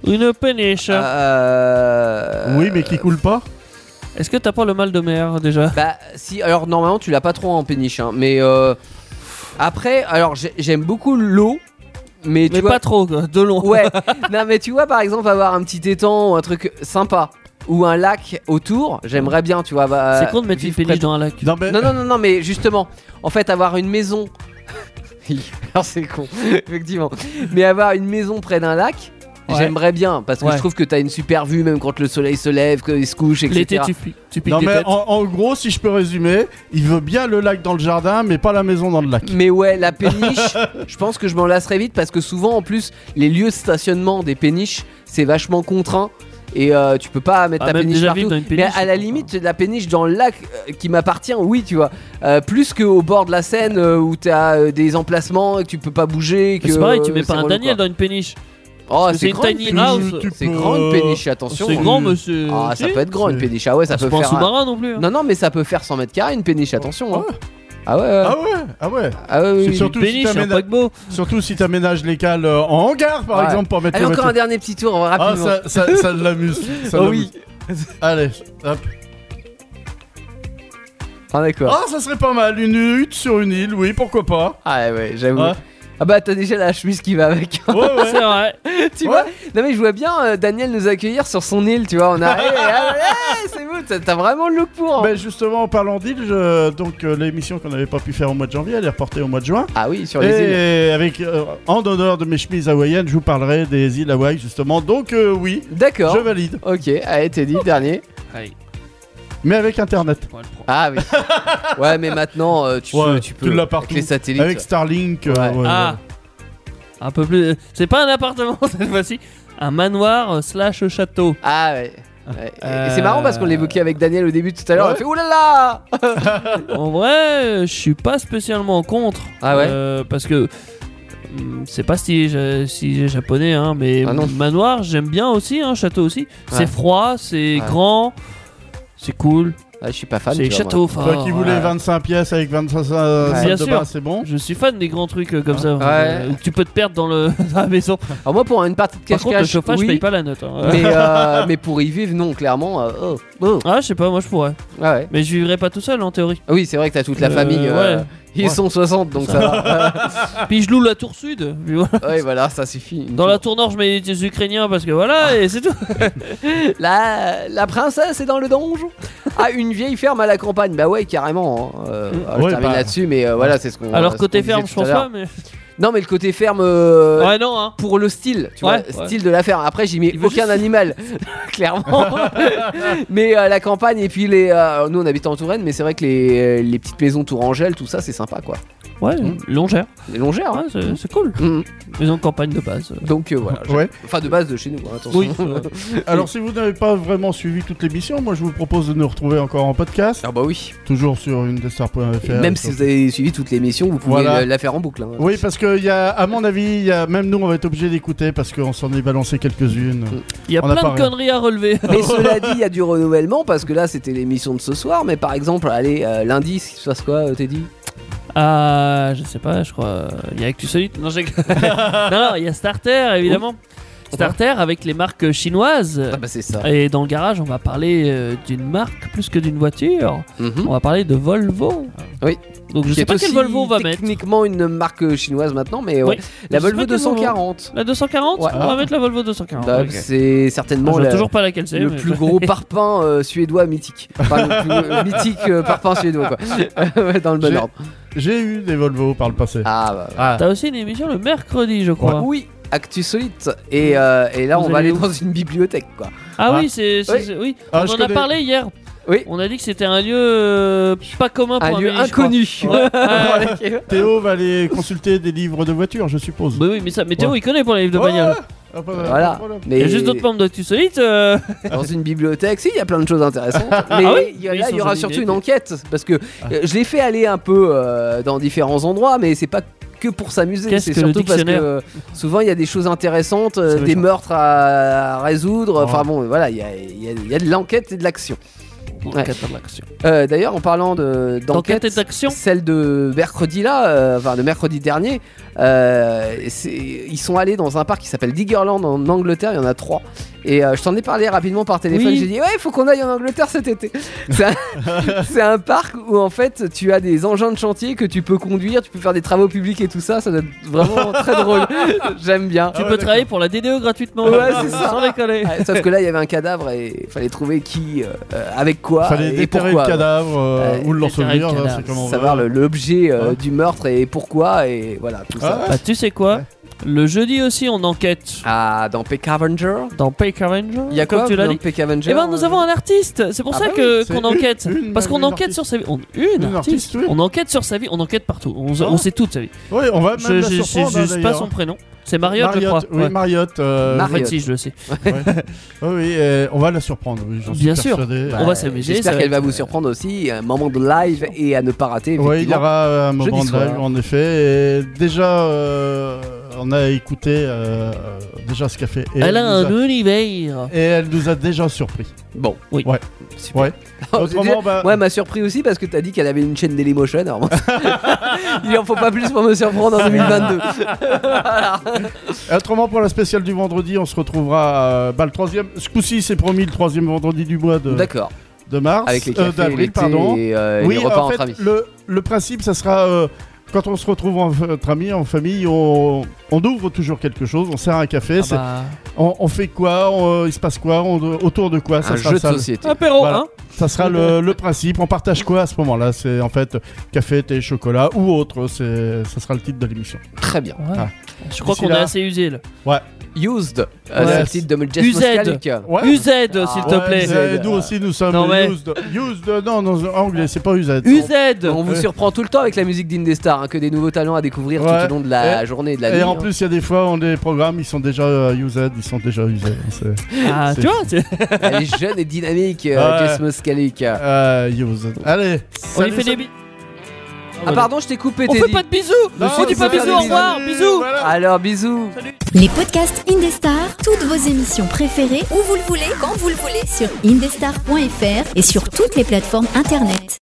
S5: Une péniche.
S4: Euh,
S3: Oui, mais qui coule pas
S4: Ah.
S5: Est-ce que t'as pas le mal de mer déjà
S4: Bah, si, alors normalement, tu l'as pas trop en péniche, hein, mais euh, après, alors j'ai- j'aime beaucoup l'eau, mais tu
S5: Mais
S4: vois,
S5: pas trop, quoi, de long.
S4: Ouais, non mais tu vois par exemple avoir un petit étang ou un truc sympa ou un lac autour, j'aimerais bien, tu vois. bah,
S5: C'est con de mettre une
S4: vivre
S5: péniche
S4: près de-
S5: dans un lac.
S3: Non, mais.
S4: Non, non, non, non, mais justement, en fait avoir une maison. alors c'est con, effectivement. Mais avoir une maison près d'un lac.
S5: Ouais.
S4: J'aimerais bien parce que
S5: Ouais.
S4: je trouve que t'as une super vue même quand le soleil se lève, qu'il se couche, etc.
S5: L'été, tu, pi- tu piques
S3: Non,
S5: des
S3: mais
S5: têtes.
S3: en, en gros, si je peux résumer, il veut bien le lac dans le jardin, mais pas la maison dans le lac.
S4: Mais ouais, la péniche, je pense que je m'en lasserai vite parce que souvent, en plus, les lieux de stationnement des péniches, c'est vachement contraint. Et euh, tu peux pas mettre
S5: Ah,
S4: ta
S5: même
S4: péniche
S5: déjà
S4: partout.
S5: vivre dans une
S4: mais
S5: péniche,
S4: à
S5: c'est
S4: la
S5: contraint.
S4: limite, la péniche dans le lac euh, qui m'appartient, oui, tu vois. Euh, plus qu'au bord de la Seine euh, où t'as euh, des emplacements et que tu peux pas bouger.
S5: Mais
S4: que
S5: C'est pareil, tu mets
S4: euh,
S5: pas
S4: c'est
S5: un
S4: relou,
S5: Daniel
S4: quoi.
S5: dans une péniche.
S4: Oh, c'est
S5: que Ah, c'est une
S4: grande
S5: tiny
S4: péniche.
S5: house.
S3: Tu
S4: C'est
S3: peux,
S4: grande
S3: euh,
S4: péniche, attention.
S5: C'est grand, monsieur.
S4: Ah, ça peut être grand une
S3: C'est-
S4: péniche. Ah ouais, ça peut
S5: C'est pas un
S4: faire. un-
S5: sous-marin non plus. hein.
S4: Non, non, mais ça peut faire 100 mètres carrés une
S5: Oh.
S4: péniche, attention. hein. Ah ouais, ouais.
S3: Ah ouais, ah ouais.
S4: Ah ouais, oui,
S3: C'est
S4: oui.
S3: surtout
S5: Une péniche,
S3: si
S5: un
S3: t'aménages-
S5: paquebot.
S3: Surtout si t'aménages les cales euh, en hangar, par
S4: Ouais.
S3: exemple, pour mettre
S4: Allez,
S3: les
S4: encore un
S3: voitures.
S4: dernier petit tour
S3: Ah,
S4: rapidement.
S3: ça, ça, ça l'amuse. ça
S4: Oh
S3: l'amuse.
S4: oui.
S3: Allez, hop.
S4: Ah d'accord.
S3: Ah, ça serait pas mal, une hutte sur une île, oui, pourquoi pas.
S4: Ah ouais, j'avoue.
S3: Ouais.
S4: Ah bah t'as déjà la chemise qui va avec.
S3: Ouais, ouais.
S5: C'est vrai.
S4: tu
S3: Ouais.
S4: vois Non mais je vois bien euh, Daniel nous accueillir sur son île, tu vois. On arrive. et, ah, ouais, c'est bon, t'as- t'as vraiment le look pour. hein.
S3: Ben justement, en parlant d'île, je- donc euh, l'émission qu'on n'avait pas pu faire au mois de janvier, elle est reportée au mois de juin.
S4: Ah oui, sur les îles.
S3: Et avec, euh, en honneur de mes chemises hawaïennes, je vous parlerai des îles Hawaï, justement. Donc euh, oui,
S4: D'accord.
S3: je valide.
S4: Ok, allez Teddy, dernier.
S5: Allez,
S3: Mais avec Internet.
S5: on va le prendre.
S4: Ah oui. ouais, mais maintenant euh, tu, peux,
S3: Ouais,
S4: tu
S3: tu
S4: peux.
S3: l'as
S4: avec
S3: partout.
S4: les satellites.
S3: Avec Starlink. euh,
S4: Ouais.
S3: ouais, ouais.
S5: Ah Un peu plus. C'est pas un appartement cette fois-ci. Un manoir euh, slash château.
S4: Ah ouais. Et, et c'est marrant parce qu'on l'évoquait avec Daniel au début tout à l'heure. On
S3: Euh, Ouais.
S4: a fait oulala
S5: En vrai, je suis pas spécialement contre.
S4: Ah ouais
S5: Euh, Parce que hum, c'est pas si j'ai japonais, hein, mais
S4: Ah non.
S5: manoir, j'aime bien aussi, hein, château aussi.
S4: Ouais.
S5: C'est froid, c'est
S4: Ouais.
S5: grand, c'est cool,
S4: Ah, Je suis pas fan.
S5: c'est
S4: tu vois,
S5: château.
S3: Toi
S5: enfin,
S4: Oh,
S3: qui voulais
S5: voilà.
S3: 25 pièces avec 25 euh,
S4: Ouais.
S3: salles
S5: Bien
S3: de
S5: sûr.
S3: bain, c'est bon
S5: Je suis fan des grands trucs euh, comme ça.
S4: Ouais.
S5: où tu peux te perdre dans, le, dans la maison.
S4: moi. Alors moi pour une partie de
S5: Par contre, le
S4: cache-cache,
S5: chauffage,
S4: oui,
S5: je paye pas la note. hein.
S4: mais, euh, mais pour y vivre, non, clairement. euh, oh, oh.
S5: Ah, je sais pas, moi je pourrais.
S4: Ah ouais.
S5: Mais je vivrais pas tout seul en théorie.
S4: Ah Oui, c'est vrai que t'as toute la
S5: Euh,
S4: famille. euh,
S5: ouais.
S4: Ils
S3: Ouais.
S4: sont 60, donc ça va.
S3: Ah.
S5: Puis je loue la tour sud. puis voilà.
S4: Ouais, voilà, ça suffit.
S5: Dans la tour nord, je mets des Ukrainiens parce que
S4: Ah.
S5: voilà, et c'est tout.
S4: La, la princesse est dans le donjon Ah, une vieille ferme à la campagne. Bah ouais, carrément. hein. Euh,
S5: Mm.
S4: ah, je
S3: Ouais,
S4: termine
S3: bah.
S4: là-dessus, mais euh, voilà, c'est ce qu'on.
S5: Alors
S4: ce
S5: côté
S4: qu'on disait
S5: ferme, je
S4: tout à
S5: pense
S4: l'heure.
S5: pas, mais.
S4: Non, mais le côté ferme. euh,
S5: Ouais, non, hein.
S4: Pour le style, tu
S5: Ouais,
S4: vois,
S5: ouais.
S4: style de la ferme. Après, j'y mets
S5: Il veut
S4: aucun
S5: juste-
S4: animal, clairement. mais euh, la campagne et puis les. euh, nous, on habite en Touraine, mais c'est vrai que les, euh, les petites maisons tourangelles, tout ça, c'est sympa, quoi.
S5: Ouais,
S3: Mmh.
S5: longère.
S4: Les longères. hein.
S5: Ouais, c'est c'est cool.
S4: Mm.
S5: Maison de campagne de base.
S4: Donc euh, voilà.
S3: Ouais.
S4: Enfin, de base de chez nous. hein, attention.
S5: Oui. euh,
S3: Alors si vous n'avez pas vraiment suivi toute l'émission, moi je vous propose de nous retrouver encore en podcast,
S4: Ah bah oui.
S3: toujours sur indestar.fr.
S4: Même si vous avez suivi toute l'émission, vous pouvez
S3: Voilà.
S4: le- la faire en boucle. hein.
S3: Oui, parce que il y a, à mon avis, il y a, même nous, on va être obligé d'écouter parce qu'on s'en est balancé quelques-unes.
S5: Il y a
S3: On a
S5: plein
S3: pas
S5: de
S3: rien.
S5: conneries à relever.
S4: Mais cela dit, il y a du renouvellement parce que là, c'était l'émission de ce soir. Mais par exemple, allez, euh, lundi, ce qui se passe quoi, euh, Teddy
S5: Ah, je sais pas, je crois. euh, Il y a Actu Solide. Non, j'ai. non, non, il y a Starter, évidemment. Starter avec les marques chinoises.
S4: Ah bah c'est ça.
S5: Et dans le garage, on va parler euh, d'une marque plus que d'une voiture.
S4: Mhm.
S5: On va parler de Volvo.
S4: Oui.
S5: Donc je
S4: Qui
S5: sais
S4: est
S5: pas quel
S4: aussi
S5: Volvo on va mettre.
S4: Techniquement une marque chinoise maintenant, mais ouais.
S5: Oui.
S4: la
S5: Je sais
S4: Volvo
S5: pas quel
S4: 240.
S5: La 240
S4: Ouais.
S5: On va mettre la Volvo 240.
S4: Bah,
S5: Ok. Ah,
S4: C'est certainement
S5: je
S4: la-
S5: sais toujours pas laquelle c'est.
S4: le
S5: mais-
S4: plus gros parpaing euh, suédois mythique. Enfin, le plus euh, mythique euh, parpaing suédois, quoi. Dans le bon
S3: J'ai-
S4: ordre.
S3: J'ai eu des Volvo par le passé.
S4: Ah bah.
S3: Ah.
S5: T'as aussi une émission le mercredi, je crois.
S4: Oui, Actu Solite. Et, euh, et là,
S5: bah, Vous
S4: on va
S5: allez
S4: aller
S5: où
S4: dans une bibliothèque, quoi.
S5: Ah
S3: Ah.
S5: oui, c'est. c'est-
S4: Oui.
S5: c'est- Oui.
S3: Ah,
S5: on
S3: je
S5: en a
S3: connais.
S5: parlé hier.
S4: Oui.
S5: On a dit que c'était un lieu euh, pas commun pour
S4: Un lieu
S5: Amélie, je
S4: inconnu.
S5: crois. Ouais.
S3: Théo va aller consulter des livres de voitures, je suppose.
S5: Bah oui, mais ça, mais Théo,
S3: Ouais.
S5: il connaît pour les livres de
S3: Ouais,
S5: bagnole.
S3: ah, pas- pas de
S4: Voilà.
S3: problème.
S4: Mais
S5: Il y a juste d'autres membres d'Actu Solide. euh,
S4: dans une bibliothèque, si, il y a plein de choses intéressantes. Mais
S5: Ah oui
S4: il y a-
S5: Oui,
S4: là, il y
S5: sans
S4: aura
S5: aucune
S4: surtout
S5: idée.
S4: une enquête. Parce que euh, je l'ai fait aller un peu euh, dans différents endroits, mais c'est pas que pour s'amuser.
S5: Qu'est-ce
S4: C'est
S5: que le
S4: surtout parce que
S5: dictionnaire
S4: euh, souvent, il y a des choses intéressantes, euh,
S5: Ça Ah. va
S4: des
S5: être-
S4: meurtres à, à résoudre. Enfin
S3: Ouais.
S4: bon, voilà, il y a, il y a- il y a de l'enquête et de l'action. Ouais.
S5: Enquête et d'action.
S4: Euh, D'ailleurs, en parlant de-
S5: Enquête
S4: d'enquête.
S5: et d'action.
S3: Ah
S4: celle de mercredi là, euh, enfin de mercredi dernier, euh, c'est- ils sont allés dans un parc qui s'appelle Diggerland en Angleterre, il y en a trois. Et euh, je t'en ai parlé rapidement par téléphone,
S5: Oui.
S4: j'ai dit ouais, il faut qu'on aille en Angleterre cet été. C'est un, c'est un parc où en fait tu as des engins de chantier que tu peux conduire, tu peux faire des travaux publics et tout ça, ça doit être vraiment très drôle. J'aime bien.
S5: Tu
S3: ouais,
S5: peux
S3: d'accord.
S5: travailler pour la DDE gratuitement.
S4: Ouais, c'est ça.
S5: Sans déconner.
S4: Ouais, Sauf que là il y avait un cadavre et il fallait trouver qui, euh, euh, avec quoi,
S3: Fallait
S4: et
S3: déterrer
S4: pourquoi.
S3: le cadavre euh,
S4: Ouais,
S3: ou
S5: déterrer le
S3: l'ensevelir, là,
S5: cadavre.
S3: c'est comment on
S4: savoir
S3: va.
S4: le- l'objet euh,
S3: Ouais.
S4: du meurtre et pourquoi et voilà tout ça.
S3: Ah,
S5: Bah, tu sais quoi Le jeudi aussi, on enquête
S4: Ah, dans Peck Avenger
S5: dans Pay Ranger.
S4: Il y a
S5: comme
S4: quoi
S5: tu l'as
S4: dans
S5: dit.
S4: Peck Avenger
S5: Eh ben, nous
S4: euh,
S5: avons un artiste. C'est pour
S4: Ah
S5: ça
S4: bah
S5: que
S3: c'est
S5: qu'on
S3: une-
S5: enquête.
S3: une-
S5: Parce qu'on
S3: une
S5: enquête
S3: artiste.
S5: sur sa vie. On- Une,
S3: Une
S5: artiste.
S3: artiste, oui.
S5: On enquête sur sa vie. On enquête partout. On,
S3: Ah.
S5: on sait toute sa vie.
S3: Oui, on va même
S5: Je,
S3: la
S5: je- je-
S3: surprendre,
S5: je
S3: hein,
S5: sais pas
S3: d'ailleurs.
S5: son prénom. C'est Mariotte, je crois.
S3: Oui,
S5: Ouais.
S3: Mariotte. euh,
S5: En
S4: Mariotte.
S5: fait, si, je le sais.
S3: oui, oui, euh, on va la surprendre. Oui, j'en suis
S5: Bien sûr.
S3: persuadé.
S5: On va s'amuser, ça
S4: euh, J'espère
S5: va
S4: qu'elle va
S5: être- euh,
S4: vous surprendre aussi. Un moment de live et à ne pas rater.
S3: Oui, il y
S4: effectivement.
S3: aura euh, un moment de
S4: soir.
S3: live en effet. Et déjà, euh, on a écouté euh, déjà ce qu'a fait. Et
S5: Elle a
S3: nous
S5: un univers.
S3: Et elle nous a déjà surpris.
S4: Bon,
S5: Oui.
S3: Ouais.
S4: Super.
S3: Ouais.
S4: Alors,
S3: Autrement,
S4: déjà,
S3: bah-
S4: Moi, elle m'a surpris aussi parce que t'as dit qu'elle avait une chaîne Dailymotion. Alors, moi, il en faut pas plus pour me surprendre en 2022.
S3: Et autrement, pour la spéciale du vendredi, on se retrouvera euh, bah, le troisième. Ce coup-ci, c'est promis le troisième vendredi du mois de,
S4: D'accord.
S3: de mars.
S4: Avec les
S3: euh,
S4: cafés,
S3: d'avril,
S4: l'été
S3: pardon.
S4: et, euh, et
S3: oui,
S4: les repas
S3: en fait,
S4: entre amis.
S3: Le, le principe, ça sera euh, quand on se retrouve en- entre amis, en famille, on, on ouvre toujours quelque chose, on sert un café.
S5: Ah
S3: c'est-
S5: bah,
S3: on, on fait quoi on- Il se passe quoi on- Autour de quoi
S4: Un
S3: sera
S4: jeu de
S3: ça, le-
S4: société.
S5: Apéro,
S3: Voilà.
S5: hein
S3: Ça sera le, le principe. On partage quoi à ce moment-là C'est en fait café, thé, chocolat ou autre. C'est, ça sera le titre de l'émission.
S4: Très bien.
S5: Ouais.
S3: Ah.
S5: Je crois
S3: D'ici
S5: qu'on est
S3: là.
S5: assez usé là.
S4: Used. euh, c'est le titre de Jess
S5: UZ.
S4: Moskalik.
S3: Ouais. Ah,
S5: UZ, s'il te
S3: Ouais,
S5: plaît.
S3: UZ,
S4: Euh,
S3: nous aussi, nous sommes
S5: non, mais-
S3: used. Used, non, non, en anglais, c'est pas used.
S5: UZ
S4: On vous
S3: Ouais.
S4: surprend tout le temps avec la musique d'Indestar, hein, que des nouveaux talents à découvrir tout
S3: Ouais.
S4: au long de la journée et de la nuit.
S3: Et en
S4: hein.
S3: plus, il y a des fois, on les programmes, ils sont déjà euh, used, ils ils sont déjà Euh, usés. C'est-
S5: Ah, tu vois, c'est-
S4: Elle est jeune et dynamique, euh,
S3: Ouais.
S4: Jess Moskalik. Ah,
S3: Euh, use. Allez,
S5: on lui
S3: salut,
S5: fait des
S3: salut.
S5: bisous.
S4: Ah, pardon, je t'ai coupé,
S5: On
S4: t'es
S5: fait
S4: dit.
S5: pas de bisous.
S3: Non,
S5: on dit pas
S4: c'est
S5: bisous,
S4: pas
S5: au
S4: des
S5: revoir,
S3: bisous,
S5: bisous.
S3: voilà.
S4: Alors, bisous.
S2: Les podcasts Indestar, toutes vos émissions préférées, où vous le voulez, quand vous le voulez, sur indestar.fr et sur toutes les plateformes internet.